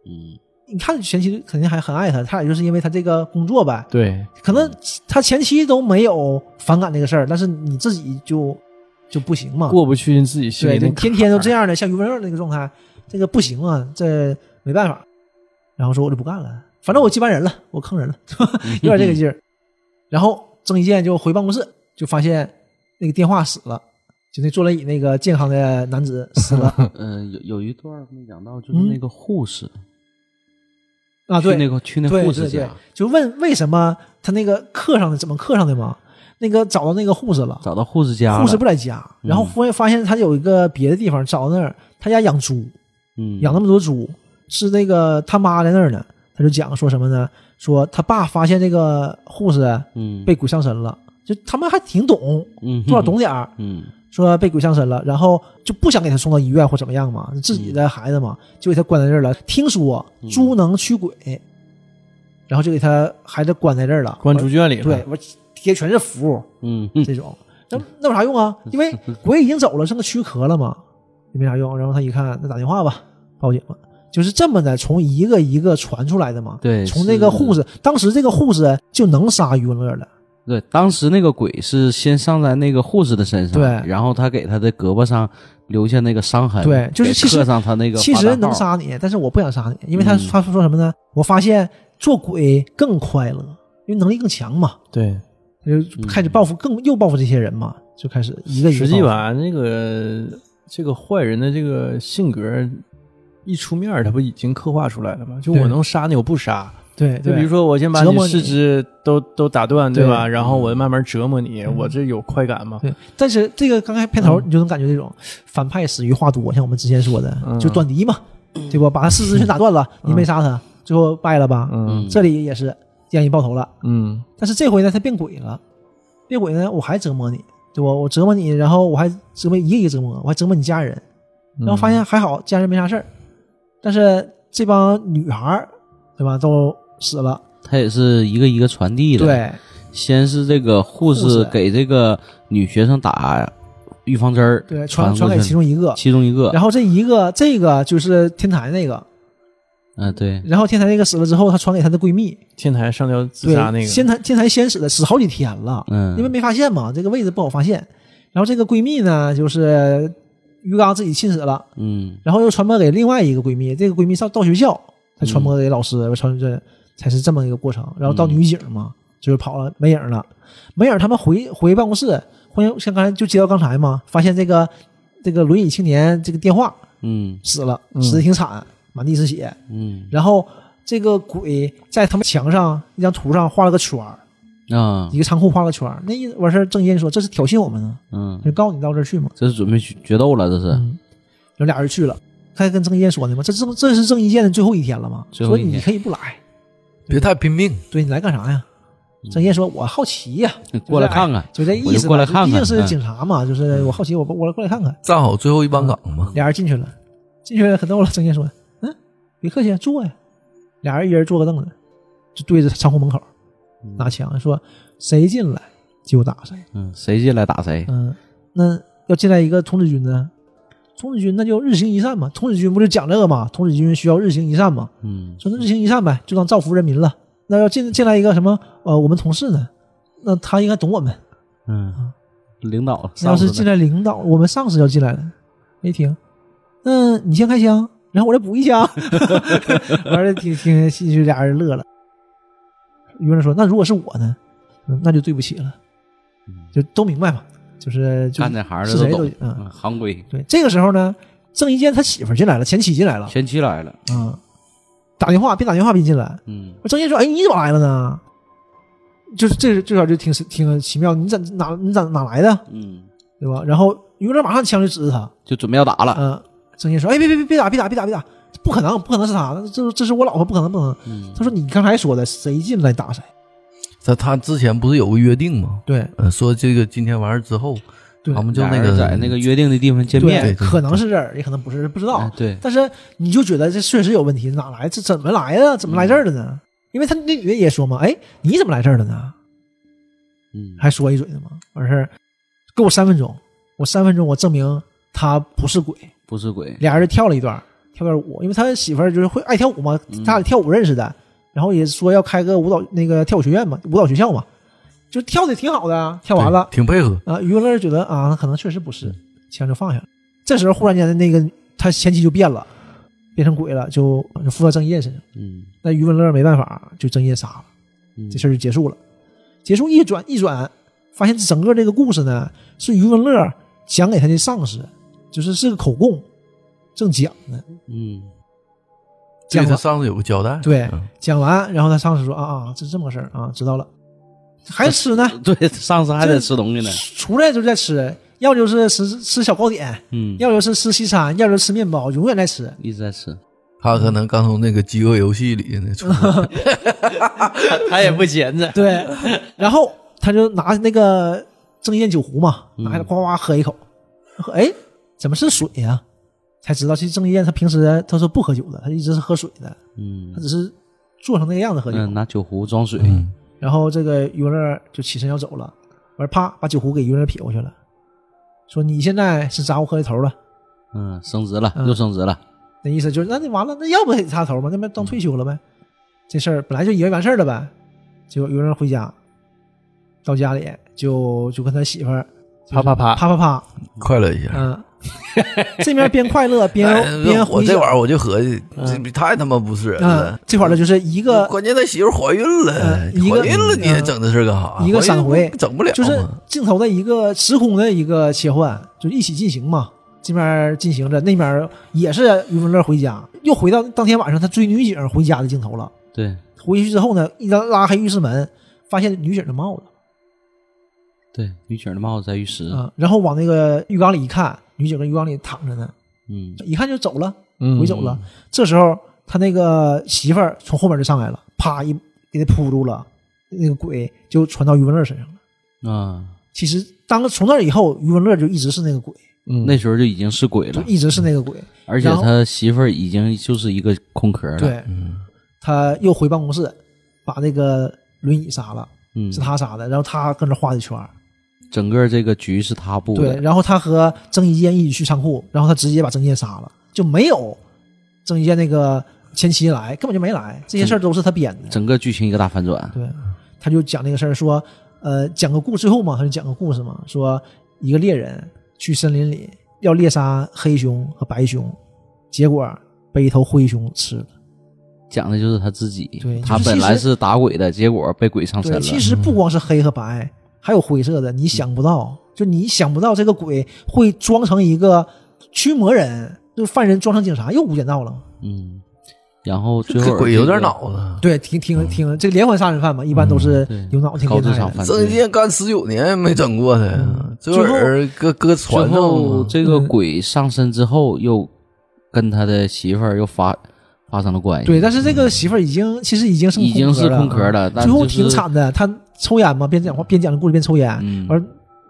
S2: 嗯
S4: 你看前妻肯定还很爱他，他俩就是因为他这个工作呗，
S1: 对，
S4: 可能他前妻都没有反感这个事儿，但是你自己就就不行嘛。
S1: 过不去自己心里那
S4: 对，你
S1: 坎儿
S4: 天天都这样的，像余文乐那个状态，这个不行啊，这没办法。然后说我就不干了，反正我接班人了，我坑人了， 有点这个劲儿。然后郑伊健就回办公室，就发现那个电话死了，就那坐轮椅那个健康的男子死了
S2: 嗯，有有一段没讲到，就是那个护士
S4: 啊，对，
S2: 去那个去那
S4: 对
S2: 护
S4: 对
S2: 士
S4: 对
S2: 家，
S4: 就问为什么他那个刻上的怎么刻上的嘛？那个找到那个护士了，
S2: 找到护士家了，嗯
S4: 护士不在家，然后忽然发现他有一个别的地方，找到那儿，他家养猪，
S2: 嗯
S4: 养那么多猪，是那个他妈在那儿呢。他就讲说什么呢？说他爸发现这个护士
S2: 嗯
S4: 被鬼上身了，就他们还挺懂，
S2: 嗯
S4: 多少懂点儿，
S2: 嗯
S4: 说被鬼上身了，然后就不想给他送到医院或怎么样嘛，自己的孩子嘛，
S2: 嗯
S4: 就给他关在这儿了。听说猪能驱鬼，然后就给他孩子关在这儿了，
S1: 关猪圈里了，
S4: 对，我贴全是符，
S2: 嗯嗯
S4: 这 种，那那有啥用啊？因为鬼已经走了，剩个躯壳了嘛，也没啥用。然后他一看，那打电话吧，报警了。就是这么的，从一个一个传出来的嘛。
S2: 对
S4: 从那个
S2: 是
S4: 护士，当时这个护士就能杀余文乐了。
S2: 对，当时那个鬼是先上在那个护士的身上，
S4: 对
S2: 然后他给他的胳膊上留下那个伤痕，
S4: 对就是
S2: 给
S4: 其实
S2: 刻上他那个
S4: 其
S2: 划
S4: 实
S2: 大
S4: 能
S2: 号，
S4: 杀你，但是我不想杀你，因为他、
S2: 嗯
S4: 他说什么呢？我发现做鬼更快乐，因为能力更强嘛。
S1: 对，
S4: 他
S2: 嗯
S4: 就开始报复更，又报复这些人嘛，就开始一个一个。
S1: 实际，吧，那个这个坏人的这个性格一出面儿，他不已经刻画出来了吗？就
S4: 对
S1: 我能杀你，我不杀。
S4: 对
S1: 就
S4: 对，
S1: 比如说，我先把
S4: 折
S1: 你
S4: 磨你
S1: 四肢都都打断，对吧？
S4: 对
S1: 然后我慢慢折磨你，我这有快感吗？
S4: 嗯对，但是这个刚开片头你就能感觉这种反派死于话多，像我们之前说的，
S1: 嗯
S4: 就短笛嘛，对不？把他四肢全打断了，你没杀他，最后败了吧？
S1: 嗯
S4: 这里也是让人爆头了，
S1: 嗯，
S4: 但是这回呢，他变鬼了，变鬼呢，我还折磨你，对不？我折磨你，然后我还折磨一个一个折磨，我还折磨你家人，
S1: 嗯
S4: 然后发现还好家人没啥事儿，但是这帮女孩儿，对吧，都死了，
S2: 他也是一个一个传递的。，
S4: 对
S2: 先是这个护
S4: 护
S2: 士
S4: 士
S2: 给这个女学生打预防针儿，
S4: 对，传
S2: 传
S4: 传
S2: 过
S4: 给
S2: 去
S4: 其中一个，
S2: 其中一个，
S4: 然后这一个这个就是天台那个。
S2: 嗯、对，
S4: 然后天台那个死了之后，她传给她的闺蜜，
S1: 天台上吊自
S4: 对，
S1: 杀那个，
S4: 天台天台先死的，死好几天了，
S2: 嗯，
S4: 因为没发现嘛，这个位置不好发现。然后这个闺蜜呢，就是鱼缸自己浸死了，
S2: 嗯
S4: 然后又传播给另外一个闺蜜，这个闺蜜上到学校，才传播给老师，传这才是这么一个过程。然后到女警
S1: 嗯
S4: 嘛，就是跑了没影了，没影他们回回办公室，回像刚才就接到刚才嘛，发现这个这个轮椅青年这个电话
S2: 嗯
S4: 死了，死的挺惨，满地是血。
S2: 嗯
S4: 然后这个鬼在他们墙上一张图上画了个圈儿，
S2: 啊
S4: 一个仓库画了个圈儿。那意思完事儿，郑伊健说这是挑衅我们呢，
S2: 嗯，
S4: 就告你到这儿去嘛。
S2: 这是准备去决斗了，这是、
S4: 嗯，然后俩人去了，他还跟郑伊健说呢嘛，这郑这是郑伊健的最后一天了嘛，
S2: 最后
S4: 说
S2: 一天
S4: 你可以不来，
S3: 别太拼命，
S4: 对你来干啥呀？郑伊健说：“我好奇呀、
S2: 过来看看，
S4: 哎就这意
S2: 嗯我
S4: 思
S2: 就
S4: 吧。
S2: 过来看看
S4: 毕竟是
S2: 嗯
S4: 警察嘛，就是我好奇，我我过来看看。
S3: 站好最后一班岗嘛。
S4: 俩人进去了，进去了可逗了。郑伊健说：‘啊嗯，别客气，坐呀。’俩人一人坐个凳子，就对着仓库门口。拿枪说谁进来就打谁。
S2: 嗯，谁进来打谁。
S4: 嗯，那要进来一个童子军呢？童子军那就日行一善嘛，童子军不就讲这个嘛？童子军需要日行一善嘛，
S2: 嗯
S4: 说那日行一善呗，就当造福人民了。那要进进来一个什么呃，我们同事呢？那他应该懂我们。
S2: 嗯，领导
S4: 那要是进
S2: 来，
S4: 来领导，我们上司要进来了，没停，那你先开枪，然后我再补一 枪。完了，挺挺戏剧，俩人乐了。于文乐说：“那如果是我呢？嗯那就对不起了。”就都明白嘛，就是就
S2: 嗯干这行
S4: 是
S2: 的
S4: 谁
S2: 都
S4: 都
S2: 懂，
S4: 嗯
S2: 嗯行规。
S4: 对，这个时候呢，郑伊健他媳妇儿进来了，前妻进来了，
S2: 前妻来了，
S4: 嗯，打电话，边打电话边进来。
S2: 嗯，
S4: 郑伊健说：“哎，你怎么来了呢？”就是这这小就挺挺奇妙，你咋哪你咋哪来的，
S2: 嗯，
S4: 对吧？然后于文乐马上枪就指着他，
S2: 就准备要打了，
S4: 嗯，郑业说：“哎，别别别别打，别打，别打，别打，不可能，不可能是他，这这是我老婆，不可能，不可能。
S2: 嗯
S4: 他说：“你刚才说的，谁进来打谁。
S3: 他他之前不是有个约定吗？
S4: 对”
S3: 呃，说这个今天完事之后，
S4: 对
S3: 他们就
S2: 俩
S3: 那
S2: 人
S3: 个
S2: 在那个约定的地方
S4: 对哦嗯
S2: 见面，
S4: 可能是这儿，也可能不是，不知道
S2: 哎。对，
S4: 但是你就觉得这确实有问题，哪来这怎么来的？怎么来这儿的呢？因为他那女的也说嘛：“哎，你怎么来这儿的呢？”
S2: 嗯，
S4: 还说一嘴呢嘛，完事儿给我三分钟，我三分钟我证明他不是鬼。
S2: 不是鬼，
S4: 俩人就跳了一段，跳段舞，因为他媳妇儿就是会爱跳舞嘛，他俩跳舞认识的，然后也说要开个舞蹈那个跳舞学院嘛，舞蹈学校嘛，就跳的挺好的啊，跳完了
S3: 对挺配合，
S4: 啊，于文乐觉得啊，可能确实不是，枪就放下了。这时候忽然间的那个他前妻就变了，变成鬼了，就就附到郑业身上。
S2: 嗯，
S4: 那于文乐没办法，就郑业杀了，
S2: 嗯
S4: 这事儿就结束了。结束一转一转，发现整个这个故事呢是于文乐讲给他的上司，就是是个口供，正讲呢。
S2: 嗯
S3: 对
S4: 讲
S3: 他
S4: 完，
S3: 上次有个交代，
S4: 对
S3: 嗯
S4: 讲完，然后他上司说啊啊，这是这么个事儿啊，知道了，还吃呢，
S2: 对，上次还得吃东西呢，
S4: 出来就在吃，要就是吃吃小糕点，
S2: 嗯，
S4: 要就是吃西餐，要就是吃面包，永远在吃。
S2: 一直在吃，
S3: 他可能刚从那个饥饿游戏里那出来，
S2: 他也不闲着，
S4: 对， 然后他就拿那个郑伊健酒壶嘛，
S2: 嗯
S4: 拿下来呱呱喝一口，喝哎，怎么是水呀、才知道其实郑伊健他平时他是不喝酒的，他一直是喝水的，
S2: 嗯
S4: 他只是做成那个样子喝酒。
S2: 嗯，拿酒壶装水，
S3: 嗯，
S4: 然后这个于文乐就起身要走了，完啪把酒壶给于文乐撇过去了，说你现在是砸我喝的头了，
S2: 嗯，升职了，
S4: 嗯
S2: 又升职了，
S4: 那意思就是那就完了，那要不得插头吗？那不当退休了呗？这事儿本来就以为完事儿了呗，结果于文乐回家，到家里就就跟他媳妇儿
S1: 啪啪啪，
S4: 啪啪
S3: 啊
S4: 啪，
S3: 快乐一下。
S4: 嗯，这边边快乐边
S3: 哎
S4: 边
S3: 我
S4: 回
S3: 这
S4: 想
S3: 玩意儿我就合计，这太他妈不是人
S4: 嗯
S3: 了，。
S4: 这块儿呢就是一个
S3: 关键他媳妇怀孕了，哎
S4: 嗯一个
S3: 怀孕了你还
S4: 嗯
S3: 整这事儿干啥？
S4: 一个闪
S3: 怀
S4: 回
S3: 孕不整不了嘛，
S4: 就是镜头的一个时空的一个切换，就一起进行嘛。这面进行着，那面也是余文乐回家，又回到当天晚上他追女警回家的镜头了。
S2: 对
S4: 回去之后呢，一拉拉黑浴室门，发现女警的帽子
S2: 对，女警的帽子在浴室，
S4: 啊、然后往那个浴缸里一看，女警跟浴缸里躺着呢，
S2: 嗯
S4: 一看就走了，
S1: 嗯
S4: 回走了。这时候他那个媳妇儿从后面就上来了，啪一给他扑住了，那个鬼就传到余文乐身上了。
S2: 啊，
S4: 其实当从那以后，余文乐就一直是那个鬼。
S1: 嗯
S2: 那时候就已经是鬼
S4: 就
S2: 了，
S4: 一直是那个鬼。
S2: 而且
S4: 然后
S2: 他媳妇儿已经就是一个空壳了，，
S3: 嗯
S4: 对，他又回办公室，把那个轮椅杀了，
S2: 嗯
S4: 是，他杀的。然后他跟着画的圈儿，
S2: 整个这个局是他布
S4: 对。
S2: 的，
S4: 然后他和郑伊健一起去仓库，然后他直接把郑伊健杀了，就没有郑伊健那个前妻来，根本就没来，这些事儿都是他编的。
S2: 整个剧情一个大反转，
S4: 对，他就讲那个事儿，说，呃，讲个故事，最后嘛，他就讲个故事嘛，说一个猎人去森林里要猎杀黑熊和白熊，结果被一头灰熊吃了。
S2: 讲的就是他自己
S4: 对，
S2: 他
S4: 就是
S2: 本
S4: 其
S2: 来
S4: 实
S2: 是打鬼的，结果被鬼上身
S4: 对，其
S2: 了，
S4: 实不光是黑和白，还有灰色的，你想不到，就你想不到这个鬼会装成一个驱魔人，就犯人装成警察，又无间道了。
S2: 嗯，然后最后
S3: 这鬼有点
S2: 这个
S3: 脑子。
S4: 对，挺挺挺，这个连环杀人犯嘛，一般都是
S2: 嗯对
S4: 有脑挺
S2: 高
S4: 变
S2: 智
S4: 态
S2: 商
S4: 的。
S2: 犯
S3: 郑
S2: 罪。
S3: 健干十九年没整过他呀，这
S4: 嗯最后
S3: 人搁搁
S2: 最
S3: 船上
S2: 后
S3: 嘛，
S2: 这个鬼上身之后，又跟他的媳妇儿又发发生了关系，
S4: 对，但是这个媳妇儿已经其实已经是
S2: 已经是空壳
S4: 了，嗯
S2: 了，但
S4: 最后
S2: 就是
S4: 挺惨的。她抽烟嘛，边讲话边讲故事边抽烟，
S2: 嗯
S4: 完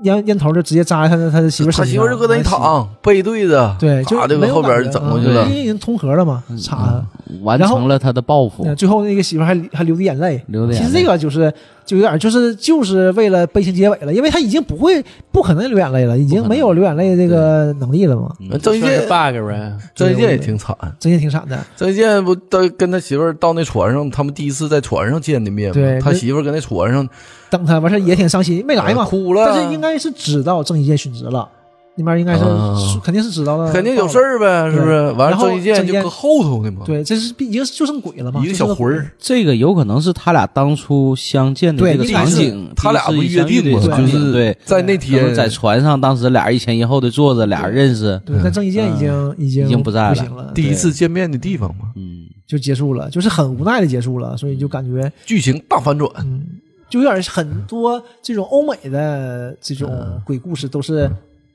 S4: 烟烟头就直接扎在他的他的媳妇身上，
S3: 他媳妇儿就搁那一躺，背对着，
S4: 对，就
S3: 啪就
S4: 没
S3: 搁
S4: 有
S3: 后边
S4: 感觉
S3: 整过去了
S4: 嗯因。为已经通和了嘛，
S2: 嗯
S4: 插他。
S2: 完
S4: 然后
S2: 成了他的报复
S4: 嗯，最后那个媳妇儿还还流着眼泪，
S2: 流的
S4: 其实这个就是就有点就是就是为了悲情结尾了，因为他已经不会不可能流眼泪了，已经没有流眼泪的这个能力了嘛。
S3: 嗯郑伊
S1: 是
S3: 健，
S1: bug 呗，
S3: 郑伊健也挺惨。
S4: 真也挺惨的，
S3: 郑伊健不到跟他媳妇儿到那船上，他们第一次在船上见的面嘛
S4: 对
S3: 他
S4: 那
S3: 媳妇儿跟那船上
S4: 等他完事儿也挺伤心，没来嘛，
S3: 啊哭了，
S4: 但是应该是知道郑伊健殉职了，那边应该是
S3: 啊
S4: 肯定是知道了，
S3: 肯定有事。儿呗，是不是？完
S4: 嗯然
S3: 了，
S4: 后
S3: 郑伊健
S4: 郑伊
S3: 就
S4: 健
S3: 搁后头呢嘛，
S4: 对，这是已经就剩鬼了嘛，
S3: 一个小魂儿，
S2: 这个有可能是他俩当初相见的
S4: 对
S2: 这个
S4: 应该
S2: 场
S4: 是
S2: 景，
S3: 他俩不
S2: 第一次
S3: 约定
S2: 相遇
S3: 嘛
S2: 的，场
S3: 就
S2: 景
S3: 是
S2: 对，
S3: 在那
S2: 可能
S3: 天
S2: 在船上，当时俩人一前一后的坐着，俩人认识，
S4: 对，但郑伊健已经已经
S2: 已经不在了
S4: 行了，
S3: 第一次见面的地方嘛，
S2: 嗯，
S4: 就结束了，就是很无奈的结束了，所以就感觉
S3: 剧情大反转，
S4: 嗯，就有点很多这种欧美的这
S3: 嗯
S4: 种鬼故事都是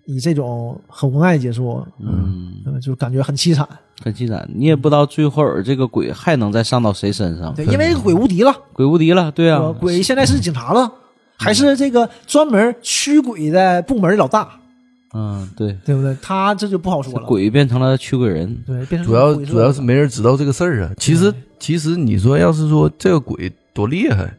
S4: 以这种很无奈结束，
S2: 嗯，
S4: 嗯，就感觉很凄惨。
S2: 很凄惨。你也不知道最后这个鬼还能再上到谁身上，
S4: 对，因为鬼无敌了，
S2: 鬼无敌了，对啊
S4: 呃，鬼现在是警察了，还是这个专门驱鬼的部门老大，
S2: 嗯，对，
S4: 对不对？他这就不好说了。
S2: 鬼变成了驱鬼人，
S4: 对，变成
S3: 主要
S4: 鬼是吧
S3: 主要是没人知道这个事儿
S4: 嗯
S3: 啊。其实其实你说要是说这个鬼多厉害，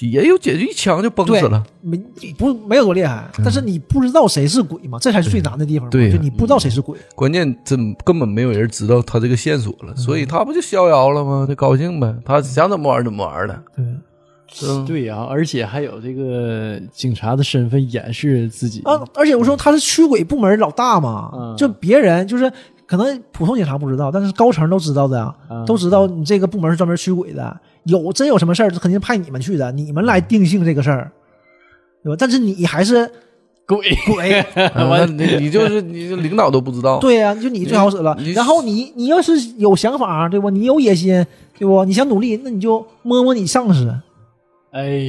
S3: 也有解决一枪就崩
S4: 对
S3: 死了，嗯
S4: 没不没有多厉害，但是你不知道谁是鬼嘛，这才是最难的地方嘛。
S3: 对
S4: 就你不知道谁是鬼，
S3: 关键真根本没有人知道他这个线索
S4: 嗯
S3: 了，所以他不就逍遥了吗？他高兴呗，他想怎么玩儿怎么玩儿的。
S4: 对
S3: 嗯
S1: 对呀、而且还有这个警察的身份掩饰自己，
S4: 啊，而且我说他是驱鬼部门老大嘛，
S1: 嗯
S4: 就别人就是可能普通警察不知道，但是高层都知道的呀，
S1: 嗯
S4: 都知道你这个部门是专门驱鬼的，有真有什么事儿肯定派你们去的，你们来定性这个事儿，对吧？但是你还是
S1: 鬼
S4: 鬼，
S3: 啊那你你 就是你就领导都不知道，
S4: 对呀、就你最好使了
S3: 哦你。
S4: 然后你你要是有想法，对不？你有野心，对不？你想努力，那你就摸摸你上司，
S1: 哎，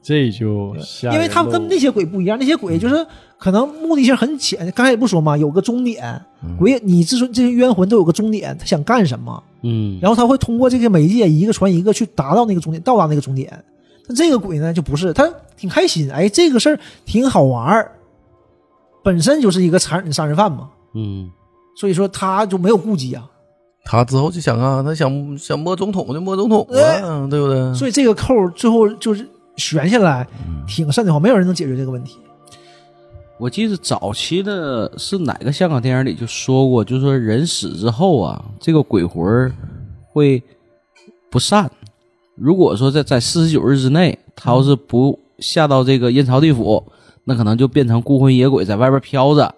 S1: 这就吓
S4: 因为他
S1: 人
S4: 跟
S1: 喽
S4: 那些鬼不一样，那些鬼就是
S2: 嗯
S4: 可能目的性很浅。刚才也不说嘛，有个终点。鬼，你之所以这些冤魂都有个终点，他想干什么，
S2: 嗯，
S4: 然后他会通过这些媒介一个传一个去达到那个终点，到达那个终点。但这个鬼呢，就不是他挺开心，哎，这个事儿挺好玩儿，本身就是一个残忍杀人犯嘛，
S2: 嗯，
S4: 所以说他就没有顾忌啊。
S3: 他之后就想啊，他想想摸总统就摸总统
S4: 哎
S3: 啊，对不对？
S2: 嗯
S4: 所以这个扣儿最后就是悬下来，挺瘆得慌，没有人能解决这个问题。
S2: 我记得早期的是哪个香港电影里就说过，就说人死之后啊，这个鬼魂儿会不散。如果说在在四十九日之内，他要是不下到这个阴曹地府，那可能就变成孤魂野鬼，在外边飘着，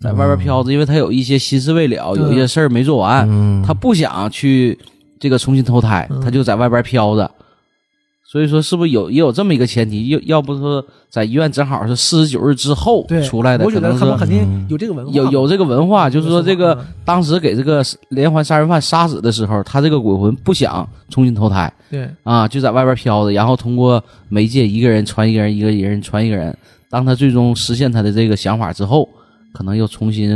S2: 在外边飘着，因为他有一些心事未了，有一些事儿没做完，
S3: 嗯
S4: 啊
S2: 他不想去这个重新投胎，
S4: 嗯
S2: 他就在外边飘着。所以说，是不是有也有这么一个前提？要要不说在医院正好是四十九日之后
S4: 对，
S2: 出来的，
S4: 我觉
S2: 可
S4: 得
S2: 能
S4: 他们
S2: 是
S4: 肯定有这个文化，
S2: 有有这个文化，就是说这
S4: 嗯
S2: 个当时给这个连环杀人犯杀死的时候，他这个鬼魂不想重新投胎
S4: 对。
S2: 啊，就在外边飘着，然后通过媒介一个人传一个人，一个人传一个人，当他最终实现他的这个想法之后，可能又重新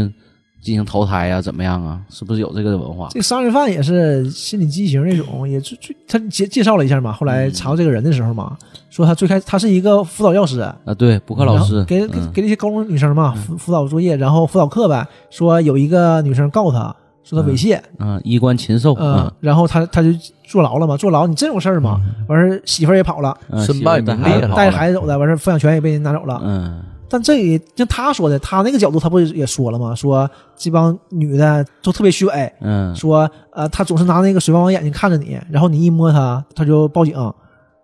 S2: 进行投胎呀、怎么样啊？是不是有这个文化？
S4: 这个杀人犯也是心理畸形那种，也最最他介介绍了一下嘛，后来
S2: 嗯
S4: 查到这个人的时候嘛，说他最开他是一个辅导教师，
S2: 啊，对，补课老
S4: 然后
S2: 师，
S4: 给给
S2: 嗯
S4: 给那些高中女生嘛辅辅导作业，然后辅导课呗，说有一个女生告他说他猥亵，
S2: 嗯，衣冠禽兽，
S4: 嗯
S2: 嗯，，
S4: 然后他他就坐牢了嘛，坐牢你这种事儿嘛，完事儿媳妇儿也跑了，
S2: 嗯
S3: 身败名裂了
S4: 带着孩子走的，完事儿抚养权也被人拿走了，
S2: 嗯，
S4: 但这里像他说的，他那个角度，他不也说了吗？说这帮女的都特别虚伪，
S2: 嗯，
S4: 说呃，他总是拿那个水汪汪眼睛看着你，然后你一摸他，他就报警。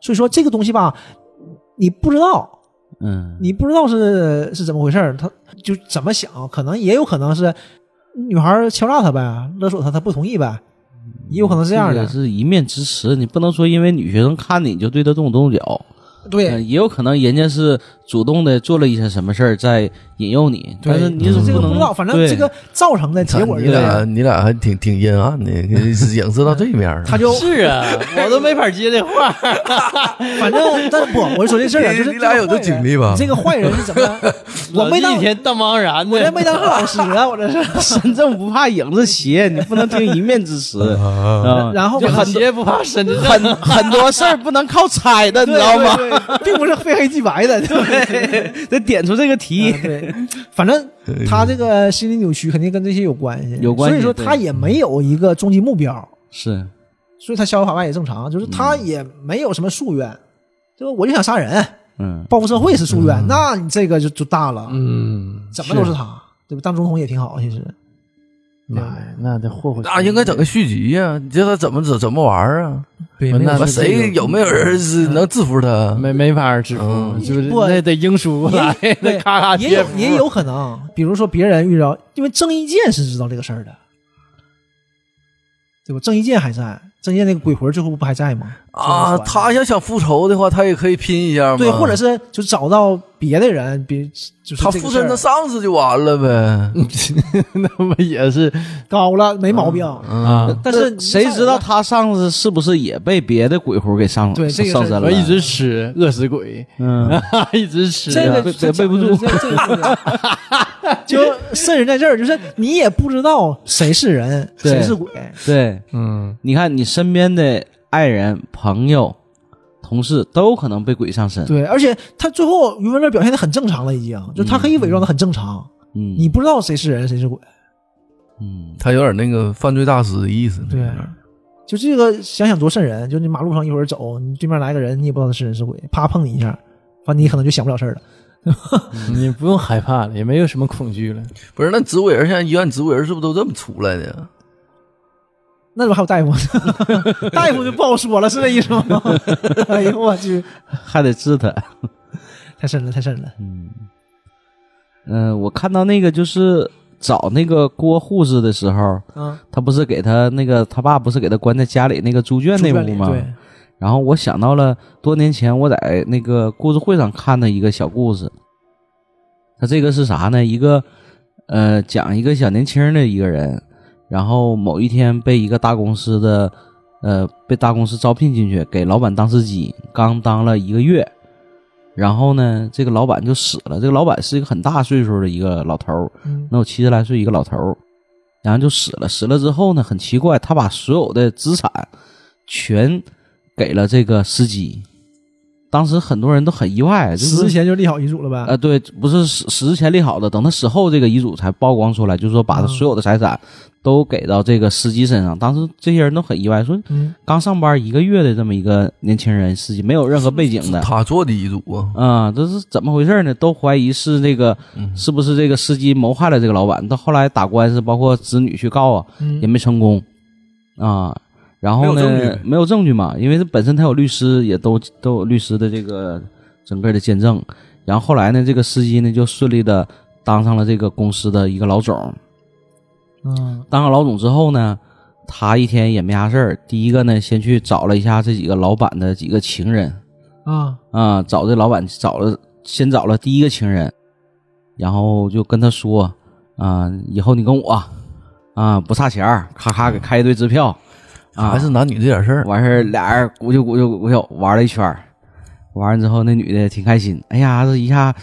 S4: 所以说这个东西吧，你不知道，
S2: 嗯，
S4: 你不知道是是怎么回事儿，他就怎么想，可能也有可能是女孩儿敲诈他呗，勒索他，他不同意呗，也有可能是这样的
S2: 个。是一面之词，你不能说因为女学生看你就对她动手动脚，
S4: 对
S2: 嗯，也有可能人家是主动的做了一些什么事儿在引诱你，但是你
S4: 就
S2: 总
S4: 这个
S2: 能
S4: 不知道，反正
S2: 对
S4: 这个造成的
S3: 操
S4: 结果
S3: 你
S4: 就是这样
S3: 俩你俩还挺挺阴暗的， 给影射到这面儿了。
S4: 他就是
S1: 啊，我都没法接 这话。
S4: 反正，但不，我就说这事儿啊，
S3: 你
S4: 就是
S3: 你俩有这
S4: 个坏人
S3: 经历吧
S4: 你这个坏人是怎么样？我没当
S1: 一，天荡茫然
S4: 我这
S1: 的，
S4: 没当上老师啊，我这是。
S2: 身正不怕影子斜，你不能听一面之词啊。
S4: 然后
S1: 就
S4: 很
S1: 很鞋不怕身子正。
S2: 很很多事儿不能靠猜的，你
S4: 对
S2: 知道吗？ 啊
S4: 对对并不是非黑即白的，对
S2: 得点出这个题
S4: 啊，对，反正
S1: 哎
S4: 他这个心理扭曲肯定跟这些有关系，
S2: 有关系
S4: 所以说
S2: 对嗯
S4: 他也没有一个终极目标，
S2: 是
S4: 所以他逍遥法外也正常，就是他也没有什么夙愿，就我就想杀人，
S2: 嗯
S4: 报复社会是夙愿，那你这个就就大了，
S1: 嗯，
S4: 怎么都是他，对吧？当总统也挺好，其实
S1: 那那得霍霍去。
S3: 那啊应该整个续集呀、你这他怎么怎怎么玩儿啊？
S1: 对
S3: 完
S1: 那
S3: 完
S1: 是
S3: 谁
S1: 这个
S3: 有没有
S4: 嗯
S3: 人是能制服他？
S1: 没没法制服，
S3: 嗯
S1: 就是
S4: 不
S1: 那得英叔过来，那
S4: 对
S1: 咔
S3: 啊
S1: 咔
S4: 也
S1: 贴
S4: 有
S1: 服
S4: 也有可能，比如说别人遇到，因为郑伊健是知道这个事儿的，对吧？郑伊健还在，郑伊健那个鬼魂最后不还在吗？
S3: 啊，他要想复仇的话，他也可以拼一下嘛。
S4: 对，或者是就找到别的人，别就是
S3: 他
S4: 这个
S3: 附
S4: 事
S3: 身
S4: 儿嗯
S3: 他上司就完了呗。
S1: 那不也 是
S4: 高了没毛病，
S3: 嗯
S1: 啊？
S4: 但是
S2: 谁知道他上次是不是也被别的鬼狐给上
S4: 对这个
S2: 上
S4: 事
S2: 身
S4: 儿
S1: 我
S2: 了？
S1: 一直吃，饿死鬼，
S2: 嗯，
S1: 一直吃。
S4: 这个
S2: 对
S3: 啊
S4: 这
S2: 背不住
S4: 这这个故 事就甚至在这儿，就是你也不知道谁是人，
S2: 对
S4: 谁是鬼，
S2: 对，
S1: 嗯，
S2: 你看你身边的爱人、朋友、同事都有可能被鬼上身。
S4: 对，而且他最后余文乐表现的很正常了，已经，就他可以伪装的很正常，
S2: 嗯，
S4: 你不知道谁是人谁是鬼，
S2: 嗯
S3: 他有点那个犯罪大师的意思。
S4: 对就这个想想多瘆人，就你马路上一会儿走，你对面来个人，你也不知道他是人是鬼，啪碰你一下，完你可能就想不了事儿了。
S1: 你不用害怕了，也没有什么恐惧了。
S3: 不是那植物人现在医院植物人是不是都这么出来的？
S4: 那怎么还有大 夫？大夫就不好说了，是这意思 吗？哎呦我去，
S2: 还得治他。
S4: 太深了，太深了。
S2: 嗯， 嗯，我看到那个就是找那个郭护士的时候，
S4: 嗯，
S2: 他不是给他那个他爸不是给他关在家里那个猪圈
S4: 住
S2: 那
S4: 院
S2: 屋
S4: 里
S2: 吗？
S4: 对，
S2: 然后我想到了多年前我在那个故事会上看的一个小故事，他这个是啥呢？一个呃，讲一个小年轻的一个人，然后某一天被一个大公司的呃被大公司招聘进去，给老板当司机，刚当了一个月，然后呢，这个老板就死了。这个老板是一个很大岁数的一个老头儿，
S4: 嗯
S2: 能有七十来岁一个老头儿，然后就死了。死了之后呢，很奇怪，他把所有的资产全给了这个司机。当时很多人都很意外，就
S4: 死
S2: 是
S4: 之前就立好遗嘱了呗。
S2: 呃，对，不是死死之前立好的，等他死后这个遗嘱才曝光出来，就是说把他
S4: 嗯
S2: 所有的财产都给到这个司机身上。当时这些人都很意外，说
S4: 嗯，
S2: 刚上班一个月的这么一个年轻人，司机没有任何背景的。
S3: 他做的遗嘱啊，
S2: 啊、这是怎么回事呢？都怀疑是这个，
S3: 嗯
S2: 是不是这个司机谋害了这个老板？到后来打官司，包括子女去告啊，
S4: 嗯
S2: 也没成功啊。然后
S3: 没有证
S2: 呢
S3: 据，
S2: 没有证据嘛，因为他本身他有律师，也都都有律师的这个整个的见证。然后后来呢，这个司机呢就顺利的当上了这个公司的一个老总。
S4: 嗯
S2: 当上老总之后呢，他一天也没啥事儿。第一个呢，先去找了一下这几个老板的几个情人
S4: 啊，
S2: 啊，找这老板找了，先找了第一个情人，然后就跟他说啊，以后你跟我啊不差钱儿，咔咔给开一堆支票。啊
S3: 还是男女这点事儿。
S2: 完事儿俩人鼓秋鼓秋鼓秋玩了一圈儿，玩完之后那女的挺开心，哎呀，这一下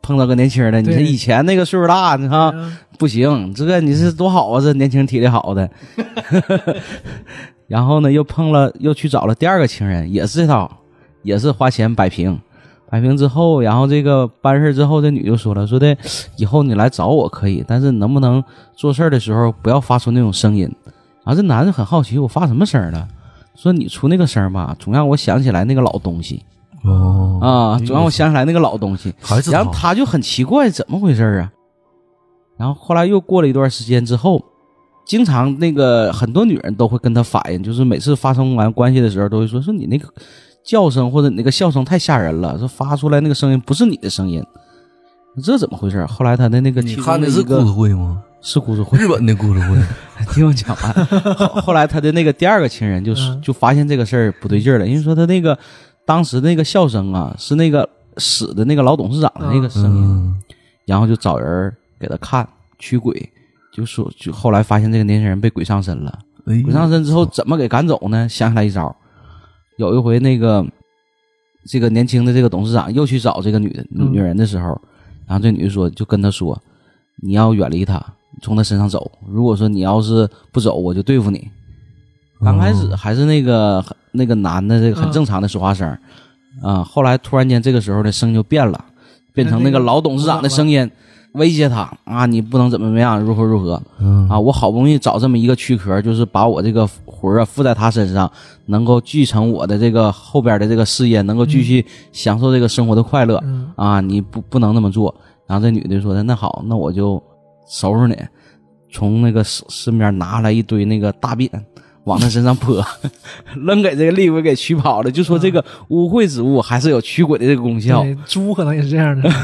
S2: 碰到个年轻人的，你
S4: 对
S2: 这以前那个岁数大，你看
S4: 嗯
S2: 不行，这个你是多好啊，这年轻体力好的。 然后呢，又碰了，又去找了第二个情人，也是这套，也是花钱摆平。摆平之后，然后这个办事之后，这女就说了，说的以后你来找我可以，但是能不能做事儿的时候不要发出那种声音？然后这男的很好奇，我发什么声儿了？说你出那个声儿吧，总让我想起来那个老东西
S3: 哦，
S2: 啊，总让我想起来那个老东西。
S3: 还是
S2: 然
S3: 他
S2: 后他就很奇怪，怎么回事儿啊？然后后来又过了一段时间之后，经常那个很多女人都会跟他反映，就是每次发生完关系的时候，都会说说你那个叫声或者你那个笑声太吓人了，说发出来那个声音不是你的声音，这怎么回事儿？后来他的那个
S3: 你
S2: 其中
S3: 看的
S2: 一
S3: 是
S2: 个
S3: 故事会吗？
S2: 是故事会，
S3: 日本的故事会，
S2: 听我讲完。后后来他的那个第二个情人就是
S4: 嗯
S2: 就发现这个事儿不对劲儿了，因为说他那个当时那个笑声啊，是那个死的那个老董事长的那个声音，
S3: 嗯，
S2: 然后就找人给他看驱鬼，就说就后来发现这个年轻人被鬼上身了。
S3: 哎呀
S2: 鬼上身之后怎么给赶走呢？ 想起来一招，有一回那个这个年轻的这个董事长又去找这个女的
S4: 嗯
S2: 女人的时候，然后这女的说就跟他说，你要远离他，从他身上走。如果说你要是不走，我就对付你。刚开始还是那个那个男的这个很正常的说话声儿啊、后来突然间这个时候的声音就变了，变成那个老董事长的声音，威胁他啊，你不能怎么怎么样，如何如何
S3: 嗯
S2: 啊！我好不容易找这么一个躯壳，就是把我这个魂儿啊附在他身上，能够继承我的这个后边的这个事业，能够继续享受这个生活的快乐
S4: 嗯
S2: 啊！你不不能那么做。然后这女的说的那好，那我就收拾你，从那个身身边拿来一堆那个大便。往他身上泼， 扔给这个厉鬼给驱跑了。就说这个污秽之物还是有驱鬼的这个功效，
S4: 嗯对，猪可能也是这样的，
S2: 啊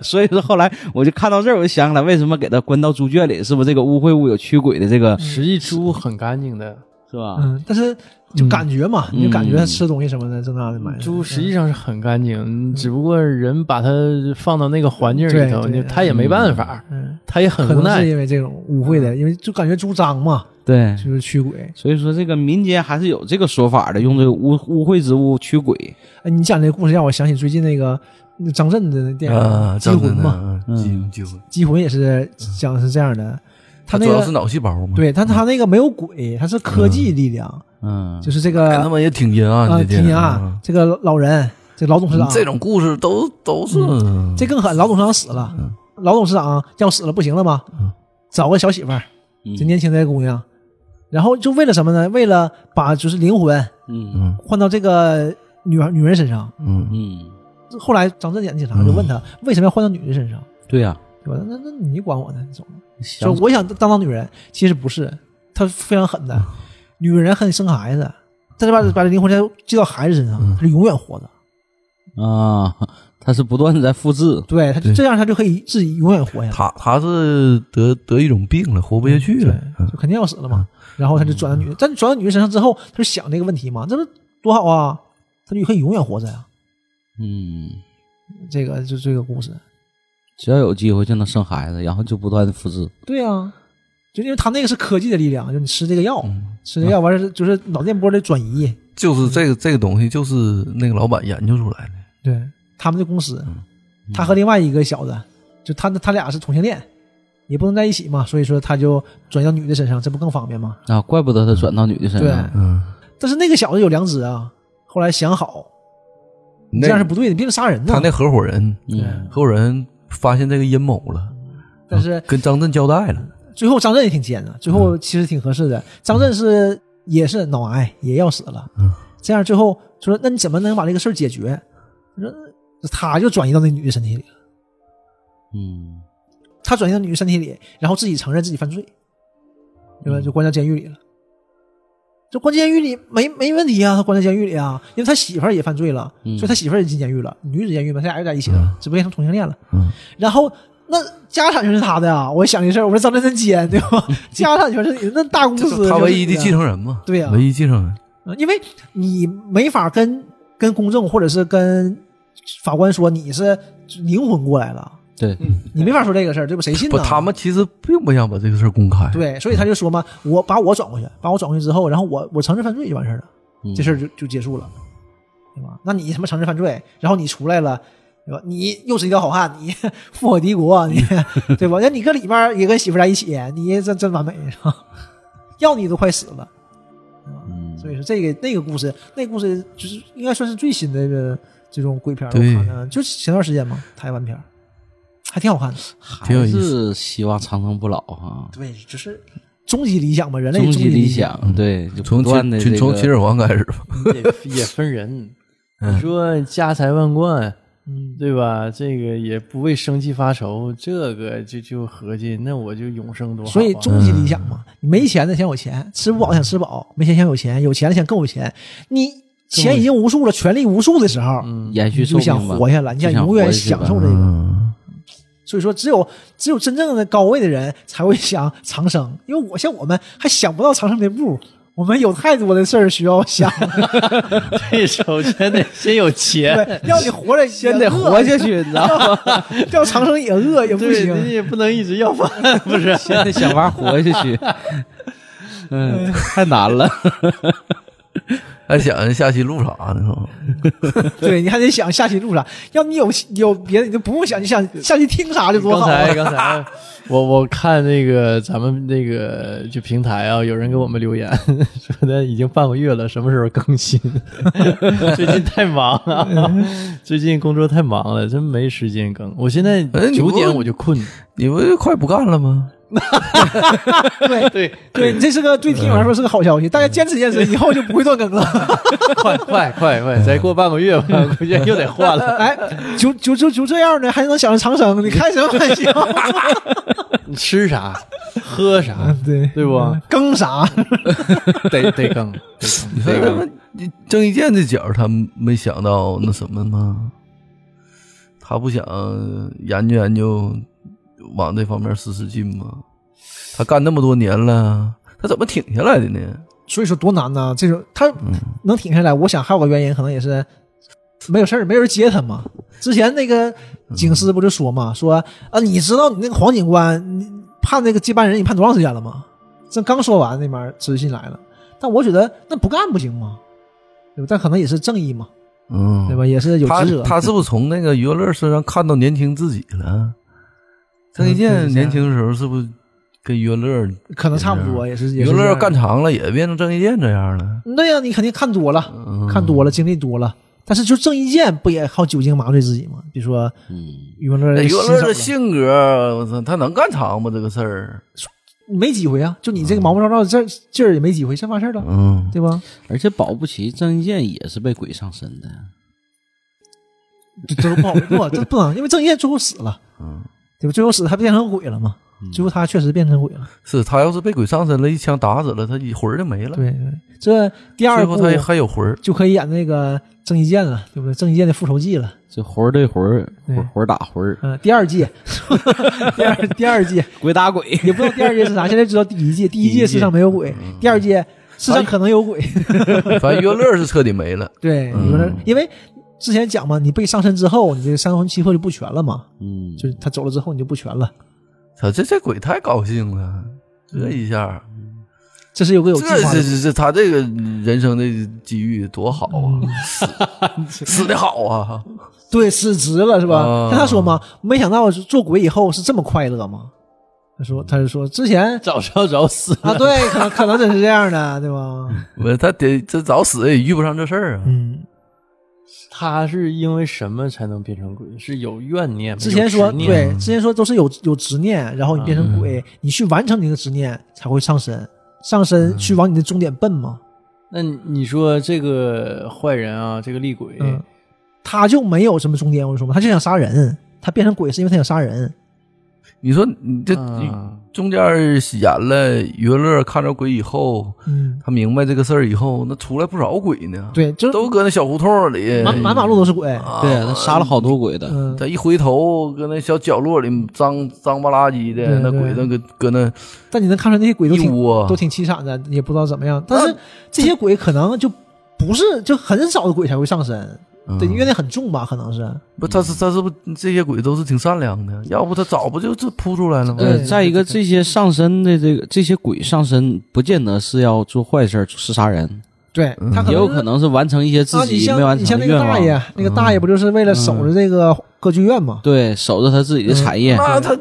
S2: 所以说后来我就看到这儿，我就想起来为什么给他关到猪圈里，是不是这个污秽物有驱鬼的这个，
S1: 实际猪很干净的，
S2: 是吧？
S4: 嗯，但是就感觉嘛，
S2: 嗯
S4: 你就感觉它吃东西什么的，这那的买的
S1: 猪实际上是很干净，只不过人把它放到那个环境里头，
S4: 嗯对对
S1: 你它也没办法，
S4: 嗯，
S1: 它也很
S4: 可
S1: 无
S4: 能是
S1: 奈。
S4: 因为这种误会
S2: 嗯
S4: 的，因为就感觉猪脏嘛，
S2: 对，
S4: 就是驱鬼。
S2: 所以说这个民间还是有这个说法的，用这个污污秽之物驱鬼。
S4: 哎，你讲这个故事让我想起最近那个那张震的那电影
S3: 啊，
S4: 《
S3: 这
S4: 机
S3: 样
S4: 魂
S3: 子》
S4: 嘛，
S3: 呢，嗯
S2: 嗯
S3: 机机魂，
S4: 《机魂》也是讲的是这样的，他
S3: 它
S4: 那
S3: 主要是
S4: 个
S3: 脑细胞嘛。，
S4: 对，但他那个没有鬼，他是科技力量，
S2: 嗯，
S4: 就是这
S3: 哎，他
S4: 个
S3: 妈也挺阴暗
S4: 啊，
S3: 的，
S4: 听啊，这个老人，这老董事
S3: 嗯
S4: 长，
S3: 这种故事都都是
S4: 嗯这更狠，老董事长死了，老董事长要死了，不行了吗？找个小媳妇儿，
S3: 嗯
S4: 这年轻的姑娘，然后就为了什么呢？为了把就是灵魂
S2: 嗯
S3: 嗯
S4: 换到这个女孩女人身上。
S3: 嗯
S2: 嗯，
S4: 后来张震演警察就问他为什么要换到女人身上，
S2: 对呀、
S4: 对吧？那那那你管我呢？你走吧
S2: 想
S4: 说我想当当女人，其实不是，她非常狠的，
S3: 嗯
S4: 女人恨生孩子，但是把把这灵魂再寄到孩子身上，
S3: 嗯
S4: 她就永远活着。
S2: 啊，他是不断的在复制。
S4: 对，她就这样，她就可以自己永远活下去。
S3: 他他是得得一种病了，活不下去
S4: 对
S3: 了。嗯，
S4: 就肯定要死了嘛。然后他就转到女人，但转到女人身上之后，他就想这个问题嘛，这不多好啊？他就可以永远活着呀、
S2: 嗯，
S4: 这个就这个故事，
S2: 只要有机会就能生孩子，然后就不断的复制。
S4: 对呀、就因为他那个是科技的力量，就你吃这个药，
S3: 嗯
S4: 吃这个药完事儿就是脑电波的转移。
S3: 就是这个这个东西，就是那个老板研究出来的。
S4: 对，他们的公司，
S3: 嗯
S4: 他和另外一个小子，就他他俩是同性恋，也不能在一起嘛，所以说他就转到女的身上，这不更方便吗？
S2: 啊，怪不得他转到女的身
S4: 对，
S2: 上。
S3: 嗯，
S4: 但是那个小子有良知啊，后来想好，你这样是不对的，毕竟杀人呢。
S3: 他嗯那合伙人，
S2: 嗯
S3: 合伙人发现这个阴谋了，啊
S4: 但是
S3: 跟张震交代了。
S4: 最后张震也挺尖
S3: 嗯
S4: 的，最后其实挺合适的。张震是也是脑癌，也要死了。
S3: 嗯
S4: 这样最后就说，那你怎么能把这个事儿解决？他说，他就转移到那女的身体里了。
S2: 嗯
S4: 他转移到女的身体里，然后自己承认自己犯罪，对
S3: 嗯
S4: 吧？就关到监狱里了。这关监狱里没没问题啊，他关在监狱里啊，因为他媳妇儿也犯罪了，
S2: 嗯
S4: 所以他媳妇儿也进监狱了，女子监狱嘛，他俩又在一起了，只不过变成同性恋了。
S3: 嗯，
S4: 然后那家产就是他的啊！我想这事儿，我说张震真奸，对 吧？家产全是你的那大公
S3: 这
S4: 司、
S3: 是他唯一的继承人嘛？
S4: 对呀
S3: 唯一继承人。
S4: 嗯因为你没法跟跟公证或者是跟法官说你是灵魂过来了，
S2: 对，
S4: 你没法说这个事儿，对吧？谁信
S3: 不，
S4: 呢？
S3: 他们其实并不想把这个事儿公开。，
S4: 对，所以他就说嘛，我把我转过去，把我转过去之后，然后我我承认犯罪就完事儿了，
S2: 嗯
S4: 这事儿就就结束了，对吧？那你什么承认犯罪，然后你出来了。对吧？你又是一条好汉，你 复火敌国， 你对吧？那你搁里面儿也跟媳妇儿在一起，你这真完美是吧？ 要你都快死了，
S2: 嗯
S4: 所以说这个那个故事，那个故事就是应该算是最新的这这种鬼片儿，我
S3: 对
S4: 看的就是前段时间嘛，台湾片儿还挺好看的。
S2: 还
S3: 挺有意
S2: 是希望长生不老哈。
S4: 对，就是终极理想嘛，人类
S2: 终
S4: 极
S2: 极
S4: 理
S2: 理。想，对，
S1: 嗯
S2: 就不
S3: 从
S2: 断
S3: 秦
S2: 的
S3: 秦从秦始皇开始吧。
S1: 也 也分人。你说家财万贯，
S4: 嗯，
S1: 对吧？这个也不为生计发愁，这个就就合计，那我就永生多好啊。嗯
S4: 所以终极理想嘛，你没钱的想有钱，吃不饱想吃饱，没钱想有钱，有钱的想更有钱。你钱已经无数了，权力无数的时候，
S1: 嗯
S2: 延续
S4: 你
S2: 寿
S4: 就
S2: 命
S4: 想
S2: 吧
S4: 活下来，你
S2: 就
S4: 想
S2: 想
S4: 永
S2: 活
S4: 远
S2: 下去吧
S4: 享受这个。
S3: 嗯，
S4: 所以说，只有只有真正的高位的人才会想长生，因为我像我们还想不到长生这步，我们有太多的事儿需要 想。
S1: 这首先 得先有钱，
S4: 对，要你活着
S2: 嗯
S1: 先得活下去，你知道 吗？
S4: 要长生也饿也不
S1: 对，你
S4: 行。
S1: 也不能一直要饭，不是？
S2: 现在想 法活下去，嗯，太难了。
S3: 哎，还想着下期录啥呢？是吧
S4: 对，你还得想下期录啥，要你有有别的，你就不用想，你想下期听啥就多
S1: 刚
S4: 好啊。
S1: 才刚才 我我看那个咱们那个就平台啊，有人给我们留言 说的已经半个月了，什么时候更新？ 最近太忙了， 最近工作太忙了，真没时间更。我现在
S3: 哎你
S1: 九
S3: 不
S1: 点我就困，
S3: 你不是快不干了吗？
S4: 对
S1: 对，
S4: 对，你这是个对听友来说是个好消息，大家坚持坚持，以后就不会断更了。
S1: 快快快快，再过半个月吧，估计又得换 了。
S4: 哎，就就就就这样呢，还能想着长生？你开什么玩笑？
S1: 你吃啥， 喝啥，
S4: 对，
S1: 对不？
S4: 更啥？
S1: 得得更，得
S3: 你
S1: 更
S3: 说
S1: 得
S3: 他
S1: 更。
S3: 们你郑伊健这角儿，他没想到那什么吗？他不想研究研究，往这方面使使劲吗？他干那么多年了，他怎么挺下来的呢？嗯
S4: 所以说多难呐！这种他能挺下来，我想还有个原因，可能也是没有事儿，没人接他嘛。之前那个
S3: 嗯
S4: 警司不就说嘛，说啊，你知道你那个黄警官你判那个接班人，你判多长时间了吗？这刚说完，那边陈信来了。但我觉得那不干不行吗？对吧？但可能也是正义嘛，
S3: 嗯，
S4: 对吧？也是有啊
S3: 他
S4: 职责。
S3: 他是不是从那个余文乐身上看到年轻自己了？郑伊
S4: 嗯对
S3: 健
S4: 是
S3: 年轻的时候是不是跟余文乐？
S4: 可能差不多，也是
S3: 余
S4: 也是
S3: 文
S4: 这
S3: 哎乐
S4: 样
S3: 干长了也变成郑伊健这样了。
S4: 对呀、你肯定看多了，
S3: 嗯
S4: 看多了，经历多了。但是就郑伊健不也靠酒精麻醉自己吗？比如说
S2: 嗯，
S4: 余文乐
S3: 哎
S4: 新
S3: 余
S4: 手了，
S3: 文乐这性格，我操，他能干长吗？这个事儿，
S4: 没几回啊，就你这个毛毛躁躁这劲儿也没几回，真完事儿了，
S3: 嗯，
S4: 对吧？
S2: 而且保不齐郑伊健也是被鬼上身的，
S4: 这这都不好 不，这不能，因为郑伊健最后死了，
S3: 嗯，
S4: 对吧？最后死他变成鬼了嘛？最后他确实变成鬼了，
S3: 是他要是被鬼上身了，一枪打死了，他一魂儿就没了。
S4: 对对。这第
S3: 嗯最
S4: 二
S3: 后
S4: 部
S3: 他也还有魂 儿。
S4: 就可以演那个郑伊健了，对不对？郑伊健的复仇记了，
S2: 这魂儿对魂儿，
S4: 对
S2: 魂儿魂儿打魂儿，
S4: 嗯，第二 季， 第二第二季
S2: 鬼打鬼。
S4: 也不知道第二季是啥，现在知道第一季，第一
S2: 第一
S4: 季
S2: 季
S4: 世上没有鬼，第二季世上可能有鬼，
S3: 反正余文乐是彻底没了。
S4: 对，
S3: 嗯
S4: 你说那因为之前讲嘛，你被上身之后，你这三魂七魄就不全了嘛，
S2: 嗯，
S4: 就是他走了之后你就不全了。
S3: 操，这这鬼太高兴了，这一下，
S4: 这是有个有
S3: 这
S4: 计划的
S3: 这这这他这个人生的机遇多好啊，
S4: 嗯
S3: 死死的好啊，
S4: 对，失职了是吧？
S3: 啊
S4: 像他说嘛，没想到做鬼以后是这么快乐嘛。他说，他就说之前
S1: 早早早死，
S4: 啊，对，可能可能真是这样的，对吧？
S3: 我他得这早死也遇不上这事儿啊。
S4: 嗯，
S1: 他是因为什么才能变成鬼？是有怨念吗，
S4: 之前
S1: 有
S4: 说
S1: 执念啊
S4: 对，之前说都是有有执念，然后你变成鬼，你去完成你的执念才会上身，上身去往你的终点奔嘛。
S1: 那你你说这个坏人啊，这个厉鬼，
S4: 嗯，他就没有什么终点，我就说嘛，他就想杀人，他变成鬼是因为他想杀人。
S3: 你说你这你
S1: 嗯
S3: 中间演了余文乐看着鬼以后，
S4: 嗯，
S3: 他明白这个事儿以后，那出来不少鬼呢，
S4: 对，就是
S3: 都搁那小胡同里，
S4: 满满马路都是鬼。
S3: 啊
S2: 对啊，他杀了好多鬼的。
S4: 嗯，
S3: 他一回头，搁那小角落里脏脏不拉几的，
S4: 对
S3: 那鬼
S4: 对
S3: 那搁搁那
S4: 但你能看出来那些鬼都
S3: 一
S4: 挺
S2: 啊
S3: 窝
S4: 都挺凄惨的，也不知道怎么样。但是这些鬼可能就不是，就很少的鬼才会上身，对，
S3: 嗯
S4: 怨念很重吧，可能是。
S3: 不，他是他是不这些鬼都是挺善良的，要不他早不就这扑出来了吗？
S4: 对
S2: 呃，再一个，这些上身的这个这些鬼上身，不见得是要做坏事儿、是杀人，
S4: 对
S3: 嗯
S4: 他可能
S2: 也有
S4: 是
S2: 可能是完成一些自
S4: 啊，你
S2: 己没
S4: 像
S2: 完
S4: 你
S2: 成
S4: 像那
S2: 的
S4: 个
S2: 愿
S4: 大
S2: 望嗯
S4: 爷。，那个大爷不就是为了守着这个歌剧院吗？
S2: 对，守着他自
S4: 嗯
S2: 己的产业，
S4: 哦
S3: 那他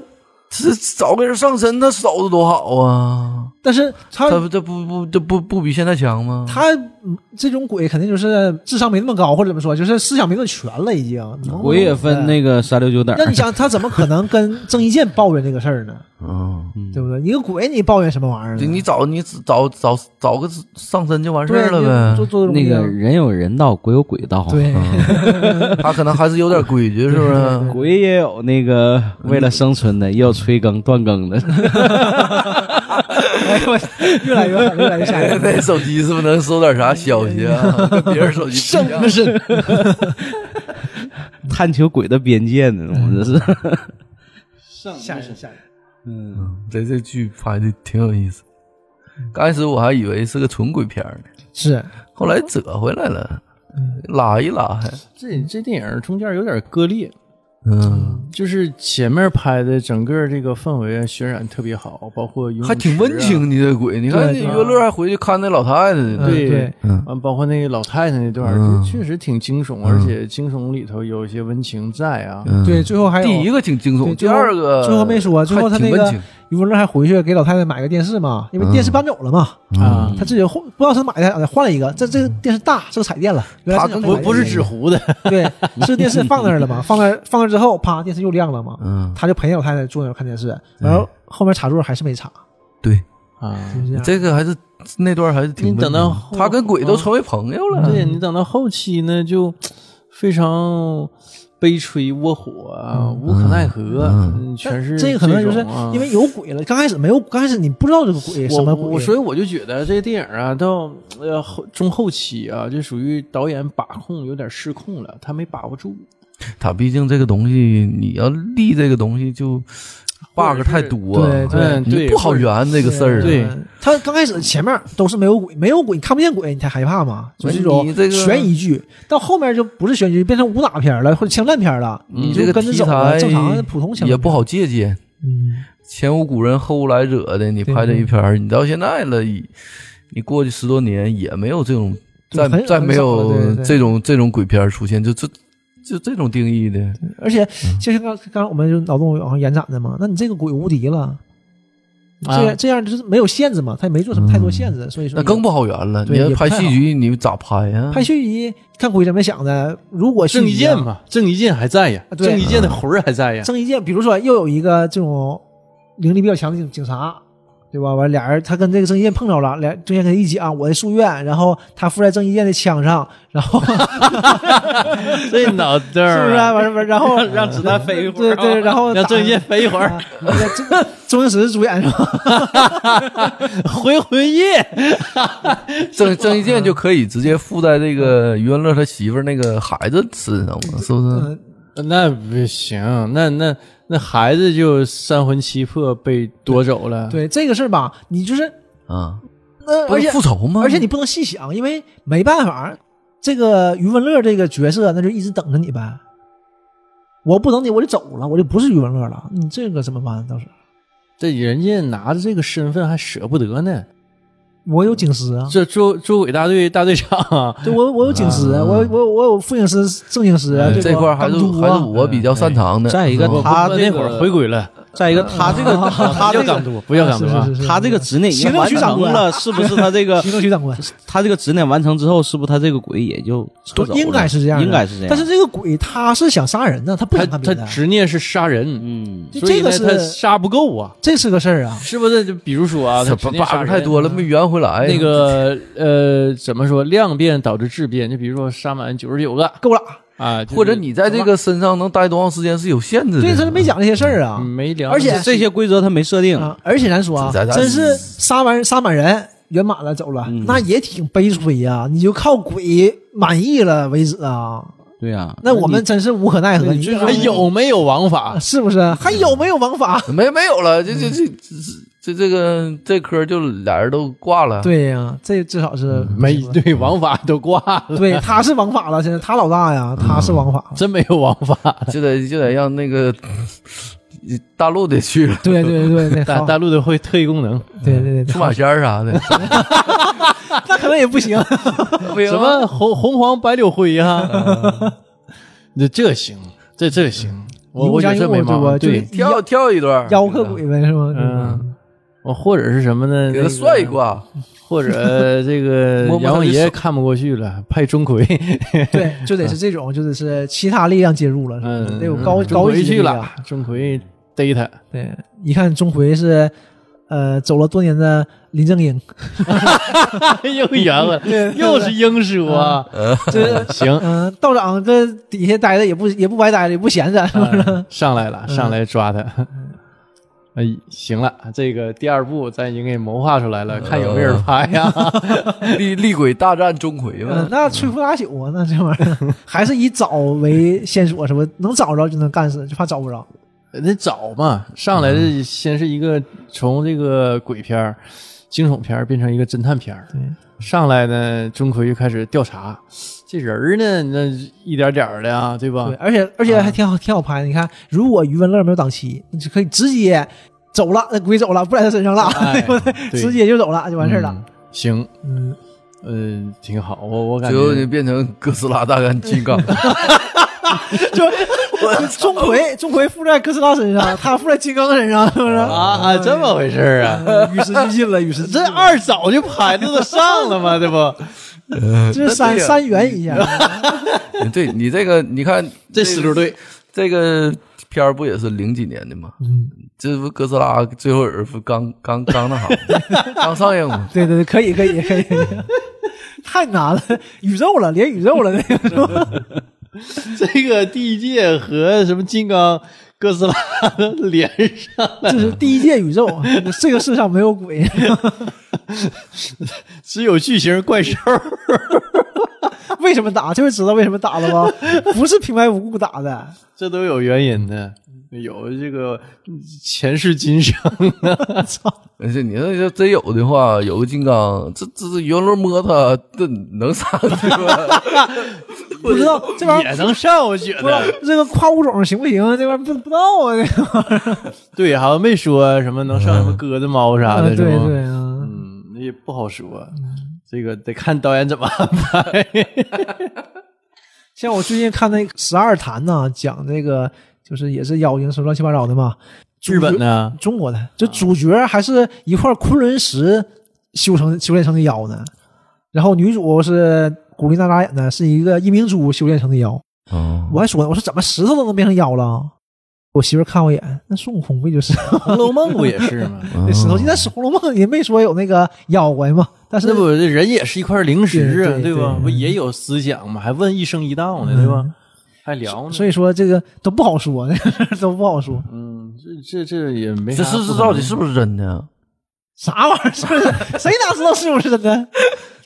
S3: 这早给人上身，他守的多好啊！
S4: 但是他
S3: 他这不不这不不比现在强吗？
S4: 他嗯这种鬼肯定就是智商没那么高，或者怎么说，就是思想没那么全了，已经。能
S2: 鬼也分。那个三六九等儿
S4: 那。你想，他怎么可能跟郑伊健抱怨这个事儿呢？
S3: 嗯，
S4: 对不对？一个鬼你抱怨什么玩意儿呢？
S3: 就你找你找找找个上身就完事
S4: 对
S3: 儿了
S4: 你做
S3: 呗。
S4: 做这种
S2: 那个
S4: 东西
S2: 人有人道，鬼有鬼道。
S4: 对，
S3: 哦他可能还是有点规矩，是不是？
S2: 鬼也有那个为了生存的，也有催更断更的。
S4: 哎呦我越来越狠，越来越吓 人。
S3: 那手机是不是能收点啥消息啊？跟别人手机不一样。
S2: 是探求鬼的边界呢，我们这是。
S4: 吓人吓人。
S2: 嗯，
S3: 这这剧拍的挺有意思。刚开始我还以为是个纯鬼片儿呢，
S4: 是，
S3: 后来
S4: 嗯
S3: 折回来了，拉一拉还。
S1: 这这电影中间有点割裂，
S3: 嗯，
S1: 就是前面拍的整个这个氛围啊渲染特别好，包括游泳池啊
S3: 还挺温。情的这鬼，你看
S4: 对
S3: 这约乐还回去看那老太太呢。
S1: 对
S4: 嗯对
S3: 嗯
S1: 完，包括那个老太太那段儿，
S3: 嗯
S1: 就确实挺惊悚，而且惊悚里头有一些温情在啊。
S3: 嗯
S4: 呃对，，最后还有
S3: 第一个挺惊悚，
S4: 对
S3: 第
S4: 最后
S3: 二个
S4: 最后没说最后他
S3: 还挺
S4: 那个
S3: 温情嗯
S4: 余文乐还回去给老太太买个电视嘛，因为电视搬走了嘛，
S1: 啊
S4: 他自己换不知道是买的换了一个，这这个电视大是个彩电了，原来
S3: 嗯他
S4: 是个
S3: 跟
S4: 彩
S1: 不
S4: 电
S1: 不是纸糊的，
S4: 对，是电视放那儿了嘛，放那儿放那儿之后，啪，电视又亮了嘛，
S3: 嗯，
S4: 他就陪老太太坐那儿看电视，然
S3: 哎
S4: 后后面插座还是没插，
S3: 对，
S1: 啊。
S4: 是不是样？
S3: 这个还是那段还是挺
S1: 你
S3: 温情
S1: 等
S3: 的。
S1: 到后
S3: 他跟
S4: 嗯
S3: 鬼都成为朋友了，
S1: 对你等到后期呢，就非常悲催窝火啊，无可奈何，
S3: 嗯
S1: 嗯全是
S4: 这个可能就是
S1: 种啊
S4: 因为有鬼了，刚开始没有，刚开始你不知道这个鬼什么
S1: 我
S4: 鬼，
S1: 我所以我就觉得这个电影啊，到呃后中后期啊，就属于导演把控有点失控了，他没把握住。
S3: 他毕竟这个东西，你要立这个东西就 bug 太多，哎
S4: 对对
S1: 嗯，
S3: 你
S1: 对，
S3: 不好圆这个事儿。啊
S1: 对
S4: 他刚开始前面都是没有鬼，没有鬼，你看不见鬼，你才害怕嘛，就是一种
S3: 你这个
S4: 悬疑剧。到后面就不是悬疑剧，变成武打片了或者枪战片了，
S2: 嗯
S3: 你
S4: 就
S3: 这个
S4: 跟着
S3: 题
S4: 走了
S3: 材
S4: 正常的普通枪
S3: 也不好借鉴，
S4: 嗯，
S3: 前无古人后无来者的，你
S4: 对
S3: 拍这一片儿，你到现在了，你过去十多年也没有这种，
S4: 对
S3: 再
S4: 很
S3: 再没
S4: 很少了
S3: 有
S4: 对对
S3: 这种这种鬼片儿出现，就这就这种定义的，
S4: 而且其实刚刚才我们就脑洞往上延展的嘛，那你这个鬼无敌了，这
S1: 啊
S4: 样这样就是没有限制嘛，他也没做什么太多限制，所以说
S3: 那更不嗯好圆了。
S4: 对
S3: 你要
S4: 也不
S3: 拍
S4: 太
S3: 戏剧，你咋拍呀？
S4: 拍续集看鬼怎么想的。如果
S1: 郑伊
S4: 续集啊
S1: 健嘛，郑伊健还在呀，
S4: 啊对
S1: 郑伊健的魂儿还在呀。
S4: 郑伊健，比如说又有一个这种灵力比较强的警警察，对吧？完俩人他跟这个郑伊健碰着了，俩郑伊健跟他一起啊，我的夙愿，然后他附在郑伊健的枪上，然后是
S1: 这脑袋
S4: 不
S1: 儿
S4: 是、 啊？
S1: 啊
S4: 完完然后
S1: 让让子弹飞一会儿
S4: 对
S1: 啊，
S4: 对，然后
S1: 让
S4: 打
S1: 郑伊健飞一会儿
S4: 啊，那个周周星驰主演是吧？
S1: 回魂夜。
S3: 郑郑伊健就可以直接附在这个余文乐他媳妇儿那个孩子身上嘛，是不是？
S4: 嗯，
S1: 那不行，那那那孩子就三魂七魄被夺走了。，
S4: 对这个事儿吧，你就是
S3: 啊，
S4: 那嗯
S3: 不
S4: 而
S3: 是
S4: 且
S3: 复仇吗？
S4: 而且你不能细想，因为没办法，这个余文乐这个角色，那就一直等着你呗。我不等你，我就走了，我就不是余文乐了。你这个怎么办？到时候
S1: 这人家拿着这个身份还舍不得呢。
S4: 我有警司啊，
S1: 这捉捉鬼大队大队长啊，
S4: 对我我有警司，我有我有我有副警司、正警司，对吧
S3: 啊哎嗯这块儿还是
S4: 港督
S3: 还
S4: 啊
S3: 是我比较擅长的。
S2: 再一个
S3: 嗯
S2: 他
S1: 不
S2: 这
S1: 那
S2: 个
S1: 会儿回归了，
S2: 再一个，
S1: 嗯
S2: 他这 个
S1: 不叫
S2: 他这个
S1: 港督，不叫港督啊
S4: 是是是是
S2: 他这个执念已经完成了，是不是？他这个
S4: 行政局长官，
S2: 他这个执念完成之后，是不是他这个鬼也就撤走了
S4: 应该是这样的，
S2: 应该是这样。
S4: 但是这个鬼他是想杀人呢，他不
S1: 他
S4: 想干别
S1: 他
S4: 的，
S1: 执念是杀人，
S2: 嗯，
S4: 这
S1: 所以
S4: 这
S1: 呢
S4: 个是
S1: 他杀不够啊，
S4: 这是个事儿啊。
S1: 是不是？就比如说啊，他
S3: 这
S1: 执
S3: 不
S1: 念杀
S3: bug
S1: 人嗯
S3: 太多了，没圆回来。
S1: 那个呃，怎么说？量变导致质变，就比如说杀满九十九个
S4: 够了，
S1: 啊，就是
S3: 或者你在这个身上能待多长时间是有限制的。
S4: 对，他没讲这些事儿
S2: 嗯
S4: 啊。
S1: 没量，
S4: 而且
S2: 这些规则他没设定，
S1: 嗯
S4: 啊，而且咱说啊，
S3: 咱咱
S4: 真是杀完杀满人圆满了走了，
S1: 嗯
S4: 那也挺悲催呀、你就靠鬼满意了为止啊。
S2: 对呀。
S4: 那我们真是无可奈何。你
S1: 还有啊没有王法？
S4: 是不是？还有没有王法？
S3: 没没有了，这这这这这这个这科就俩人都挂了。，
S4: 对呀、这至少是
S1: 嗯没对，王法都挂了，
S4: 对，他是王法了，现在他老大呀，
S1: 嗯
S4: 他是王法。
S1: 真没有王法。
S3: 就得就得让那个大陆得去了，
S4: 对对对 对，
S1: 大
S4: 好
S1: 大陆的会特异功能，
S4: 对对对
S3: 出
S4: 对，
S3: 马仙儿啥的，
S4: 那可能也 不行。
S1: 什么红红黄白柳灰呀？那 这行，这这行，我我觉得这没毛病。
S4: 对
S1: 对，
S3: 跳跳一段，
S4: 妖客鬼呗，是吗？
S1: 嗯，我或者是什么呢？
S3: 给
S1: 那个
S3: 他帅一卦。
S1: 或者这个
S3: 摸摸
S1: 阎
S3: 他
S1: 王
S3: 的
S1: 爷
S3: 手
S1: 看不过去了，派钟馗，
S4: 对，就得是这种，就得是其他力量介入了，是不是
S1: 嗯，
S4: 得有高
S1: 钟
S4: 高
S1: 馗
S4: 一级的
S1: 去
S4: 力量
S1: 了，钟馗逮 他，
S4: 对，一看钟馗是，呃，走了多年的林 正英，
S1: 又圆回来，又是英叔啊，
S4: 这
S1: 行，
S4: 嗯、道长这底下待着也不也不白待着，也不闲着，是不是？
S1: 嗯上来了，上来抓他。
S4: 嗯
S1: 哎，行了，这个第二部咱已经给谋划出来了，
S4: 嗯
S1: 看有没有人拍 呀？
S3: 厉厉鬼大战钟馗
S4: 嗯
S3: 嘛，，
S4: 那摧枯拉朽啊，那这玩 意儿还是以找为线索，是不是？能找着就能干死，就怕找不着。嗯
S1: 得找嘛，上来这先是一个从这个鬼片儿惊悚片儿变成一个侦探片儿。
S4: 对，
S1: 上来呢，钟馗就开始调查这人儿呢，那一点点儿的啊，对吧
S4: 对，？而且而且还挺好，挺好拍的。你看，如果余文乐没有档期，你就可以直接走了，那鬼走了，不在他身上了，
S1: 哎
S4: 对不对？
S1: 对
S4: 直接就走了，就完事儿了。
S1: 行，
S4: 嗯，
S1: 嗯，挺好，我我感
S3: 最后就
S1: 觉
S3: 变成哥斯拉大战金刚，
S1: 嗯
S4: 就钟馗，钟馗附在哥斯拉身上，他附在金刚身上，是 不是？
S1: 啊啊，这么回事儿啊？
S4: 与时俱进了，与时俱进
S1: 这
S4: 了。
S1: 二早就排的都上了嘛，对不？
S4: 这是三
S3: 对呀
S4: 三元一下，
S3: 对你这个，你看
S1: 这思路对，
S3: 这个片儿不也是零几年的吗？
S4: 嗯，
S3: 这不哥斯拉最后人不刚 刚刚那啥吗，刚上映吗？
S4: 对对对，可以可以可以，太难了，宇宙了，连宇宙了，那个是吧？
S1: 这个地界和什么金刚、哥斯拉 连上，
S4: 这是第一届宇宙，这个世上没有鬼，
S1: 只有巨型怪兽。
S4: 为什么打？这回知道为什么打了吧？不是平白无故打的，
S1: 这都有原因的，有这个前世今生啊，
S3: 而且你说要真有的话，有个金刚，这这这原轮摸它，这能上去吗？
S4: 不知道 这玩意
S1: 也
S4: 儿。
S1: 能上，我觉
S4: 不知道
S1: 得。
S4: 这个跨物种行不行？这玩意儿不不知道啊，这个
S1: 对，好像没说什么能上什么鸽子、猫啥的，
S4: 对
S1: 是吗？
S4: 对嗯啊，
S1: 嗯，那也不好说，这个得看导演怎么安 排。
S4: 像我最近看那《十二谈》呐，讲这个就是也是妖精什么乱七八糟的嘛。
S1: 日本呢？
S4: 中国的，
S1: 啊
S4: 就主角还是一块昆仑石修成修炼成的妖呢。然后女主是古力娜扎演的，是一个夜明珠修炼成的妖。
S3: 哦
S4: 我还说呢，我说怎么石头都能变成妖了？我媳妇儿看我一眼，那孙悟空不就是
S1: 《红楼梦》不也是 吗？
S4: 那石
S3: 嗯
S4: 头？但是《红楼梦》也没说有那个妖怪嘛，但是
S1: 那不人也是一块零食啊，
S4: 对对
S1: 吧？
S4: 对嗯
S1: 不也有思想吗？还问一生一道呢，对吧？还聊呢。
S4: 所以说这个都不好说， 都不好说，
S1: 嗯，这这这也没
S3: 这
S1: 啥
S3: 是
S1: 不
S3: 是
S1: 可
S3: 到
S1: 能
S3: 底是不是真的？
S4: 啥玩意儿？是不是？谁哪知道是不是真的？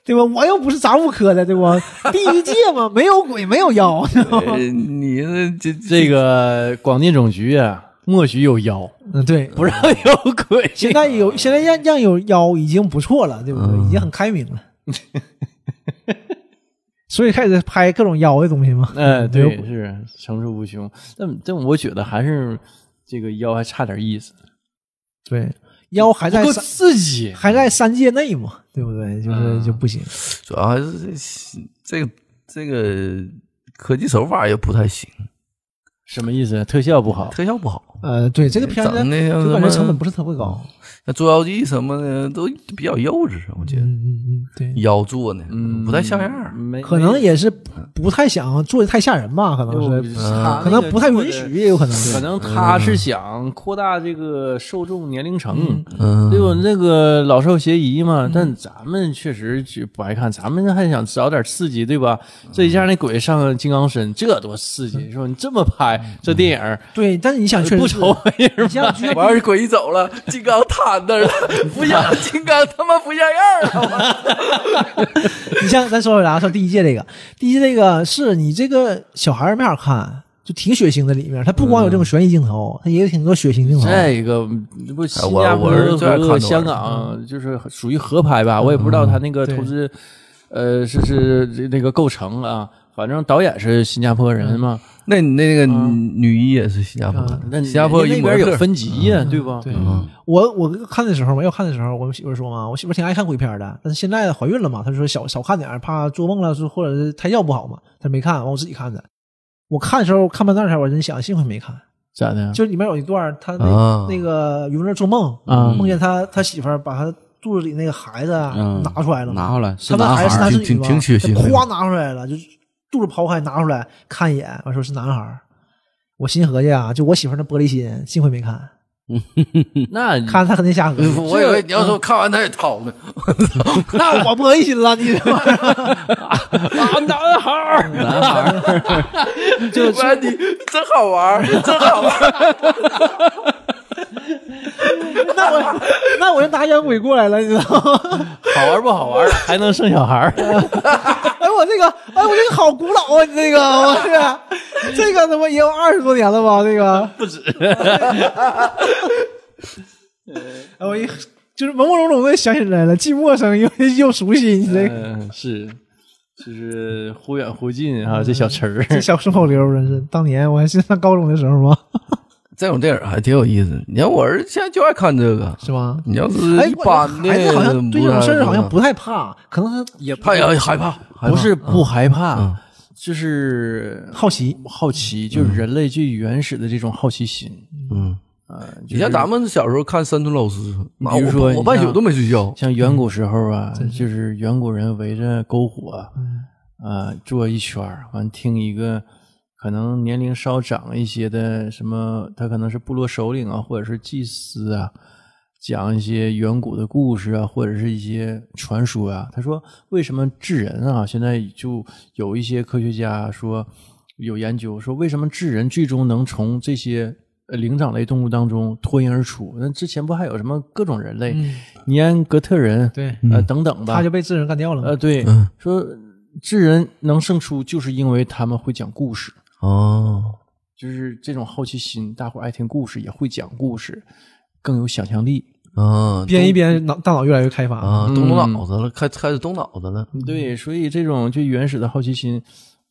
S4: 对吧？我又不是杂物科的，对吧？第一届嘛，没有鬼，没有妖，
S3: 呃你这这
S1: 这个广电总局啊，默许有妖，
S4: 嗯，对，
S1: 不让有鬼。
S4: 现在有现在让让有妖已经不错了，对不对？
S3: 嗯
S4: 已经很开明了， 所以开始拍各种妖的东西嘛。
S1: 哎，
S4: 没有
S1: 对，
S4: 鬼
S1: 是层出不穷。但但我觉得还是这个妖还差点意思，
S4: 对，妖还在
S1: 不够
S4: 哎三
S1: 刺激。
S4: 还在三界内嘛，对不对？就是
S1: 嗯
S4: 就不行。
S3: 主要还是这这个这个科技手法也不太行，
S1: 什么意思？特效不好，
S3: 特效不好。
S4: 呃，对这个片
S3: 整
S4: 子，
S3: 的像
S4: 就感觉
S3: 什
S4: 成
S3: 么
S4: 本不是特别高。
S3: 那《捉妖记》什么的都比较幼稚，我觉
S4: 嗯
S3: 得
S4: 嗯嗯，对，
S3: 妖做的
S1: 嗯，
S3: 不太像样儿。
S1: 没
S4: 可能也是不太想做的太吓人吧，可能是
S1: 他
S4: 可能不太允许，。也有可能
S1: 可
S4: 是。嗯
S1: 能他是想扩大这个受众年龄层，
S3: 嗯
S1: 对吧？那个老少咸宜
S4: 嗯
S1: 嘛。但咱们确实就不爱看，咱们还想找点刺激，对吧？这一下那鬼上金刚身，这多刺激！是吧？你这么拍这电影儿，
S4: 对，但是你嗯想，确实
S1: 呃不
S4: 是
S1: 愁没人
S4: 你像
S1: 买。
S4: 就像
S3: 完事儿鬼一走了，金刚瘫那儿 了，不像金刚他妈不像样儿了。
S4: 你像咱说回来啊，说第一届这个，第一届这个是你这个小孩儿没法看，就挺血腥的里面，它不光有这种悬疑镜头，它也有挺多血腥镜头。啊
S1: 再一个，这不新
S3: 我
S1: 加坡
S3: 我是最爱看
S1: 和
S3: 的
S1: 香港就是属于合拍吧？我也不知道他那个投资，呃，是是那个构成啊。反正导演是新加坡人嘛，
S3: 那你那个女一也是新加坡的，
S1: 嗯那
S3: 新加坡
S1: 人家
S3: 一
S1: 那
S3: 模
S1: 边
S3: 特
S1: 有分级呀，嗯对吧？
S4: 对，我我看的时候嘛，要看的时候，我媳妇儿说嘛，我媳妇儿挺爱看鬼片儿的，但是现在怀孕了嘛，她说少少看点儿，怕做梦了，是或者是胎教不好嘛，她没看，完我自己看的。我看的时候看半段儿的时候，我真想幸亏没看，
S1: 咋的？
S4: 就是里面有一段儿，他那、
S3: 啊
S4: 那个余文乐做梦，
S1: 啊
S4: 梦见他他媳妇儿把他肚子里那个孩子啊
S2: 嗯
S4: 拿出来了嘛，
S2: 拿回来是
S4: 他们
S2: 男
S4: 孩
S2: 孩
S4: 子
S2: 儿
S4: 是男是
S3: 挺
S4: 女嘛
S3: 挺挺血腥的
S4: 哗拿出来了，就是肚子刨开拿出来看一眼，完说是男孩儿。我心合计啊，就我媳妇儿那玻璃心，幸亏没看，
S1: 那
S4: 看她肯定下合计。
S3: 我以为你要说看完他也掏呢，
S4: 那我玻璃心了，你这玩意儿
S1: 啊，男孩儿，
S2: 男孩儿
S3: 就说你 真好玩 儿，真好玩儿。
S4: 那我那我就拿烟鬼过来了，你知道吗？
S1: 好玩不好玩？还能生小孩儿？
S4: 哎，我这个哎，我这个好古老啊，你这个我这这个他妈也有二十多年哎了吧？这个不止。我一就是朦朦胧胧的想起来了，既陌生又又熟悉。你这、
S1: 嗯，是，就是忽远忽近啊，这小词儿。
S4: 这小顺口溜儿真是，当年我还是上高中的时候嘛，
S3: 这种电影还挺有意思。你看我儿子现在就爱看这个，
S4: 是吗？
S3: 你要是
S4: 哎
S3: 一，
S4: 我
S3: 般的，
S4: 孩子好像对这种事儿好像
S3: 不
S4: 不太怕，可能他也
S3: 太，他也害怕，害怕
S1: 不是不害怕，
S3: 嗯
S1: 就是
S4: 好奇。
S1: 好奇，就是人类最原始的这种好奇心。
S3: 嗯。
S1: 呃，就
S3: 你像咱们小时候看山村老师，妈
S1: 比如说
S3: 我
S1: 你
S3: 我半
S1: 像
S3: 宿都没睡觉，
S1: 像远古时候啊，就是远古人围着篝火，啊，坐一圈儿，完听一个可能年龄稍长一些的什么，他可能是部落首领啊，或者是祭司啊，讲一些远古的故事啊，或者是一些传说啊。他说，为什么智人啊，现在就有一些科学家说有研究说，为什么智人最终能从这些呃灵长类动物当中脱颖而出？那之前不还有什么各种人类，
S4: 嗯
S1: 尼安格特人，
S4: 对
S1: 呃等等吧，
S4: 他就被智人干掉了嘛
S1: 呃，对，
S3: 嗯
S1: 说智人能胜出，就是因为他们会讲故事，
S3: 哦，
S1: 就是这种好奇心，大伙儿爱听故事，也会讲故事，更有想象力。
S3: 啊，
S4: 编一编，脑大脑越来越开发。
S3: 啊，
S1: 嗯
S3: 动动脑子了，开开始动脑子
S4: 嗯
S3: 了，
S1: 对，所以这种最原始的好奇心，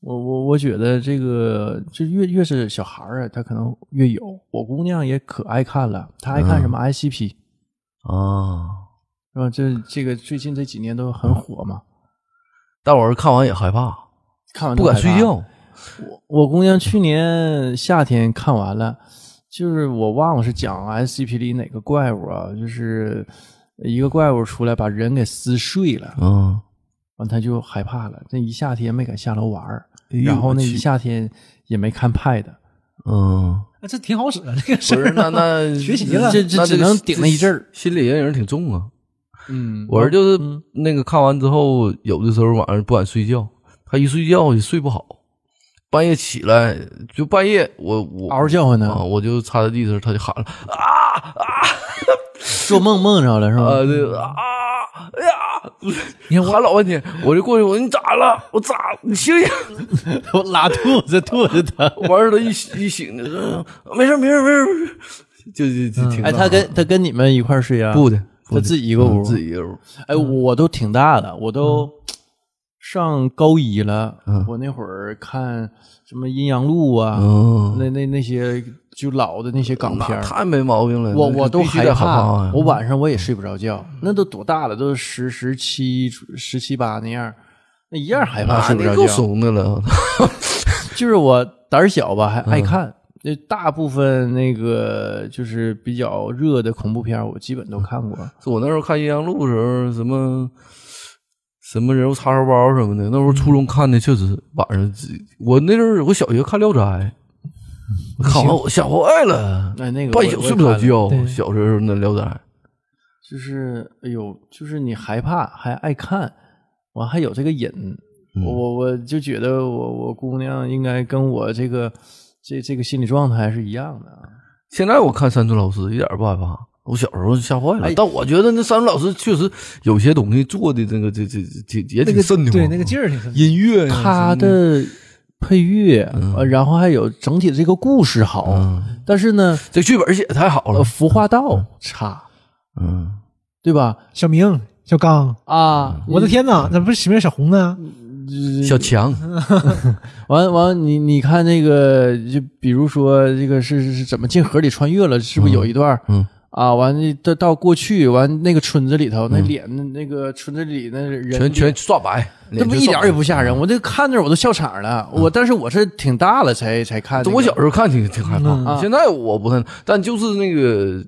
S1: 我我我觉得这个就越越是小孩儿啊，他可能越有。我姑娘也可爱看了，她爱
S3: 嗯
S1: 看什么 ICP、
S3: 啊。
S1: 是吧？这这个最近这几年都很火嘛，
S3: 但我儿看完也害怕，
S1: 看完
S3: 嗯不
S1: 都害
S3: 敢
S1: 怕
S3: 睡觉。
S1: 我姑娘去年夏天看完了，就是我忘了是讲 S C P 里哪个怪物啊，就是一个怪物出来把人给撕碎了，
S3: 嗯，
S1: 完她就害怕了，那一夏天没敢下楼玩儿，
S3: 哎呦
S1: 然后那
S3: 我
S1: 一
S3: 去
S1: 夏天也没看派的，
S3: 嗯，
S4: 哎这挺好使啊，这个事
S3: 不
S4: 儿
S3: 是那那
S4: 学习了
S3: 这
S1: 这只能顶那一阵儿。
S3: 心理阴影挺重啊。
S1: 嗯
S3: 我儿就是
S1: 嗯
S3: 那个看完之后，有的时候晚上不敢睡觉，他一睡觉就睡不好，半夜起来就半夜我我
S1: 嗷嗷叫唤
S3: 啊，
S1: 呢，
S3: 我就插在地的时候，他就喊了啊啊
S1: 做梦梦着了是
S3: 啊，
S1: 吧？
S3: 这个啊哎呀，
S4: 你看我
S3: 喊老半天，我就过去，我说你咋了？我咋？你醒醒！
S1: 我拉肚 子，肚子疼。
S3: 完事儿他一一醒就说没事儿没事儿没事儿，没事儿就就就挺啊
S1: 哎，他跟他跟你们一块儿睡啊？
S3: 不的，
S1: 他
S3: 不的
S1: 自己一个屋
S3: 嗯自己一个屋。
S1: 哎，
S3: 嗯
S1: 我都挺大的，我都上高一了。
S3: 嗯
S1: 我那会儿看什么《阴阳路》啊，
S3: 嗯，
S1: 那那那些就老的那些港片
S3: 那
S1: 儿，
S3: 太没毛病了。
S1: 我
S3: 那
S1: 我都
S3: 必须
S1: 害
S3: 得啊害呀
S1: 我晚上我也睡不着觉。那都多大了？都十十七、十七八那样儿，那一样害怕
S3: 啊，
S1: 睡
S3: 你
S1: 不着
S3: 够
S1: 觉。
S3: 怂的了。
S1: 就是我胆儿小吧，还
S3: 嗯
S1: 爱看。那大部分那个就是比较热的恐怖片儿，我基
S3: 嗯
S1: 本都看过。
S3: 是我那时候看《阴阳路》的时候，什么什么人物叉烧包什么的，那时候初中看的确实晚上自己。我那阵儿我小学看《聊斋》，我看完我吓坏
S1: 嗯
S3: 了，
S1: 那那个我
S3: 半宿睡不着。
S1: 我也看了
S3: 觉。
S4: 对
S3: 小时候那《聊斋》，
S1: 就是哎呦，就是你害怕还爱看，完还有这个瘾，
S3: 嗯
S1: 我我我就觉得我我姑娘应该跟我这个这这个心理状态是一样的啊。
S3: 现在我看山村老师一点儿不害怕。我小时候吓坏了，
S1: 哎
S3: 但我觉得那山村老师确实有些东西做的这个这这这这也
S4: 那
S3: 挺
S4: 个
S3: 瘆得慌。
S4: 对那个劲儿挺深。
S3: 音乐呀，
S1: 她
S3: 什么
S1: 的配乐，呃然后还有整体的这个故事好，
S3: 嗯
S1: 但是呢，
S3: 这剧本写得太好
S1: 呃，
S3: 了。
S1: 服化道差，
S3: 嗯，
S1: 对吧？
S4: 小明、小刚，
S1: 啊，
S4: 我的天哪，那不是前面小红啊呢？
S3: 小强，
S1: 完完，你你看那个，就比如说这个是是是怎么进河里穿越了，是不是有一段儿？
S3: 嗯
S1: 啊，完了到到过去，完那个村子里头，那脸、那个村子里那人
S3: 嗯全全刷白，
S1: 那不
S3: 脸全
S1: 一
S3: 刷
S1: 点儿
S3: 白
S1: 也不吓人，我这看着我都笑场了。我但是我是挺大了才才看、
S3: 这我嗯小时候看挺挺害怕，
S1: 啊
S3: 现在我不太，但就是那个，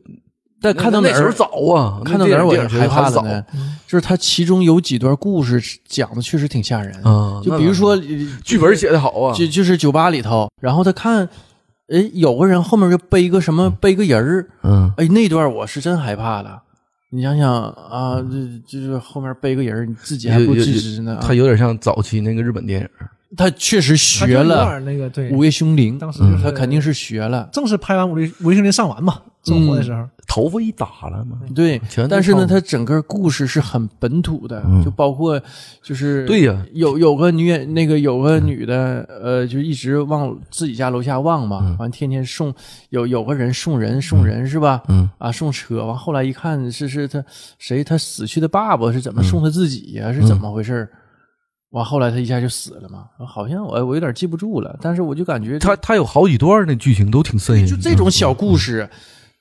S1: 但看到
S3: 那
S1: 哪
S3: 那时候
S1: 儿
S3: 早啊，
S1: 看到哪儿我
S3: 也
S1: 也害怕了呢
S3: 早。嗯
S1: 就是它其中有几段故事讲的确实挺吓人，
S3: 啊。
S1: 就
S3: 那
S1: 比如说呃
S3: 剧本写的好啊，
S1: 就就是酒吧里头，然后他看，哎，有个人后面就背个什么背个人儿，
S3: 嗯，
S1: 哎，那段我是真害怕了。你想想啊，这就是后面背个人儿，你自己还
S3: 嗯有
S1: 不
S3: 有
S1: 自知呢
S3: 有
S1: 啊。
S3: 它有点像早期那个日本电影，
S1: 他确实
S4: 他就
S1: 学
S4: 有
S1: 了
S4: 点那个对
S1: 《午夜凶铃》，
S4: 当时就是
S1: 他肯定是学了。嗯
S4: 正是拍完《武力维修林》上完嘛，正火的时候，
S3: 头发一耷拉嘛，
S1: 对
S3: 全，都
S1: 但是呢，
S3: 唱
S1: 它整个故事是很本土的，
S3: 嗯
S1: 就包括就是
S3: 对呀
S1: 有有个女演那个有个女的，呃，就一直往自己家楼下望嘛
S3: 嗯，
S1: 完、天天送有有个人送人送人是吧？
S3: 嗯，
S1: 啊，送车完后来一看是是他谁他死去的爸爸是怎么送他自己呀、是怎
S4: 嗯
S1: 么回事儿？完后来他一下就死了嘛，好像我我有点记不住了，但是我就感觉
S3: 他他有好几段那剧情都挺瘆人的，
S1: 就这种小故事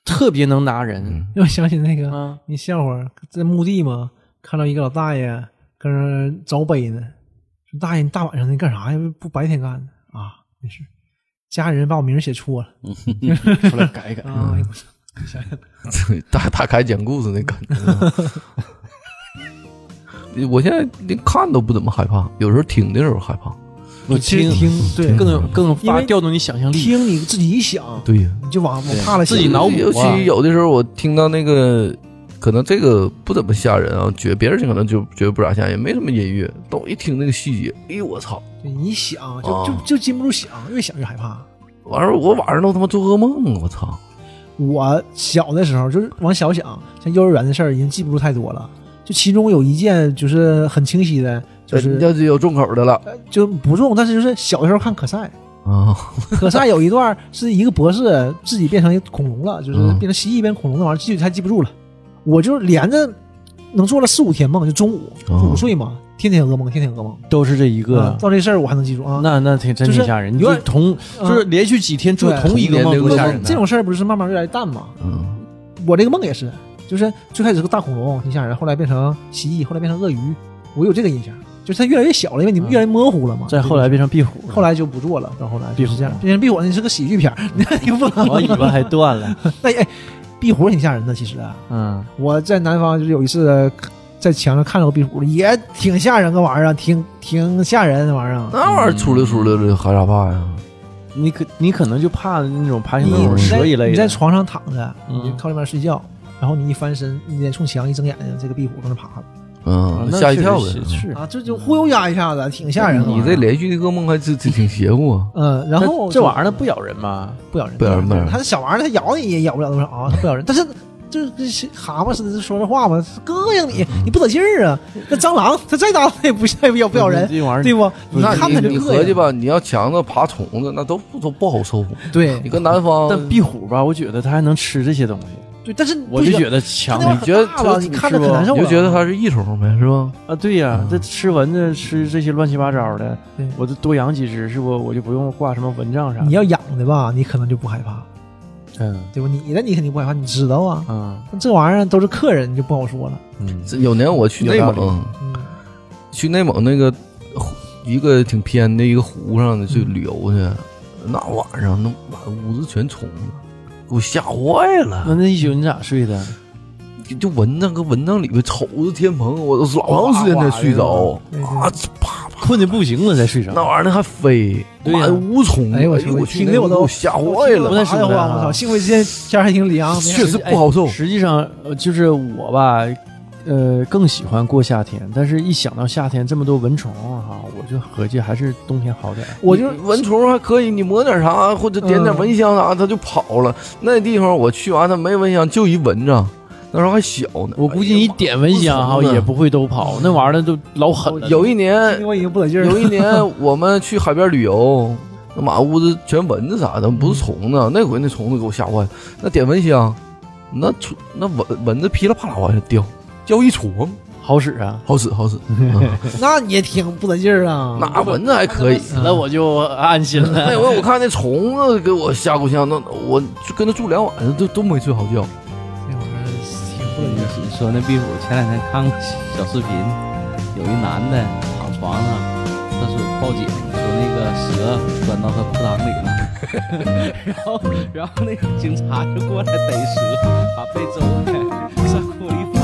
S1: 特别能拿人
S3: 嗯
S4: 让我想起那个
S1: 啊，
S4: 你笑话，在墓地嘛，看到一个老大爷搁那凿碑呢。说大爷，你大晚上的干啥呀？不白天干的啊？没事，家人把我名儿写错了
S1: 出来改一 改。
S4: 啊！哎呦我操
S3: 大大开讲故事那 感觉。我现在连看都不怎么害怕，有时候听的时候害怕。
S1: 我
S4: 其实
S1: 听
S4: 听对
S1: 更有更
S4: 因
S1: 发
S4: 为
S1: 调动你想象力。
S4: 听你自己一想，
S3: 对呀、
S4: 你就往往怕了
S1: 自
S4: 想
S1: 己脑补啊
S3: 尤其有的时候我听到那个，可能这个不怎么吓人啊，觉别人可能就觉得不咋吓人，也没什么音乐，但我一听那个细节，哎呦我操！
S4: 对你一想就
S3: 啊
S1: 哦
S4: 就就禁不住想，越想越害怕。
S3: 完事儿我晚上都他妈做噩梦，我操！
S4: 我小的时候就是往小想，像幼儿园的事儿已经记不住太多了。就其中有一件就是很清晰的，
S1: 呃
S4: 就是
S3: 要是有重口的了
S4: 呃就不重，但是就是小时候看可赛，
S3: 啊，
S4: 可赛有一段是一个博士自己变成一个恐龙了，就是
S3: 嗯
S4: 变成蜥蜴变恐龙那玩意儿，记还记不住了。我就是连着能做了四五天梦，就中午
S3: 哦
S4: 午睡嘛，天天噩梦，天天噩梦。
S1: 都是这一个，
S4: 啊到这事儿我还能记住啊。
S1: 那那挺真
S4: 就是
S1: 挺吓人。你
S4: 有
S1: 就
S4: 点
S1: 同
S4: 啊
S1: 就是连续几天做
S4: 对
S1: 同一个梦，
S3: 同一
S1: 多
S3: 个
S1: 吓
S3: 梦
S1: 人呢！
S4: 这种事儿不是慢慢越来越淡吗？
S3: 嗯，
S4: 我这个梦也是，就是最开始是个大恐龙，挺吓人，后来变成蜥蜴，后来变成鳄鱼，我有这个印象，就是它越来越小了，因为你们
S1: 嗯
S4: 越来越模糊了嘛。
S1: 再后来变成壁虎了，
S4: 这个后来就不做了，到后来
S1: 壁虎嗯
S4: 就是这 样，变哦成壁虎，那是个喜剧片儿， 你不能
S1: 我尾巴还断了。
S4: 那 哎，壁虎挺吓人的，其实啊
S1: 嗯，
S4: 我在南方就是有一次在墙上看到过壁虎，也挺吓人个玩意儿啊，挺挺吓人那玩意儿啊。
S3: 那玩意儿出溜出溜的还啥怕呀？
S1: 你可你可能就怕那种爬行动
S4: 你
S1: 物、
S4: 你在
S1: 蛇一类的。
S4: 你在床上躺着，
S1: 嗯
S4: 你就靠那边睡觉，然后你一翻身，你得冲墙一睁眼睛，这个壁虎搁那爬了
S1: 啊
S3: 嗯，
S1: 那
S3: 吓一
S1: 确
S3: 跳
S1: 实
S3: 的。
S1: 是是
S4: 啊，这就忽悠压一下子，挺吓人啊的玩意
S3: 你
S4: 儿。
S3: 这连续的噩梦还是挺挺邪乎啊！
S4: 嗯，然后
S1: 这这玩意儿它
S4: 呢
S1: 不咬人吗？
S4: 不咬人，
S3: 不咬人不咬嗯人
S4: 它是小玩意儿，它咬你也咬不了多少啊，它不咬人，但是。就是跟蛤蟆似的，说这话吧，膈应你，
S3: 嗯
S4: 你不得劲儿啊！那蟑螂，它再大，它也不它也不咬不咬人，
S1: 这玩意
S4: 对
S1: 儿不
S4: 不？
S1: 是
S4: 看它就膈
S3: 嗯你你
S4: 应
S3: 合计，吧，你要强子爬虫子，那都不都不好受。啊
S4: 对
S3: 你搁南方，
S1: 但壁虎吧，我觉得它还能吃这些东西，
S4: 对，但是
S1: 我就觉得强
S4: 它那玩
S3: 你觉
S4: 意
S3: 得
S4: 儿大了，
S1: 这
S4: 你看着可难受啊
S3: 你
S4: 了，
S3: 就觉得它是益虫呗，是吧？
S1: 啊！对呀
S3: 嗯，
S1: 这吃蚊子、吃这些乱七八糟的
S4: 对，
S1: 我就多养几只，是不？我就不用挂什么蚊帐
S3: 啊
S1: 啥的。
S4: 你要养的吧，你可能就不害怕，
S1: 嗯
S4: 对吧？你的你肯定不害怕，你知道啊。
S1: 嗯，
S4: 但这玩意儿都是客人，你就不好说了。
S3: 嗯，这有年我去内
S1: 有道
S3: 蒙，
S4: 嗯，
S3: 去内蒙那个湖一个挺偏的一个湖上去旅游去，那晚上那满屋子全虫子，给我吓坏
S1: 那
S3: 了。
S1: 那一宿你咋睡的？
S3: 就蚊帐搁蚊帐里边瞅着天棚，我都老长时间才睡着
S4: 哇哇
S3: 啊
S4: 哇！
S3: 啪啪，
S1: 困的不行了才睡着。
S3: 那玩意儿还飞，
S1: 对呀
S3: 满屋虫子，
S4: 哎
S3: 哎
S4: 呦我
S3: 呦
S4: 去
S3: 我
S4: 我
S3: 去，
S4: 听
S3: 那
S4: 得
S3: 屋
S4: 我
S3: 给
S4: 都
S3: 我吓坏
S1: 不
S3: 了，
S1: 太
S4: 哎
S1: 舒服了
S4: 呀
S1: 啊
S4: 我操！幸亏今天天还挺
S1: 哦
S4: 凉，
S3: 确实
S1: 哎
S3: 不好受。
S1: 实际上，呃，就是我吧，呃，更喜欢过夏天，但是一想到夏天这么多蚊虫哈、我就合计还是冬天好点儿。
S4: 我就
S3: 你蚊虫还可以，你抹点啥或者点点
S1: 嗯
S3: 蚊香啥，它就跑了。那地方我去完，它没蚊香，就一蚊子。那时候还小呢，
S1: 我估计你点蚊香哈、
S3: 哎呀
S1: 也不会都跑，那玩意儿都老狠了。
S3: 有一年，
S4: 我已经不得劲儿了
S3: 有。一年我们去海边旅游，那满屋子全蚊子啥的，不
S1: 嗯
S3: 是虫子。那回那虫子给我吓坏了，那点蚊香，那虫那蚊蚊子噼里啪啦往下掉，掉一床，
S1: 好使啊！
S3: 好使 好使。嗯
S4: 那你也挺不得劲儿啊。
S3: 那蚊子还可以。
S1: 那我就安心 了。
S3: 那回哎我看那虫子给我吓够呛，那我就跟他住两晚上都都没睡好觉。
S4: 那玩意儿挺不得劲儿。
S2: 你说那壁虎，前两天看个小视频，有一男的躺床上，他说报警说那个蛇钻到他裤裆里了， 然后然后那个警察就过来逮蛇，把被周开，上裤里